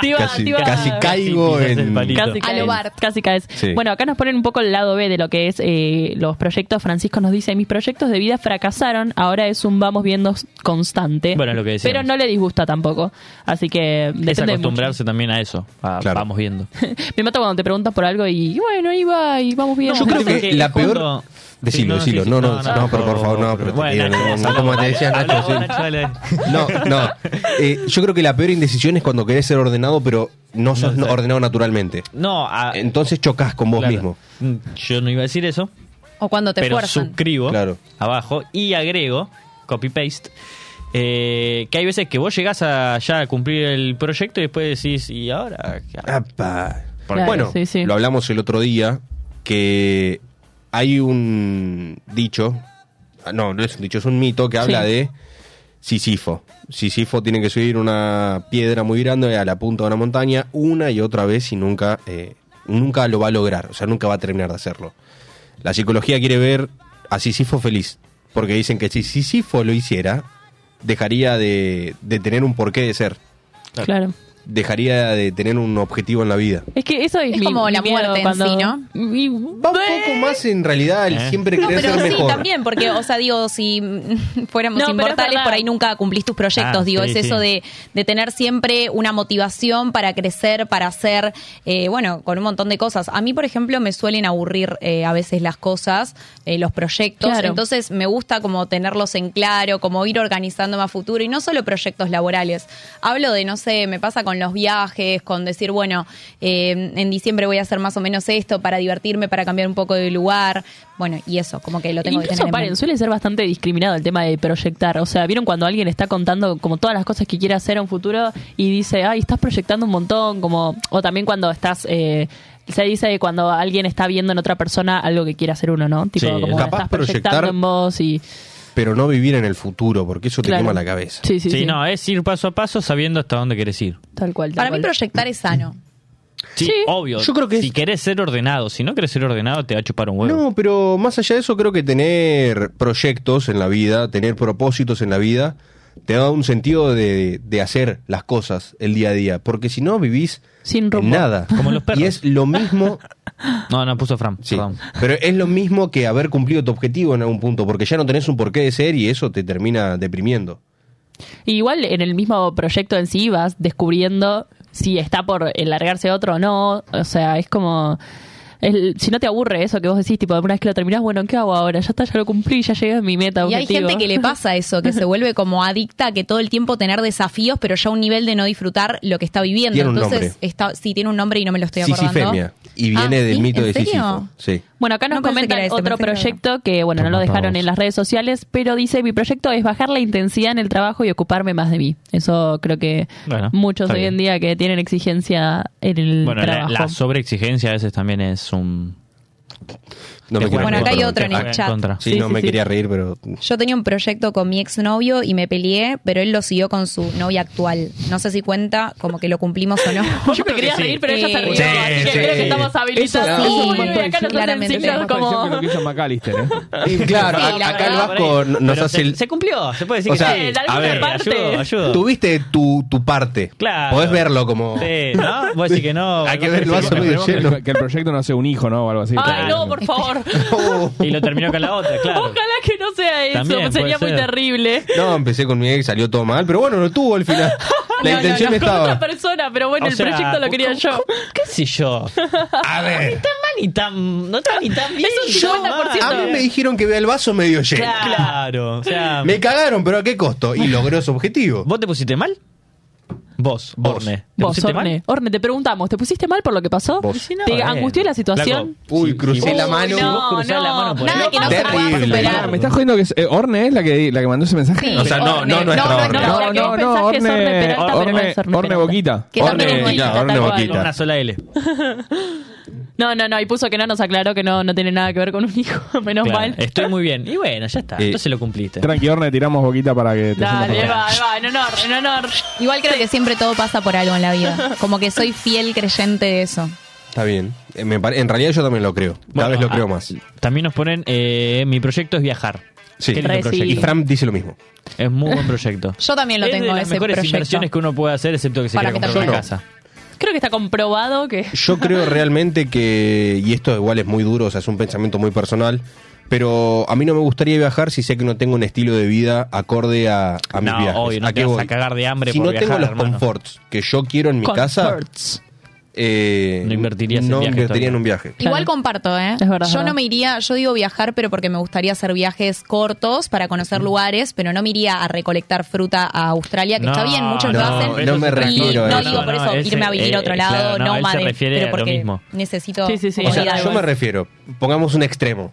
Speaker 7: Te iba-
Speaker 3: Casi-
Speaker 7: te iba-
Speaker 3: casi ca- Caigo
Speaker 5: pisas
Speaker 3: en-
Speaker 5: el palito.
Speaker 7: Casi
Speaker 6: A
Speaker 7: caes,
Speaker 6: lo Bart.
Speaker 7: Casi caes.
Speaker 3: Sí.
Speaker 7: Bueno, acá nos ponen un poco el lado B de lo que es eh, los proyectos. Francisco nos dice, mis proyectos de vida fracasaron, ahora es un vamos viendo constante.
Speaker 5: Bueno, es lo que decíamos.
Speaker 7: Pero no le disgusta tampoco. Así que
Speaker 5: Es
Speaker 7: depende
Speaker 5: acostumbrarse también a eso. A-
Speaker 3: Claro.
Speaker 5: Vamos viendo.
Speaker 7: mucho. Me mata cuando te preguntas por algo y bueno, ahí va y vamos bien.
Speaker 5: No,
Speaker 3: Yo creo que,
Speaker 5: que
Speaker 3: la peor.
Speaker 5: cuando- Sí,
Speaker 3: Decilo,
Speaker 5: no,
Speaker 3: decilo.
Speaker 5: sí, sí.
Speaker 3: No, no,
Speaker 5: No, no,
Speaker 3: no, pero por favor, no,
Speaker 5: por
Speaker 3: pero
Speaker 5: favor.
Speaker 3: te pido,
Speaker 5: Bueno,
Speaker 3: no,
Speaker 5: Nacho,
Speaker 3: no,
Speaker 5: habla
Speaker 3: como
Speaker 5: vos,
Speaker 3: te decía
Speaker 5: habla
Speaker 3: Nacho.
Speaker 5: vos,
Speaker 3: sí.
Speaker 5: Nacho, dale.
Speaker 3: No, no. Eh, yo creo que la peor indecisión es cuando querés ser ordenado, pero no sos
Speaker 5: No, está-
Speaker 3: ordenado naturalmente.
Speaker 5: No, a-
Speaker 3: Entonces chocas con vos
Speaker 5: claro.
Speaker 3: mismo.
Speaker 5: Mm, Yo no iba a decir eso,
Speaker 6: O cuando te
Speaker 5: pero
Speaker 6: fuerzan.
Speaker 5: suscribo
Speaker 3: Claro.
Speaker 5: abajo y agrego, copy-paste, eh, que hay veces que vos llegás a ya a cumplir el proyecto y después decís, ¿y ahora? ¿Qué hago?
Speaker 3: Apa.
Speaker 7: Claro,
Speaker 3: bueno,
Speaker 7: sí, sí.
Speaker 3: lo hablamos el otro día que hay un dicho, ah, no, no es un dicho, es un mito que habla
Speaker 7: Sí.
Speaker 3: de Sísifo. Sísifo tiene que subir una piedra muy grande a la punta de una montaña una y otra vez y nunca, eh, nunca lo va a lograr, o sea, nunca va a terminar de hacerlo. La psicología quiere ver a Sísifo feliz, porque dicen que si Sísifo lo hiciera, dejaría de, de tener un porqué de ser,
Speaker 7: Claro.
Speaker 3: dejaría de tener un objetivo en la vida.
Speaker 7: Es que eso es,
Speaker 6: Es
Speaker 7: mi-
Speaker 6: como
Speaker 7: mi
Speaker 6: la
Speaker 7: miedo
Speaker 6: muerte en
Speaker 7: cuando-
Speaker 6: sí, ¿no?
Speaker 7: Y-
Speaker 3: Va un poco más en realidad el
Speaker 5: Eh.
Speaker 3: siempre
Speaker 6: No,
Speaker 3: querer
Speaker 6: pero
Speaker 3: ser
Speaker 6: sí,
Speaker 3: mejor.
Speaker 6: también, porque, o sea, digo, si mm, fuéramos
Speaker 7: No, pero es
Speaker 6: inmortales,
Speaker 7: verdad.
Speaker 6: por ahí nunca cumplís tus proyectos.
Speaker 5: Ah,
Speaker 6: digo,
Speaker 5: sí,
Speaker 6: es eso
Speaker 5: sí.
Speaker 6: de, de tener siempre una motivación para crecer, para hacer, eh, bueno, con un montón de cosas. A mí, por ejemplo, me suelen aburrir eh, a veces las cosas, eh, los proyectos.
Speaker 7: Claro.
Speaker 6: Entonces, me gusta como tenerlos en claro, como ir organizándome a futuro y no solo proyectos laborales. Hablo de, no sé, me pasa con los viajes, con decir, bueno, eh, en diciembre voy a hacer más o menos esto para divertirme, para cambiar un poco de lugar. Bueno, y eso, como que lo tengo que
Speaker 7: Incluso,
Speaker 6: tener en
Speaker 7: paren,
Speaker 6: mente.
Speaker 7: suele ser bastante discriminado el tema de proyectar. O sea, ¿vieron cuando alguien está contando como todas las cosas que quiere hacer a un futuro y dice, ay, estás proyectando un montón? como O también cuando estás eh, se dice cuando alguien está viendo en otra persona algo que quiere hacer uno, ¿no? Tipo,
Speaker 5: Sí,
Speaker 7: como
Speaker 3: capaz
Speaker 7: estás proyectando
Speaker 3: proyectar-
Speaker 7: en vos y...
Speaker 3: Pero no vivir en el futuro, porque eso te
Speaker 7: Claro.
Speaker 3: quema la cabeza.
Speaker 7: Sí, sí,
Speaker 5: Sí,
Speaker 7: sí.
Speaker 5: no, eh. es ir paso a paso sabiendo hasta dónde querés ir.
Speaker 7: Tal cual, tal
Speaker 6: Para mí
Speaker 7: cual.
Speaker 6: proyectar es sano.
Speaker 5: Sí,
Speaker 7: Sí.
Speaker 5: obvio.
Speaker 3: Yo creo que
Speaker 5: si
Speaker 3: es-
Speaker 5: querés ser ordenado, si no querés ser ordenado, te va a chupar un huevo.
Speaker 3: No, pero más allá de eso, creo que tener proyectos en la vida, tener propósitos en la vida, te da un sentido de, de hacer las cosas el día a día. Porque si no, vivís
Speaker 7: Sin
Speaker 3: en
Speaker 7: rumbo.
Speaker 3: nada.
Speaker 5: Como los perros.
Speaker 3: Y es lo mismo.
Speaker 5: no, no, puso Fran.
Speaker 3: sí,
Speaker 5: Perdón.
Speaker 3: pero es lo mismo que haber cumplido tu objetivo en algún punto, porque ya no tenés un porqué de ser y eso te termina deprimiendo.
Speaker 7: Y Igual en el mismo proyecto en sí vas descubriendo si está por largarse otro o no. O sea, es como... el- si no te aburre eso que vos decís, tipo, una vez que lo terminás, bueno, ¿qué hago ahora? Ya está, ya lo cumplí, ya llegué a mi meta.
Speaker 6: Y hay
Speaker 7: objetivo.
Speaker 6: gente que le pasa eso, que se vuelve como adicta a que todo el tiempo tener desafíos, pero ya a un nivel de no disfrutar lo que está viviendo.
Speaker 3: Tiene un
Speaker 6: Entonces,
Speaker 3: nombre.
Speaker 6: está, sí, tiene un nombre y no me lo estoy acordando.
Speaker 3: Sisifemia. Y viene
Speaker 6: Ah,
Speaker 3: del
Speaker 6: ¿sí?
Speaker 3: mito
Speaker 6: ¿En
Speaker 3: de
Speaker 6: serio?
Speaker 3: Sísifo. Sí.
Speaker 7: Bueno, acá nos
Speaker 6: No pensé
Speaker 7: comentan
Speaker 6: que era ese,
Speaker 7: otro
Speaker 6: pensé que era
Speaker 7: proyecto que, bueno, no lo
Speaker 5: Toma,
Speaker 7: dejaron
Speaker 5: pavos.
Speaker 7: en las redes sociales, pero dice, mi proyecto es bajar la intensidad en el trabajo y ocuparme más de mí. Eso creo que
Speaker 5: Bueno,
Speaker 7: muchos
Speaker 5: está
Speaker 7: hoy en
Speaker 5: bien.
Speaker 7: día que tienen exigencia en el
Speaker 5: Bueno, la,
Speaker 7: trabajo.
Speaker 5: la sobreexigencia a veces también es un...
Speaker 3: No
Speaker 5: te
Speaker 3: me
Speaker 5: juega
Speaker 3: quiero
Speaker 6: Bueno, acá hay
Speaker 3: reír,
Speaker 6: otro en
Speaker 5: te
Speaker 6: el
Speaker 5: juega
Speaker 6: chat.
Speaker 5: contra.
Speaker 3: Sí,
Speaker 7: Sí,
Speaker 3: no
Speaker 7: sí,
Speaker 3: me
Speaker 7: sí.
Speaker 3: quería reír, pero
Speaker 6: Yo tenía un proyecto con mi exnovio y me peleé, pero él lo siguió con su novia actual. No sé si cuenta como que lo cumplimos o no.
Speaker 7: Vos te
Speaker 5: creo que
Speaker 7: querías
Speaker 5: sí.
Speaker 7: reír, pero ella se
Speaker 6: Sí,
Speaker 7: rió,
Speaker 5: sí,
Speaker 7: así que
Speaker 5: sí.
Speaker 7: creo que estamos habilitados.
Speaker 3: Eso sí,
Speaker 7: Uy, acá nos hacen
Speaker 6: claramente.
Speaker 7: signos
Speaker 6: Más
Speaker 7: como...
Speaker 9: lo que hizo McAllister, ¿eh?
Speaker 3: Sí, claro,
Speaker 6: Sí, Ah, la
Speaker 3: a- acá el
Speaker 6: verdad.
Speaker 3: Vasco
Speaker 5: Pero
Speaker 3: nos hace
Speaker 5: se,
Speaker 3: el...
Speaker 5: se cumplió, se puede decir
Speaker 3: O
Speaker 5: que
Speaker 3: sea,
Speaker 5: sí.
Speaker 7: de alguna
Speaker 5: a ver,
Speaker 7: parte.
Speaker 5: ayudo, ayudo.
Speaker 3: Tuviste tu, tu parte.
Speaker 5: Claro.
Speaker 3: Podés verlo como...
Speaker 5: Sí, ¿no? Vos decís que no.
Speaker 3: Hay que
Speaker 5: no
Speaker 3: ver el
Speaker 5: decís
Speaker 3: vaso
Speaker 5: que no.
Speaker 3: medio
Speaker 9: Esperemos que,
Speaker 3: lleno.
Speaker 9: el, que el proyecto no hace un hijo, ¿no? O algo así.
Speaker 7: Ay,
Speaker 5: Claro.
Speaker 7: Ah, no, por favor.
Speaker 3: Oh.
Speaker 5: Y lo terminó con la otra, claro.
Speaker 7: Ojalá que no sea eso, pues,
Speaker 5: También
Speaker 7: sería
Speaker 5: puede
Speaker 7: muy
Speaker 5: ser.
Speaker 7: terrible.
Speaker 3: No, empecé con mi ex, salió todo mal, pero bueno, lo tuvo al final. La intención
Speaker 7: no, no, Con
Speaker 3: estaba.
Speaker 7: otra persona, pero bueno,
Speaker 5: O
Speaker 7: el
Speaker 5: sea,
Speaker 7: proyecto lo quería
Speaker 5: ¿cómo-
Speaker 7: yo.
Speaker 5: cómo- ¿Qué sé yo?
Speaker 3: A ver,
Speaker 5: Tan mal y tan. No está ni tan bien.
Speaker 7: un
Speaker 5: Yo-
Speaker 7: 50%.
Speaker 3: a mí me dijeron que vea el vaso medio lleno.
Speaker 5: Claro. O sea,
Speaker 3: Me cagaron, pero ¿a qué costo? Y logró su objetivo.
Speaker 5: ¿vos te pusiste mal? Vos, Borne. ¿Te
Speaker 7: Vos,
Speaker 5: pusiste
Speaker 7: Orne,
Speaker 5: mal?
Speaker 7: Orne, te preguntamos, ¿te pusiste mal por lo que pasó?
Speaker 3: Vos.
Speaker 5: Sí, no,
Speaker 7: ¿Te
Speaker 5: eh.
Speaker 7: angustió la situación?
Speaker 5: Flaco,
Speaker 3: Uy,
Speaker 5: si-
Speaker 3: crucé
Speaker 5: si vos-
Speaker 3: la mano.
Speaker 5: si vos
Speaker 7: No,
Speaker 5: cruzás la
Speaker 7: no,
Speaker 5: mano por
Speaker 6: nada
Speaker 5: el-
Speaker 6: que no se pueda
Speaker 3: Terrible.
Speaker 9: Ah,
Speaker 6: superar.
Speaker 9: me estás jodiendo que es- eh, Orne es la que, la que mandó ese mensaje.
Speaker 3: O sea, no, no, no es
Speaker 6: No, no,
Speaker 3: trabajo.
Speaker 6: no,
Speaker 7: la que
Speaker 9: no, no,
Speaker 7: vos pensás
Speaker 9: no,
Speaker 7: que es
Speaker 9: Orne,
Speaker 7: Orne Peralta, pero no
Speaker 9: Orne,
Speaker 7: es Orne
Speaker 9: Orne
Speaker 7: Peralta.
Speaker 9: Boquita.
Speaker 6: Que también
Speaker 3: Orne,
Speaker 6: es bonito,
Speaker 3: claro, Orne
Speaker 6: tal cual.
Speaker 3: Boquita.
Speaker 5: Con una sola L.
Speaker 7: No, no, no, y puso que no nos aclaró que no, no tiene nada que ver con un hijo, menos
Speaker 5: Claro,
Speaker 7: mal.
Speaker 5: Estoy muy bien. Y bueno, ya está.
Speaker 3: Eh,
Speaker 5: Entonces lo cumpliste.
Speaker 9: Tranqui, Orne, tiramos Boquita para que te
Speaker 7: Dale,
Speaker 9: sientas
Speaker 7: va, va, en honor, en honor.
Speaker 6: Igual creo que siempre todo pasa por algo en la vida. Como que soy fiel creyente de eso.
Speaker 3: Está bien. Eh, me pare- En realidad yo también lo creo. Tal
Speaker 5: Bueno,
Speaker 3: vez lo creo
Speaker 5: ah,
Speaker 3: más.
Speaker 5: También nos ponen, eh, mi proyecto es viajar.
Speaker 3: Sí.
Speaker 5: Qué lindo
Speaker 7: Re sí.
Speaker 5: proyecto.
Speaker 3: Y Fran dice lo mismo.
Speaker 5: Es muy buen proyecto.
Speaker 6: Yo también lo
Speaker 5: es
Speaker 6: tengo
Speaker 5: de las
Speaker 6: ese
Speaker 5: mejores
Speaker 6: proyecto.
Speaker 5: inversiones que uno puede hacer, excepto que se
Speaker 6: Para
Speaker 5: quiera
Speaker 6: mí
Speaker 5: comprar una
Speaker 3: también.
Speaker 5: casa.
Speaker 7: Creo que está comprobado que...
Speaker 3: Yo creo realmente que, y esto igual es muy duro, o sea, es un pensamiento muy personal, pero a mí no me gustaría viajar si sé que no tengo un estilo de vida acorde a, a mis
Speaker 5: No,
Speaker 3: viajes.
Speaker 5: obvio, no
Speaker 3: ¿A
Speaker 5: te
Speaker 3: qué
Speaker 5: vas
Speaker 3: voy?
Speaker 5: a cagar de hambre
Speaker 3: Si
Speaker 5: por
Speaker 3: no
Speaker 5: viajar,
Speaker 3: tengo los
Speaker 5: hermano.
Speaker 3: comforts que yo quiero en mi casa,
Speaker 7: Comforts.
Speaker 3: eh,
Speaker 5: No invertirías en
Speaker 3: no
Speaker 5: viajes
Speaker 3: invertiría
Speaker 5: todavía.
Speaker 3: en un viaje.
Speaker 6: Igual comparto, ¿eh?
Speaker 7: Es verdad, es
Speaker 6: yo
Speaker 7: verdad.
Speaker 6: no me iría, yo digo viajar, pero porque me gustaría hacer viajes cortos para
Speaker 7: Mm.
Speaker 6: conocer lugares, pero no me iría a recolectar fruta a Australia, que
Speaker 5: No,
Speaker 6: está bien, muchos lo
Speaker 3: no,
Speaker 6: hacen.
Speaker 3: no me
Speaker 6: Y
Speaker 3: refiero a
Speaker 6: no
Speaker 3: eso.
Speaker 6: digo por
Speaker 5: No,
Speaker 6: eso
Speaker 5: no, ese,
Speaker 6: irme a vivir a otro
Speaker 5: eh,
Speaker 6: lado,
Speaker 5: claro, no, él
Speaker 6: nómade,
Speaker 5: se refiere a
Speaker 6: pero
Speaker 5: lo
Speaker 6: porque
Speaker 5: mismo.
Speaker 6: necesito
Speaker 7: Sí, sí, sí.
Speaker 3: O sea,
Speaker 6: comodidad
Speaker 3: yo me
Speaker 6: igual.
Speaker 3: refiero, pongamos un extremo.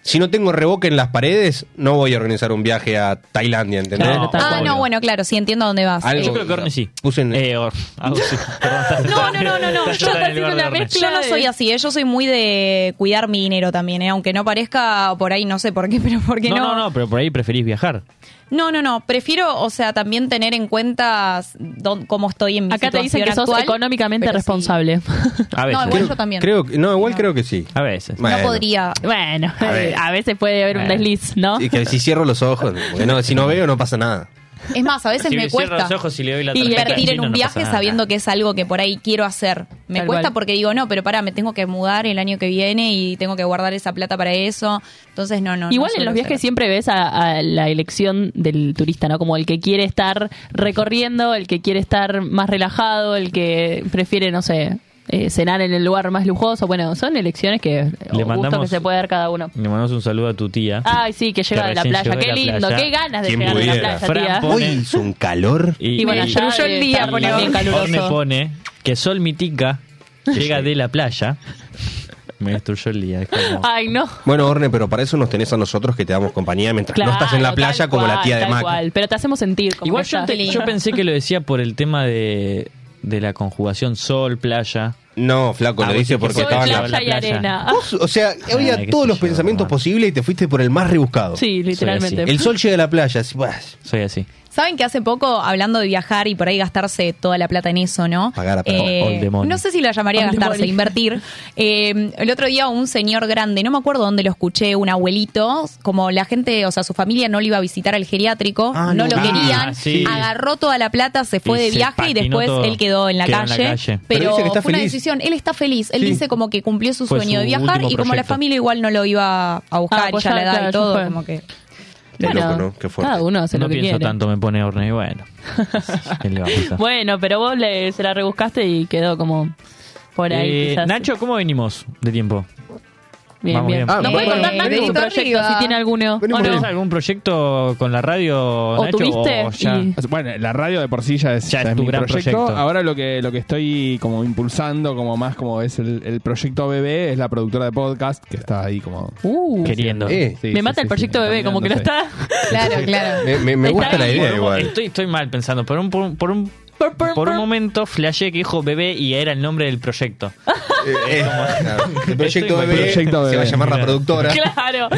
Speaker 3: Si no tengo revoque en las paredes, no voy a organizar un viaje a Tailandia, ¿entendés?
Speaker 5: No,
Speaker 7: tal
Speaker 6: Ah,
Speaker 7: cual.
Speaker 6: no, bueno, claro, sí entiendo a dónde vas.
Speaker 3: Algo-
Speaker 5: Yo creo que Orne sí.
Speaker 3: Puse en-
Speaker 5: Eh, Or- ah, sí. Perdón, estás-
Speaker 7: No, no, no, no, no, yo
Speaker 5: en el
Speaker 7: te
Speaker 5: lugar
Speaker 7: haciendo
Speaker 5: de
Speaker 7: una
Speaker 5: Orne.
Speaker 7: mezcla.
Speaker 6: Yo no soy así, ¿eh? yo soy muy de cuidar mi dinero también, ¿eh? aunque no parezca por ahí, no sé por qué, pero porque
Speaker 5: No,
Speaker 6: no.
Speaker 5: no, no, pero por ahí preferís viajar.
Speaker 6: No, no, no. Prefiero, o sea, también tener en cuenta dó- cómo estoy en mi
Speaker 7: Acá te dicen
Speaker 6: situación
Speaker 7: que sos
Speaker 6: actual,
Speaker 7: económicamente
Speaker 6: pero sí.
Speaker 7: responsable.
Speaker 5: A
Speaker 6: No,
Speaker 5: veces.
Speaker 6: igual yo también.
Speaker 3: Creo que- no, igual creo que sí.
Speaker 5: A veces.
Speaker 3: Bueno.
Speaker 6: No podría.
Speaker 7: Bueno,
Speaker 3: A ver.
Speaker 7: a veces puede haber un
Speaker 5: Bueno.
Speaker 7: desliz, ¿no?
Speaker 3: Y que si cierro los ojos, porque no, si no veo no pasa nada.
Speaker 6: Es más, a veces
Speaker 5: Si
Speaker 6: me
Speaker 5: cierro
Speaker 6: cuesta
Speaker 5: los ojos y le doy la tarjeta
Speaker 6: invertir en
Speaker 5: china,
Speaker 6: un
Speaker 5: no
Speaker 6: viaje
Speaker 5: pasa nada.
Speaker 6: sabiendo que es algo que por ahí quiero hacer. Me
Speaker 7: Tal
Speaker 6: cuesta
Speaker 7: cual.
Speaker 6: porque digo, no, pero pará, me tengo que mudar el año que viene y tengo que guardar esa plata para eso. Entonces, no, no. no
Speaker 7: Igual en
Speaker 6: suelo
Speaker 7: los
Speaker 6: hacer
Speaker 7: viajes
Speaker 6: eso.
Speaker 7: siempre ves a, a la elección del turista, ¿no? Como el que quiere estar recorriendo, el que quiere estar más relajado, el que prefiere, no sé, eh, cenar en el lugar más lujoso. Bueno, son elecciones que
Speaker 5: Le
Speaker 7: le gusto que
Speaker 5: mandamos-
Speaker 7: se puede dar cada uno.
Speaker 5: Le mandamos un saludo a tu tía.
Speaker 6: Ah,
Speaker 7: Ay, sí, que llega
Speaker 5: Que
Speaker 7: de la
Speaker 5: recién
Speaker 7: playa.
Speaker 5: llegó de
Speaker 7: Qué
Speaker 5: la
Speaker 7: lindo,
Speaker 5: playa.
Speaker 7: qué ganas de
Speaker 3: ¿Quién
Speaker 7: llegar de
Speaker 3: pudiera?
Speaker 7: la playa,
Speaker 5: Fran
Speaker 7: tía.
Speaker 5: Pone-
Speaker 3: Hoy hizo un calor.
Speaker 7: Y bueno,
Speaker 5: y-
Speaker 7: ya
Speaker 6: destruyó el
Speaker 7: de-
Speaker 6: día,
Speaker 7: está
Speaker 6: ponele.
Speaker 7: bien caluroso.
Speaker 5: Orne pone que Sol Mitica llega de la playa. Me destruyó el día. es como-
Speaker 7: Ay, no.
Speaker 3: Bueno, Orne, pero para eso nos tenés a nosotros que te damos compañía mientras
Speaker 7: Claro,
Speaker 3: no estás en la playa
Speaker 7: tal
Speaker 3: como la
Speaker 7: cual,
Speaker 3: tía de
Speaker 7: tal
Speaker 3: Mac.
Speaker 7: cual. Pero te hacemos sentir como
Speaker 5: Igual
Speaker 7: que
Speaker 5: yo,
Speaker 7: estás-
Speaker 5: ente- yo pensé que lo decía por el tema de, de la conjugación sol, playa.
Speaker 3: No, flaco,
Speaker 5: Ah,
Speaker 3: lo
Speaker 5: vos
Speaker 3: dice
Speaker 5: decís
Speaker 3: porque
Speaker 5: que
Speaker 7: Sol,
Speaker 5: estaba
Speaker 3: estaban...
Speaker 5: en la-
Speaker 7: playa y
Speaker 5: la playa.
Speaker 7: arena. Ah,
Speaker 3: Vos, o sea, había
Speaker 5: qué
Speaker 3: todos
Speaker 5: sé
Speaker 3: los
Speaker 5: yo,
Speaker 3: pensamientos
Speaker 5: Omar.
Speaker 3: posibles y te fuiste por el más rebuscado.
Speaker 7: sí, literalmente.
Speaker 3: El sol llega a la playa. así, bah,
Speaker 5: Soy así.
Speaker 6: Saben que hace poco, hablando de viajar y por ahí gastarse toda la plata en eso, ¿no? Eh,
Speaker 3: Pagar a pagar.
Speaker 5: All the money.
Speaker 6: no sé si la llamaría
Speaker 7: All the
Speaker 6: gastarse,
Speaker 7: money.
Speaker 6: invertir. Eh, el otro día un señor grande, no me acuerdo dónde lo escuché, un abuelito, como la gente, o sea, su familia no le iba a visitar al geriátrico,
Speaker 3: Ah,
Speaker 6: no,
Speaker 3: no.
Speaker 6: lo
Speaker 5: Ah,
Speaker 6: querían,
Speaker 5: sí.
Speaker 6: agarró toda la plata, se fue
Speaker 5: Y
Speaker 6: de
Speaker 5: se
Speaker 6: viaje y
Speaker 5: patinó
Speaker 6: después
Speaker 5: todo.
Speaker 6: él quedó en la,
Speaker 5: Quedó en la
Speaker 6: calle,
Speaker 5: calle.
Speaker 6: Pero,
Speaker 3: Pero dice que está
Speaker 6: fue una
Speaker 3: feliz.
Speaker 6: decisión, él está feliz, él
Speaker 3: Sí.
Speaker 6: dice como que cumplió su
Speaker 5: Fue
Speaker 6: sueño
Speaker 5: su
Speaker 6: de viajar y
Speaker 5: último
Speaker 6: como la
Speaker 5: proyecto.
Speaker 6: familia igual no lo iba a buscar,
Speaker 7: Ah, pues
Speaker 6: ya
Speaker 7: ya,
Speaker 6: la edad
Speaker 7: claro,
Speaker 6: y
Speaker 7: ya
Speaker 6: todo,
Speaker 7: fue.
Speaker 6: como que...
Speaker 3: Qué loco, ¿no? Qué fuerte.
Speaker 7: Cada uno hace
Speaker 5: no
Speaker 7: lo que
Speaker 5: pienso
Speaker 7: quiere.
Speaker 5: tanto, me pone Orne. Bueno, ¿Qué le va a gustar?
Speaker 7: Bueno, pero vos le- se la rebuscaste y quedó como por ahí.
Speaker 5: Eh,
Speaker 7: quizás.
Speaker 5: Nacho, ¿cómo venimos de tiempo?
Speaker 7: bien,
Speaker 5: vamos
Speaker 7: bien.
Speaker 5: bien. Ah,
Speaker 7: No puede
Speaker 6: bien.
Speaker 7: contar tanto de
Speaker 6: Venimos
Speaker 7: su proyecto
Speaker 6: arriba.
Speaker 7: si tiene alguno. ¿o
Speaker 3: Venimos
Speaker 7: no?
Speaker 5: ¿Tenés algún proyecto con la radio,
Speaker 7: ¿O
Speaker 5: Nacho?
Speaker 7: tuviste?
Speaker 5: o ya?
Speaker 7: Y-
Speaker 9: Bueno, la radio de por sí ya es,
Speaker 5: Ya es
Speaker 9: es
Speaker 5: tu
Speaker 9: mi
Speaker 5: gran proyecto.
Speaker 9: Ahora lo que, lo que estoy como impulsando, como más como es el, el proyecto bebé, es la productora de podcast que está ahí como...
Speaker 7: Uh,
Speaker 5: Queriendo.
Speaker 3: Eh,
Speaker 9: Sí,
Speaker 7: me
Speaker 9: sí,
Speaker 7: mata
Speaker 9: sí,
Speaker 7: el
Speaker 9: sí,
Speaker 7: proyecto bebé, como que no
Speaker 9: encaminándose.
Speaker 7: está.
Speaker 6: Claro, claro.
Speaker 3: Me, me- me
Speaker 7: Está
Speaker 3: gusta la
Speaker 7: ahí,
Speaker 3: idea
Speaker 5: Por un-
Speaker 3: igual.
Speaker 5: Estoy, estoy mal pensando. Por un, por un, por un, por un momento flasheé que dijo bebé y era el nombre del proyecto.
Speaker 3: Eh, eh, claro. El proyecto
Speaker 5: Estoy-
Speaker 3: bebé,
Speaker 9: Proyecto
Speaker 3: se va a
Speaker 9: bebé.
Speaker 3: llamar la productora.
Speaker 7: claro.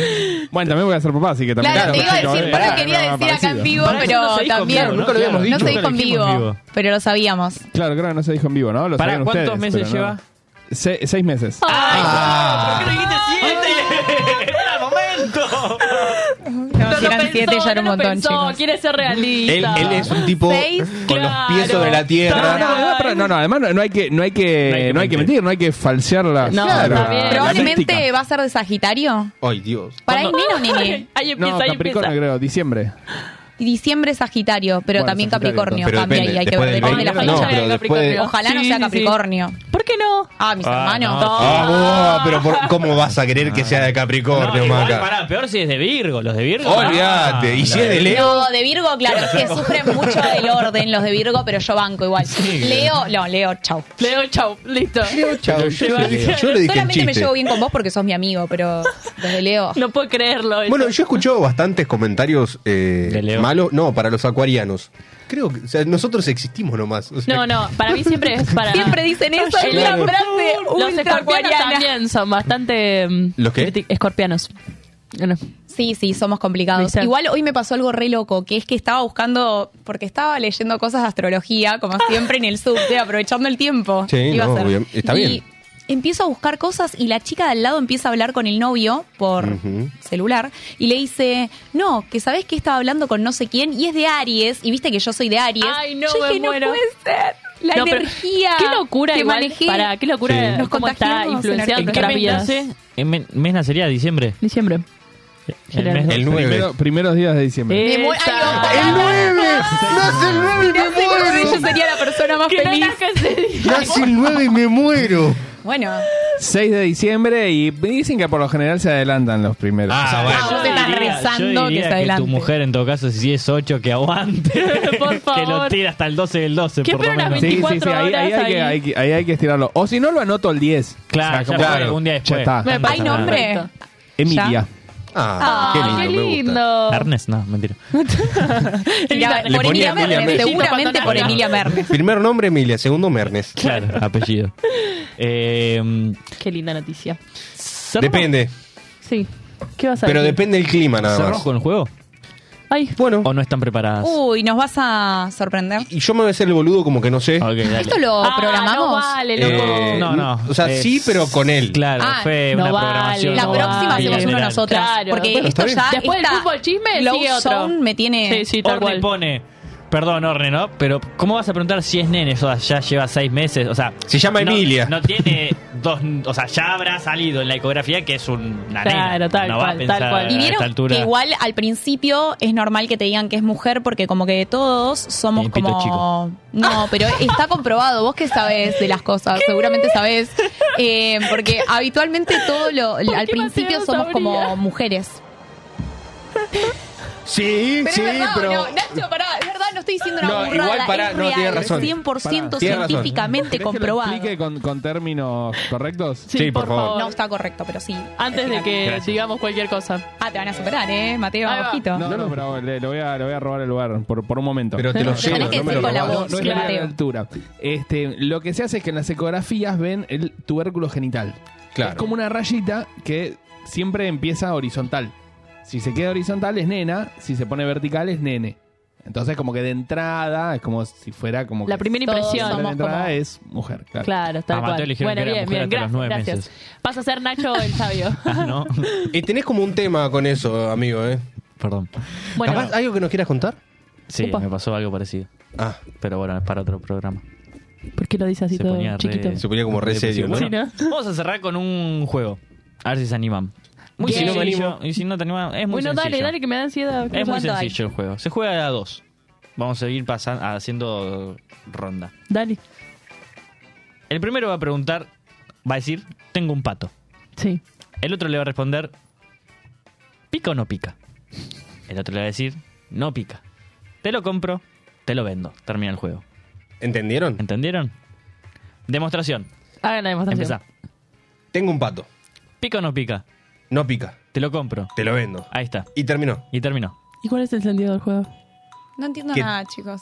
Speaker 9: Bueno, también voy a ser papá, así que también...
Speaker 6: Claro, te iba a
Speaker 3: perfecto,
Speaker 6: decir,
Speaker 3: eh,
Speaker 6: por
Speaker 3: pará,
Speaker 6: eso quería
Speaker 9: no,
Speaker 6: decir acá
Speaker 9: parecido.
Speaker 6: en vivo,
Speaker 5: Pará, eso
Speaker 6: pero
Speaker 5: no se dijo en
Speaker 6: también.
Speaker 5: vivo,
Speaker 3: Nunca lo habíamos
Speaker 6: No
Speaker 3: dicho,
Speaker 6: se dijo
Speaker 5: nunca
Speaker 6: en
Speaker 5: lo dijimos
Speaker 6: vivo, Ah,
Speaker 5: en vivo.
Speaker 6: pero lo sabíamos.
Speaker 9: Claro, creo que no se dijo en vivo, ¿no? Lo
Speaker 5: ¿Para
Speaker 9: saben
Speaker 5: cuántos
Speaker 9: ustedes,
Speaker 5: meses
Speaker 9: pero no.
Speaker 5: lleva?
Speaker 9: Se- seis meses.
Speaker 3: Ah,
Speaker 5: ¿Por qué no dijiste siete? ¡Era el momento!
Speaker 6: No, si eran siete ya era un
Speaker 7: no lo
Speaker 6: montón,
Speaker 7: pensó,
Speaker 6: chicos.
Speaker 7: Quiere ser
Speaker 3: Él,
Speaker 7: realista.
Speaker 3: él es un tipo
Speaker 6: Seis,
Speaker 3: con los pies
Speaker 7: claro.
Speaker 3: sobre la
Speaker 9: No, no,
Speaker 3: tierra.
Speaker 9: además, pero- no, no, además no, no hay que, no hay que, no hay que mentir, no hay que falsear la.
Speaker 7: No,
Speaker 9: claro,
Speaker 7: está bien.
Speaker 9: la- la
Speaker 6: Probablemente
Speaker 9: mística.
Speaker 6: va a ser de Sagitario.
Speaker 3: Ay, Dios.
Speaker 6: Para ahí menos, nene.
Speaker 7: Ahí- Ahí empieza,
Speaker 9: No,
Speaker 7: ahí
Speaker 9: Capricornio,
Speaker 7: empieza.
Speaker 9: creo, diciembre.
Speaker 6: Diciembre es Sagitario, pero
Speaker 9: Bueno,
Speaker 6: también
Speaker 9: Sagitario,
Speaker 6: Capricornio.
Speaker 3: entonces.
Speaker 6: cambia
Speaker 3: Pero
Speaker 6: y hay que ver
Speaker 3: depende,
Speaker 6: depende de la
Speaker 7: después del
Speaker 3: No,
Speaker 6: familia.
Speaker 3: pero después-
Speaker 7: Capricornio.
Speaker 6: Ojalá no
Speaker 7: Sí,
Speaker 6: sea
Speaker 7: sí, sí.
Speaker 6: Capricornio.
Speaker 7: ¿Por qué no?
Speaker 6: Ah, mis
Speaker 5: Ah,
Speaker 6: hermanos.
Speaker 5: no.
Speaker 3: Ah, vos, pero por- ¿cómo vas a querer que sea de Capricornio,
Speaker 5: No, igual,
Speaker 3: Maca?
Speaker 5: pará, peor si es de Virgo, los de Virgo. ah,
Speaker 3: Olvídate. Y si es de Leo,
Speaker 6: No, de Virgo, claro, es que sufren mucho del orden los de Virgo, pero yo banco igual. Leo, no, Leo, chau.
Speaker 7: Leo, chau. Listo.
Speaker 3: chau, yo, le dije- yo le dije el
Speaker 6: Solamente me
Speaker 3: chiste.
Speaker 6: llevo bien con vos porque sos mi amigo, pero desde Leo.
Speaker 7: No puedo creerlo. eso.
Speaker 3: Bueno, yo he escuchado bastantes comentarios eh,
Speaker 5: De Leo.
Speaker 3: malos. No, para los acuarianos. Creo que, o sea, nosotros existimos nomás. o sea,
Speaker 7: No, no, para mí siempre es para.
Speaker 6: Siempre dicen eso,
Speaker 7: Ay,
Speaker 6: es la
Speaker 7: claro.
Speaker 6: frase
Speaker 7: Los
Speaker 6: ultra
Speaker 7: escorpianos
Speaker 6: acuariana.
Speaker 7: también son bastante. mm,
Speaker 3: ¿Los qué?
Speaker 7: criti- Escorpianos. Bueno,
Speaker 6: Sí, sí, somos complicados.
Speaker 7: Viste.
Speaker 6: Igual hoy me pasó algo re loco, que es que estaba buscando, porque estaba leyendo cosas de astrología, como siempre en el subte, aprovechando el tiempo.
Speaker 3: Sí,
Speaker 6: Iba a
Speaker 3: no,
Speaker 6: ser.
Speaker 3: bien. Está
Speaker 6: Y
Speaker 3: bien.
Speaker 6: Empiezo a buscar cosas y la chica de al lado empieza a hablar con el novio por
Speaker 3: Ujú.
Speaker 6: celular y le dice, no, que sabés que estaba hablando con no sé quién y es de Aries y viste que yo soy de Aries.
Speaker 7: Ay, no,
Speaker 6: yo
Speaker 7: me
Speaker 6: dije,
Speaker 7: muero".
Speaker 6: no puede ser. La
Speaker 7: No, pero
Speaker 6: energía.
Speaker 7: Qué locura,
Speaker 6: que
Speaker 7: igual.
Speaker 6: manejé.
Speaker 7: Para, qué locura.
Speaker 3: Sí.
Speaker 6: Nos
Speaker 7: ¿Cómo está
Speaker 6: contagiamos en
Speaker 7: influenciando
Speaker 6: Argentina.
Speaker 5: ¿En qué
Speaker 7: nuestras
Speaker 5: mes
Speaker 7: vidas?
Speaker 5: nace? ¿En men- mes nacería? ¿Diciembre?
Speaker 7: Diciembre.
Speaker 5: El mes
Speaker 3: El
Speaker 5: de-
Speaker 3: 9.
Speaker 9: Primero- primeros días de diciembre.
Speaker 6: Me muero. Ay,
Speaker 7: Esa.
Speaker 6: ojalá.
Speaker 3: ¡El 9! ¡Nace el 9 y
Speaker 6: Te
Speaker 3: me
Speaker 6: aseguro que yo
Speaker 3: muero!
Speaker 6: sería la persona más
Speaker 7: Que no
Speaker 6: feliz.
Speaker 7: nazca ese día.
Speaker 3: ¡Nace el 9 y me muero!
Speaker 6: Bueno,
Speaker 9: 6 de diciembre y dicen que por lo general se adelantan los primeros.
Speaker 6: Ah,
Speaker 5: Ah,
Speaker 6: bueno. vos estás
Speaker 5: yo
Speaker 6: rezando que
Speaker 5: diría
Speaker 6: se
Speaker 5: tu
Speaker 6: adelante.
Speaker 5: mujer, en todo caso, si es 8, que aguante.
Speaker 7: Por
Speaker 5: Que lo
Speaker 7: favor.
Speaker 5: tira hasta el 12 del 12,
Speaker 7: Qué
Speaker 5: por lo
Speaker 7: peor las
Speaker 5: menos.
Speaker 9: Sí, sí, sí,
Speaker 7: 24
Speaker 9: ahí, ahí
Speaker 7: horas
Speaker 9: hay que,
Speaker 7: ahí.
Speaker 9: hay que- ahí hay que estirarlo. O si no, lo anoto el 10.
Speaker 5: Claro,
Speaker 9: O sea,
Speaker 5: ya
Speaker 9: como-
Speaker 5: fue, un día después.
Speaker 9: Ya está.
Speaker 7: Me
Speaker 6: ¿hay
Speaker 7: parece
Speaker 6: nombre?
Speaker 7: perfecto.
Speaker 9: Emilia.
Speaker 3: Ah, qué lindo,
Speaker 7: Qué
Speaker 3: me gusta.
Speaker 7: lindo.
Speaker 5: Ernest, no, mentira.
Speaker 6: Mira,
Speaker 7: Le
Speaker 6: por
Speaker 3: ponía Emilia
Speaker 6: Emilia Mernes,
Speaker 3: Mernes.
Speaker 6: seguramente por
Speaker 7: Bueno.
Speaker 6: Emilia Mernes.
Speaker 3: Primer nombre Emilia, segundo Mernes.
Speaker 5: Claro, apellido. Eh,
Speaker 7: Qué linda noticia.
Speaker 5: ¿cerramos-
Speaker 3: Depende,
Speaker 7: Sí. ¿Qué vas a
Speaker 3: pero
Speaker 7: decir?
Speaker 3: depende del clima nada
Speaker 5: ¿Cerramos
Speaker 3: más.
Speaker 5: con el juego?
Speaker 7: Ay,
Speaker 3: Bueno,
Speaker 5: ¿O no están preparadas?
Speaker 6: Uy, nos vas a sorprender.
Speaker 3: y yo me voy a hacer el boludo como que no sé.
Speaker 5: Ok, dale.
Speaker 6: ¿Esto lo
Speaker 7: Ah, No
Speaker 6: programamos?
Speaker 7: vale,
Speaker 3: Eh,
Speaker 7: loco.
Speaker 5: No, no.
Speaker 3: O sea,
Speaker 5: Es-
Speaker 3: sí, pero con él.
Speaker 5: Claro,
Speaker 6: Ah,
Speaker 5: fue
Speaker 7: no
Speaker 5: una
Speaker 7: vale,
Speaker 5: programación.
Speaker 6: la
Speaker 7: no
Speaker 6: próxima
Speaker 7: vale.
Speaker 6: hacemos uno
Speaker 7: General.
Speaker 6: nosotros.
Speaker 7: Claro.
Speaker 6: Porque
Speaker 7: Bueno,
Speaker 6: esto
Speaker 3: está
Speaker 6: ya.
Speaker 7: bien. Después del
Speaker 6: esta
Speaker 7: fútbol chisme
Speaker 6: Low
Speaker 7: sigue otro.
Speaker 6: Zone me tiene.
Speaker 7: Sí, sí, tal
Speaker 5: Orne
Speaker 7: cual.
Speaker 5: pone. Perdón, Orne, ¿no? Pero, ¿cómo vas a preguntar si es nene? O sea, ya lleva seis meses. O sea.
Speaker 3: Se llama
Speaker 5: no-
Speaker 3: Emilia.
Speaker 5: No tiene dos. O sea, ya habrá salido en la ecografía que es un. una
Speaker 7: Claro,
Speaker 5: nena.
Speaker 7: tal
Speaker 5: no va a
Speaker 7: cual,
Speaker 5: pensar
Speaker 7: tal cual.
Speaker 5: a
Speaker 6: Y
Speaker 5: esta
Speaker 6: vieron
Speaker 5: altura.
Speaker 6: que igual al principio es normal que te digan que es mujer porque como que todos somos
Speaker 5: Tiene pito
Speaker 6: como...
Speaker 5: chico.
Speaker 6: No, pero está comprobado, vos que sabés de las cosas, seguramente sabés, Eh, porque habitualmente todo lo, al
Speaker 7: qué
Speaker 6: principio
Speaker 7: Mateo
Speaker 6: somos
Speaker 7: sabría?
Speaker 6: como mujeres.
Speaker 3: Sí,
Speaker 6: Pero
Speaker 3: sí,
Speaker 6: es verdad,
Speaker 3: pero.
Speaker 6: no, Nacho, pará, es verdad, no estoy diciendo una
Speaker 9: No,
Speaker 6: burrada.
Speaker 9: igual pará,
Speaker 6: es
Speaker 9: no,
Speaker 6: real,
Speaker 9: tiene razón.
Speaker 6: 100%
Speaker 9: Pará. Tiene
Speaker 3: razón.
Speaker 6: científicamente
Speaker 9: ¿Querés que lo
Speaker 6: comprobado.
Speaker 9: explique con, con términos correctos?
Speaker 3: Sí, por favor.
Speaker 6: No está correcto, pero sí.
Speaker 7: Antes de que
Speaker 3: Gracias.
Speaker 7: digamos cualquier cosa.
Speaker 6: Ah, te van a superar, ¿eh? Mateo,
Speaker 7: Ahí va.
Speaker 6: ojito.
Speaker 9: No, no, pero le, le voy a, le voy a robar el lugar por, por un momento.
Speaker 3: Pero te lo
Speaker 6: Tenés
Speaker 3: llevo,
Speaker 6: que
Speaker 3: no me lo
Speaker 6: decir con la
Speaker 3: robás.
Speaker 9: No,
Speaker 6: voz.
Speaker 9: no es
Speaker 6: Claro.
Speaker 9: la
Speaker 6: Mateo.
Speaker 9: altura. Este, lo que se hace es que en las ecografías ven el tubérculo genital.
Speaker 3: Claro.
Speaker 9: Es como una rayita que siempre empieza horizontal. Si se queda horizontal es nena, si se pone vertical es nene. Entonces como que de entrada es como si fuera como
Speaker 7: La
Speaker 9: que-
Speaker 7: primera
Speaker 6: Todos
Speaker 7: impresión.
Speaker 9: de
Speaker 6: somos
Speaker 9: entrada
Speaker 6: como-
Speaker 9: es mujer, claro.
Speaker 7: Claro, tal
Speaker 5: Ah, Mateo
Speaker 7: cual.
Speaker 5: eligieron que era mujer hasta los
Speaker 7: gracias,
Speaker 5: nueve
Speaker 7: gracias. Vas a ser Nacho el sabio.
Speaker 5: Ah, ¿no?
Speaker 3: Y tenés como un tema con eso, amigo, ¿eh?
Speaker 5: Perdón.
Speaker 7: Bueno,
Speaker 3: Capaz, ¿Algo que nos quieras contar?
Speaker 5: Sí,
Speaker 7: Upa.
Speaker 5: me pasó algo parecido.
Speaker 3: Ah,
Speaker 5: Pero bueno, es para otro programa.
Speaker 7: ¿por qué lo dice así
Speaker 5: Se
Speaker 7: todo
Speaker 5: ponía re-
Speaker 7: chiquito?
Speaker 3: se ponía como re serio, ¿no?
Speaker 5: Bueno,
Speaker 7: Sí, ¿no?
Speaker 5: Vamos a cerrar con un juego. A ver si se animan. Muy
Speaker 7: Y si no me
Speaker 5: sencillo. y si no te animan, es muy
Speaker 7: Bueno,
Speaker 5: sencillo.
Speaker 7: dale, dale, que me da ansiedad.
Speaker 5: Es muy
Speaker 7: ¿Cuánto hay?
Speaker 5: sencillo el juego. Se juega de a dos. Vamos a seguir pasan- haciendo ronda.
Speaker 7: Dale.
Speaker 5: El primero va a preguntar, va a decir, tengo un pato.
Speaker 7: Sí.
Speaker 5: El otro le va a responder, ¿pica o no pica? El otro le va a decir, no pica. Te lo compro, te lo vendo. Termina el juego.
Speaker 3: ¿Entendieron?
Speaker 5: ¿Entendieron? Demostración.
Speaker 7: Hagan la demostración.
Speaker 5: Empezá.
Speaker 3: Tengo un pato.
Speaker 5: ¿Pica o no pica?
Speaker 3: No pica.
Speaker 5: Te lo compro.
Speaker 3: Te lo vendo.
Speaker 5: Ahí está.
Speaker 3: Y terminó.
Speaker 5: Y terminó.
Speaker 7: ¿Y cuál es el sentido del juego?
Speaker 6: No entiendo
Speaker 3: ¿Qué?
Speaker 6: nada, chicos.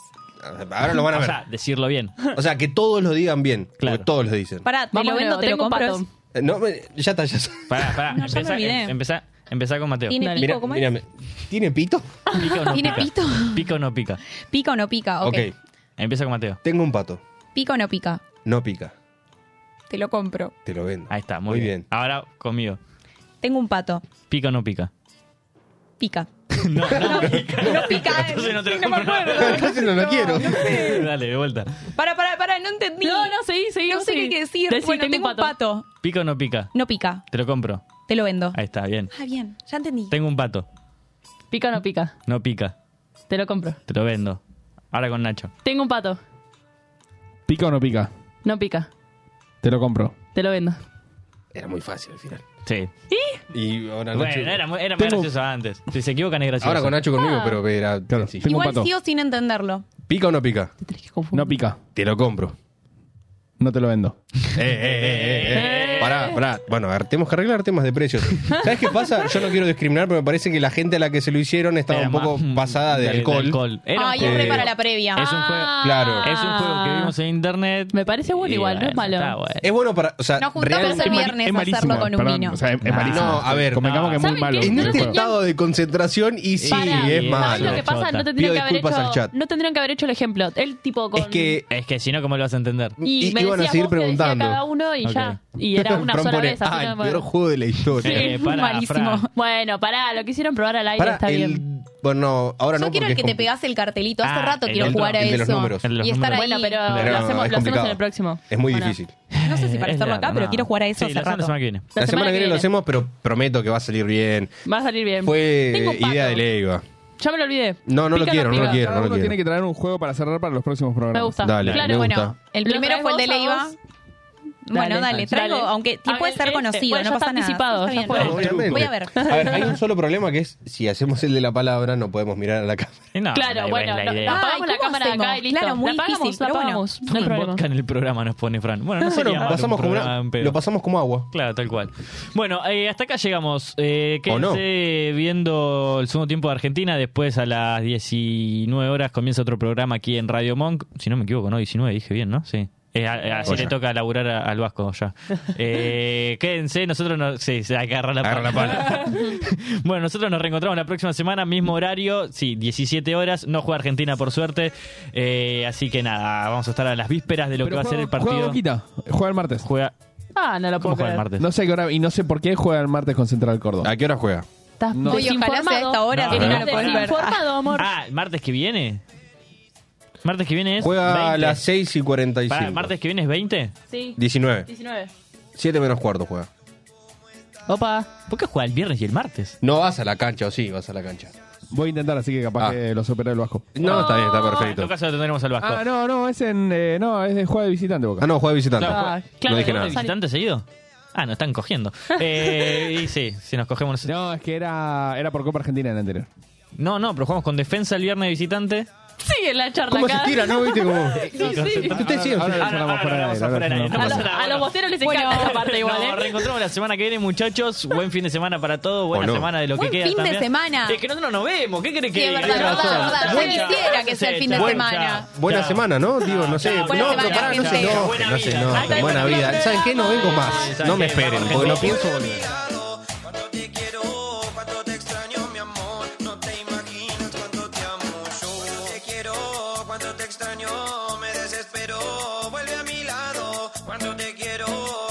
Speaker 3: Ahora lo van a
Speaker 5: O
Speaker 3: ver.
Speaker 5: sea, decirlo bien.
Speaker 3: O sea, que todos lo digan bien.
Speaker 5: Claro.
Speaker 3: Porque todos lo dicen.
Speaker 6: Pará, te
Speaker 7: Vamos
Speaker 6: lo vendo, te lo compro.
Speaker 7: pato.
Speaker 3: Eh, No, me- ya está, ya está.
Speaker 5: Pará, pará.
Speaker 6: No, ya me
Speaker 5: empezá,
Speaker 6: olvidé.
Speaker 5: em- empezá- empezá con Mateo.
Speaker 6: ¿Tiene
Speaker 7: Dale.
Speaker 6: pico?
Speaker 3: Mira,
Speaker 6: ¿Cómo es?
Speaker 3: mírame. ¿Tiene pito?
Speaker 5: ¿Pica o no
Speaker 6: ¿Tiene
Speaker 5: pica?
Speaker 6: pito?
Speaker 5: ¿Pica o no pica?
Speaker 6: ¿Pica o no pica? Ah, Ok.
Speaker 3: ok.
Speaker 5: Empieza con Mateo.
Speaker 3: Tengo un pato.
Speaker 6: ¿Pica o no pica?
Speaker 3: No pica.
Speaker 6: Te lo compro.
Speaker 3: Te lo vendo.
Speaker 5: Ahí está, muy, bien. Ahora conmigo.
Speaker 6: Tengo un pato.
Speaker 5: ¿Pica o no pica?
Speaker 6: Pica.
Speaker 5: No, no pica.
Speaker 6: No pica.
Speaker 5: Entonces no te lo
Speaker 6: me
Speaker 5: compro
Speaker 6: acuerdo.
Speaker 3: Entonces no lo quiero.
Speaker 5: Dale, de vuelta.
Speaker 6: Para, para, para, no entendí.
Speaker 7: No, no, seguí, seguí.
Speaker 6: No
Speaker 7: vos
Speaker 6: sé qué
Speaker 7: seguí.
Speaker 6: quiere decir.
Speaker 7: Decí,
Speaker 6: bueno, tengo un pato.
Speaker 5: ¿Pica o no pica?
Speaker 6: No pica.
Speaker 5: Te lo compro.
Speaker 6: Te lo vendo.
Speaker 5: Ahí está, bien.
Speaker 6: Ah, bien. Ya entendí.
Speaker 5: Tengo un pato.
Speaker 7: Pica o no pica.
Speaker 5: No pica.
Speaker 7: Te lo compro.
Speaker 5: Te lo vendo. Ahora con Nacho.
Speaker 7: Tengo un pato.
Speaker 9: ¿Pica o no pica?
Speaker 7: No pica.
Speaker 9: Te lo compro.
Speaker 7: Te lo vendo.
Speaker 3: Era muy fácil al final.
Speaker 5: Sí.
Speaker 3: Y ahora
Speaker 5: Bueno,
Speaker 3: Nacho-
Speaker 5: era, muy- era más
Speaker 9: Tengo-
Speaker 5: gracioso antes. Si se equivocan es gracioso.
Speaker 3: Ahora con Nacho conmigo, pero era
Speaker 9: Claro.
Speaker 3: sí.
Speaker 9: Tengo un
Speaker 6: Igual
Speaker 9: pato.
Speaker 6: sigo sin entenderlo.
Speaker 3: ¿Pica o no pica?
Speaker 7: Te tenés que confundir.
Speaker 9: No pica.
Speaker 3: Te lo compro.
Speaker 9: No te lo vendo.
Speaker 3: Eh, eh, eh, eh, eh. Pará, pará. Bueno, a ver, tenemos que arreglar temas de precios. ¿Sabes qué pasa? Yo no quiero discriminar, pero me parece que la gente a la que se lo hicieron estaba
Speaker 5: Era
Speaker 3: un poco
Speaker 7: mm,
Speaker 5: más-
Speaker 3: pasada de, alcohol.
Speaker 5: Era un
Speaker 6: Ay,
Speaker 5: juego-
Speaker 6: es re
Speaker 3: eh,
Speaker 6: para la previa.
Speaker 5: es
Speaker 7: Ah,
Speaker 5: un juego.
Speaker 3: Claro.
Speaker 5: Es un juego que vimos en internet.
Speaker 7: Me parece bueno
Speaker 5: Y
Speaker 7: igual, no es malo.
Speaker 5: está bueno.
Speaker 3: Es bueno para. O sea,
Speaker 6: Nos juntamos
Speaker 3: realmente-
Speaker 6: el viernes a hacerlo con un
Speaker 9: perdón,
Speaker 6: vino.
Speaker 9: O sea, es, es
Speaker 5: Nah.
Speaker 9: malísimo.
Speaker 3: No, a ver,
Speaker 9: Convengamos
Speaker 5: no.
Speaker 9: que es muy
Speaker 7: ¿Saben
Speaker 9: malo.
Speaker 7: qué?
Speaker 9: el
Speaker 3: En
Speaker 7: No
Speaker 3: este
Speaker 9: juego.
Speaker 7: tenía-
Speaker 3: estado de concentración, y sí,
Speaker 7: Pará.
Speaker 3: es
Speaker 5: ¿Sabés
Speaker 7: ¿Sabés
Speaker 3: malo.
Speaker 7: lo que
Speaker 5: Chota.
Speaker 7: pasa? No
Speaker 3: Pido
Speaker 7: te tendrían que haber
Speaker 3: disculpas al
Speaker 7: hecho.
Speaker 3: chat.
Speaker 7: No tendrían que haber hecho el ejemplo. El tipo con.
Speaker 3: Es que.
Speaker 5: Es que si no, ¿cómo lo vas a entender?
Speaker 7: Y
Speaker 3: i-
Speaker 7: me
Speaker 3: iban a
Speaker 7: decías
Speaker 3: seguir
Speaker 7: vos que decía
Speaker 3: preguntando.
Speaker 7: cada uno y
Speaker 5: Ok.
Speaker 7: ya. Y era una
Speaker 3: Fran
Speaker 7: sola
Speaker 3: pone,
Speaker 7: vez. así
Speaker 3: Ah,
Speaker 7: que
Speaker 3: el
Speaker 7: no-
Speaker 3: peor juego de la historia.
Speaker 5: Eh, para,
Speaker 6: malísimo.
Speaker 5: Fran.
Speaker 7: Bueno, pará, lo quisieron probar al aire,
Speaker 3: Pará,
Speaker 7: está
Speaker 3: el-
Speaker 7: bien.
Speaker 3: Bueno, ahora
Speaker 6: Yo
Speaker 3: no.
Speaker 6: quiero
Speaker 3: porque
Speaker 6: el que
Speaker 3: es
Speaker 6: te
Speaker 3: compli-
Speaker 6: pegás el cartelito. Hace
Speaker 5: Ah,
Speaker 6: rato
Speaker 5: el
Speaker 6: quiero
Speaker 5: otro,
Speaker 6: jugar a
Speaker 3: el de
Speaker 6: eso.
Speaker 3: los números.
Speaker 5: El de los
Speaker 6: y estar
Speaker 5: números.
Speaker 6: ahí.
Speaker 7: Bueno,
Speaker 3: Pero
Speaker 7: pero lo
Speaker 3: no, es
Speaker 7: hacemos, lo hacemos
Speaker 3: complicado.
Speaker 7: en el próximo.
Speaker 3: Es muy
Speaker 7: Bueno.
Speaker 3: difícil.
Speaker 6: No sé si para hacerlo acá, pero quiero jugar a eso
Speaker 5: sí,
Speaker 6: hace
Speaker 5: la
Speaker 6: rato.
Speaker 5: semana que viene.
Speaker 3: La, semana que viene lo hacemos, pero prometo que va a salir bien.
Speaker 7: Va a salir bien.
Speaker 3: Fue
Speaker 7: Em, Tengo un pato.
Speaker 3: idea de Leiva.
Speaker 7: Ya me lo olvidé.
Speaker 3: No, no lo
Speaker 7: Pica,
Speaker 3: quiero, no lo
Speaker 7: pica.
Speaker 3: quiero,
Speaker 9: Cada
Speaker 3: no
Speaker 9: uno
Speaker 3: lo quiero.
Speaker 9: tiene que traer un juego para cerrar para los próximos programas.
Speaker 7: Me gusta.
Speaker 3: Dale,
Speaker 7: claro,
Speaker 3: me
Speaker 7: bueno.
Speaker 3: gusta.
Speaker 6: El
Speaker 7: Lo
Speaker 6: primero
Speaker 7: traes
Speaker 6: fue el de
Speaker 7: vos a
Speaker 6: Leiva.
Speaker 7: vos.
Speaker 6: Bueno, dale, traigo, aunque
Speaker 7: A
Speaker 6: puede
Speaker 7: ver,
Speaker 6: ser
Speaker 7: este,
Speaker 6: conocido,
Speaker 7: bueno,
Speaker 6: no
Speaker 7: ya
Speaker 6: pasa
Speaker 7: está
Speaker 6: nada.
Speaker 7: anticipado,
Speaker 6: Está
Speaker 7: ya
Speaker 6: bien.
Speaker 7: fue.
Speaker 3: No, obviamente.
Speaker 6: Voy a ver.
Speaker 3: A ver, hay un solo problema que es si hacemos el de la palabra no podemos mirar a la cámara.
Speaker 5: Y no,
Speaker 7: Claro,
Speaker 5: no, es
Speaker 7: bueno, no-
Speaker 5: la idea.
Speaker 7: no, apagamos
Speaker 6: Ay,
Speaker 7: la
Speaker 6: ¿cómo
Speaker 7: cámara de acá y
Speaker 6: hacemos?
Speaker 7: listo.
Speaker 6: Claro, muy
Speaker 7: la apagamos,
Speaker 6: difícil,
Speaker 7: la
Speaker 6: pero bueno.
Speaker 7: apagamos. No hay
Speaker 5: Ponen
Speaker 7: problema.
Speaker 5: vodka en el programa nos pone Fran. Bueno, no sería
Speaker 3: Ah, Bueno,
Speaker 5: mal
Speaker 3: pasamos
Speaker 5: un
Speaker 3: como
Speaker 5: programa
Speaker 3: una,
Speaker 5: en pedo.
Speaker 3: lo pasamos como agua.
Speaker 5: Claro, tal cual. Bueno, eh, hasta acá llegamos. Eh,
Speaker 3: ¿O no?
Speaker 5: quédense viendo el segundo tiempo de Argentina. Después a las 19 horas comienza otro programa aquí en Radio Monk. Si no me equivoco, no, 19, dije bien, ¿no? Sí. Eh, a- eh, así
Speaker 3: Oye.
Speaker 5: le toca laburar a- al Vasco ya. Eh, quédense, nosotros nos... Sí, se agarra la
Speaker 3: Agarra la pala.
Speaker 5: bueno, nosotros nos reencontramos la próxima semana, mismo horario, sí, 17 horas. No juega Argentina, por suerte. Eh, así que nada, vamos a estar a las vísperas de lo
Speaker 9: Pero
Speaker 5: que va a ser
Speaker 9: juega-
Speaker 5: el partido.
Speaker 9: Juega Boquita. Juega el martes.
Speaker 5: Juega,
Speaker 7: Ah, no lo
Speaker 5: ¿Cómo
Speaker 7: puedo
Speaker 5: juega el
Speaker 7: creer.
Speaker 5: martes?
Speaker 9: No sé qué hora. Y no sé por qué juega el martes con Central Córdoba.
Speaker 3: ¿A qué hora juega?
Speaker 7: Estás
Speaker 9: No.
Speaker 6: Uy, ojalá sea a esta hora,
Speaker 5: No,
Speaker 6: si no,
Speaker 5: no,
Speaker 6: lo
Speaker 5: no,
Speaker 6: podés
Speaker 5: no.
Speaker 6: ver. Ah,
Speaker 7: Informado, amor.
Speaker 5: Ah, ¿martes que viene? ¿Martes que viene es?
Speaker 3: Juega
Speaker 5: 20.
Speaker 3: a las 6 y
Speaker 5: Pará,
Speaker 3: 45.
Speaker 5: ¿Martes que viene es 20?
Speaker 7: Sí.
Speaker 3: 19.
Speaker 7: 19.
Speaker 3: 7 menos cuarto juega.
Speaker 7: Opa.
Speaker 5: ¿Por qué juega el viernes y el martes?
Speaker 3: No vas a la cancha, o sí, vas a la cancha.
Speaker 9: Voy a intentar, así que capaz
Speaker 3: Ah.
Speaker 9: que lo supera el Vasco.
Speaker 3: No, está bien, está
Speaker 5: En todo
Speaker 3: perfecto.
Speaker 5: caso lo tendremos al Vasco.
Speaker 9: Ah, no, no, es en. eh, no, es de juega de visitante Boca.
Speaker 3: Ah, no, juega visitante.
Speaker 5: Claro,
Speaker 3: No
Speaker 7: Ah,
Speaker 3: dije
Speaker 5: ¿Juega
Speaker 3: nada.
Speaker 5: de visitante seguido? Ah, nos están cogiendo. Eh, y sí, si nos cogemos...
Speaker 9: No, es que era, era por Copa Argentina en el anterior.
Speaker 5: No, no, pero jugamos con defensa el viernes de visitante.
Speaker 7: Sigue la charla
Speaker 3: ¿Cómo se
Speaker 7: acá.
Speaker 3: tira, no? ¿Viste cómo?
Speaker 7: sí.
Speaker 3: Ustedes sigan,
Speaker 11: Ahora lo charlamos
Speaker 3: sigan.
Speaker 5: Ah, no, ahora
Speaker 11: fuera
Speaker 5: lo
Speaker 11: de aire,
Speaker 5: vamos a
Speaker 11: ahora
Speaker 5: fuera de
Speaker 11: lo
Speaker 5: aire, no
Speaker 11: charlamos
Speaker 7: A,
Speaker 5: pasa
Speaker 7: lo-
Speaker 5: nada,
Speaker 7: a los
Speaker 5: bueno.
Speaker 7: bosteros les
Speaker 6: Bueno,
Speaker 7: encanta esta parte igual,
Speaker 5: Nos
Speaker 7: ¿eh?
Speaker 5: reencontramos la semana que viene, muchachos. Buen fin de semana para todos. Buena
Speaker 3: O no.
Speaker 5: semana de lo
Speaker 6: Buen
Speaker 5: que queda.
Speaker 6: fin de
Speaker 5: también.
Speaker 6: semana.
Speaker 5: Es que nosotros nos vemos. ¿Qué querés que
Speaker 6: Sí, es
Speaker 5: diga?
Speaker 6: verdad,
Speaker 5: Tenés
Speaker 6: verdad,
Speaker 5: razón.
Speaker 6: verdad.
Speaker 5: Buen
Speaker 6: Yo
Speaker 5: chao.
Speaker 6: quisiera que sea el fin de
Speaker 5: Buen
Speaker 6: semana.
Speaker 5: chao.
Speaker 3: Buena
Speaker 5: Chao.
Speaker 3: semana, ¿no? Digo, no sé.
Speaker 5: Chao.
Speaker 3: No,
Speaker 6: Buena semana,
Speaker 3: pará, no se
Speaker 6: gente.
Speaker 3: enojen, no se
Speaker 5: Buena vida.
Speaker 3: enojen. Buena vida. ¿Saben qué? No vengo más. No me esperen, porque no pienso volver.
Speaker 9: Cuánto te quiero, cuánto te extraño, mi amor. No te imaginas cuánto te amo yo. Cuánto te quiero, cuánto te extraño, me desespero. Vuelve a mi lado. Cuánto te quiero,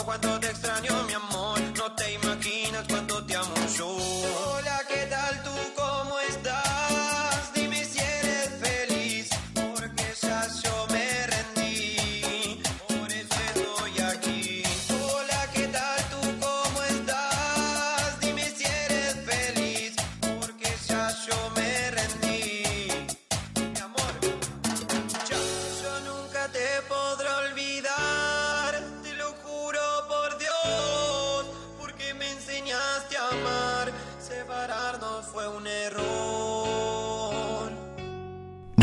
Speaker 9: cuánto te extraño, mi amor. No te imaginas cuánto te amo yo. Hola, ¿qué tal tú? ¿Cómo estás? Dime si eres feliz, porque ya yo me rendí. Por eso estoy aquí. Hola, ¿qué tal tú? ¿Cómo estás? Dime si eres feliz, porque ya yo me rendí. Mi amor, ya. yo nunca te podré olvidar, te lo juro por Dios, porque me enseñaste a amar. Separarnos fue un error.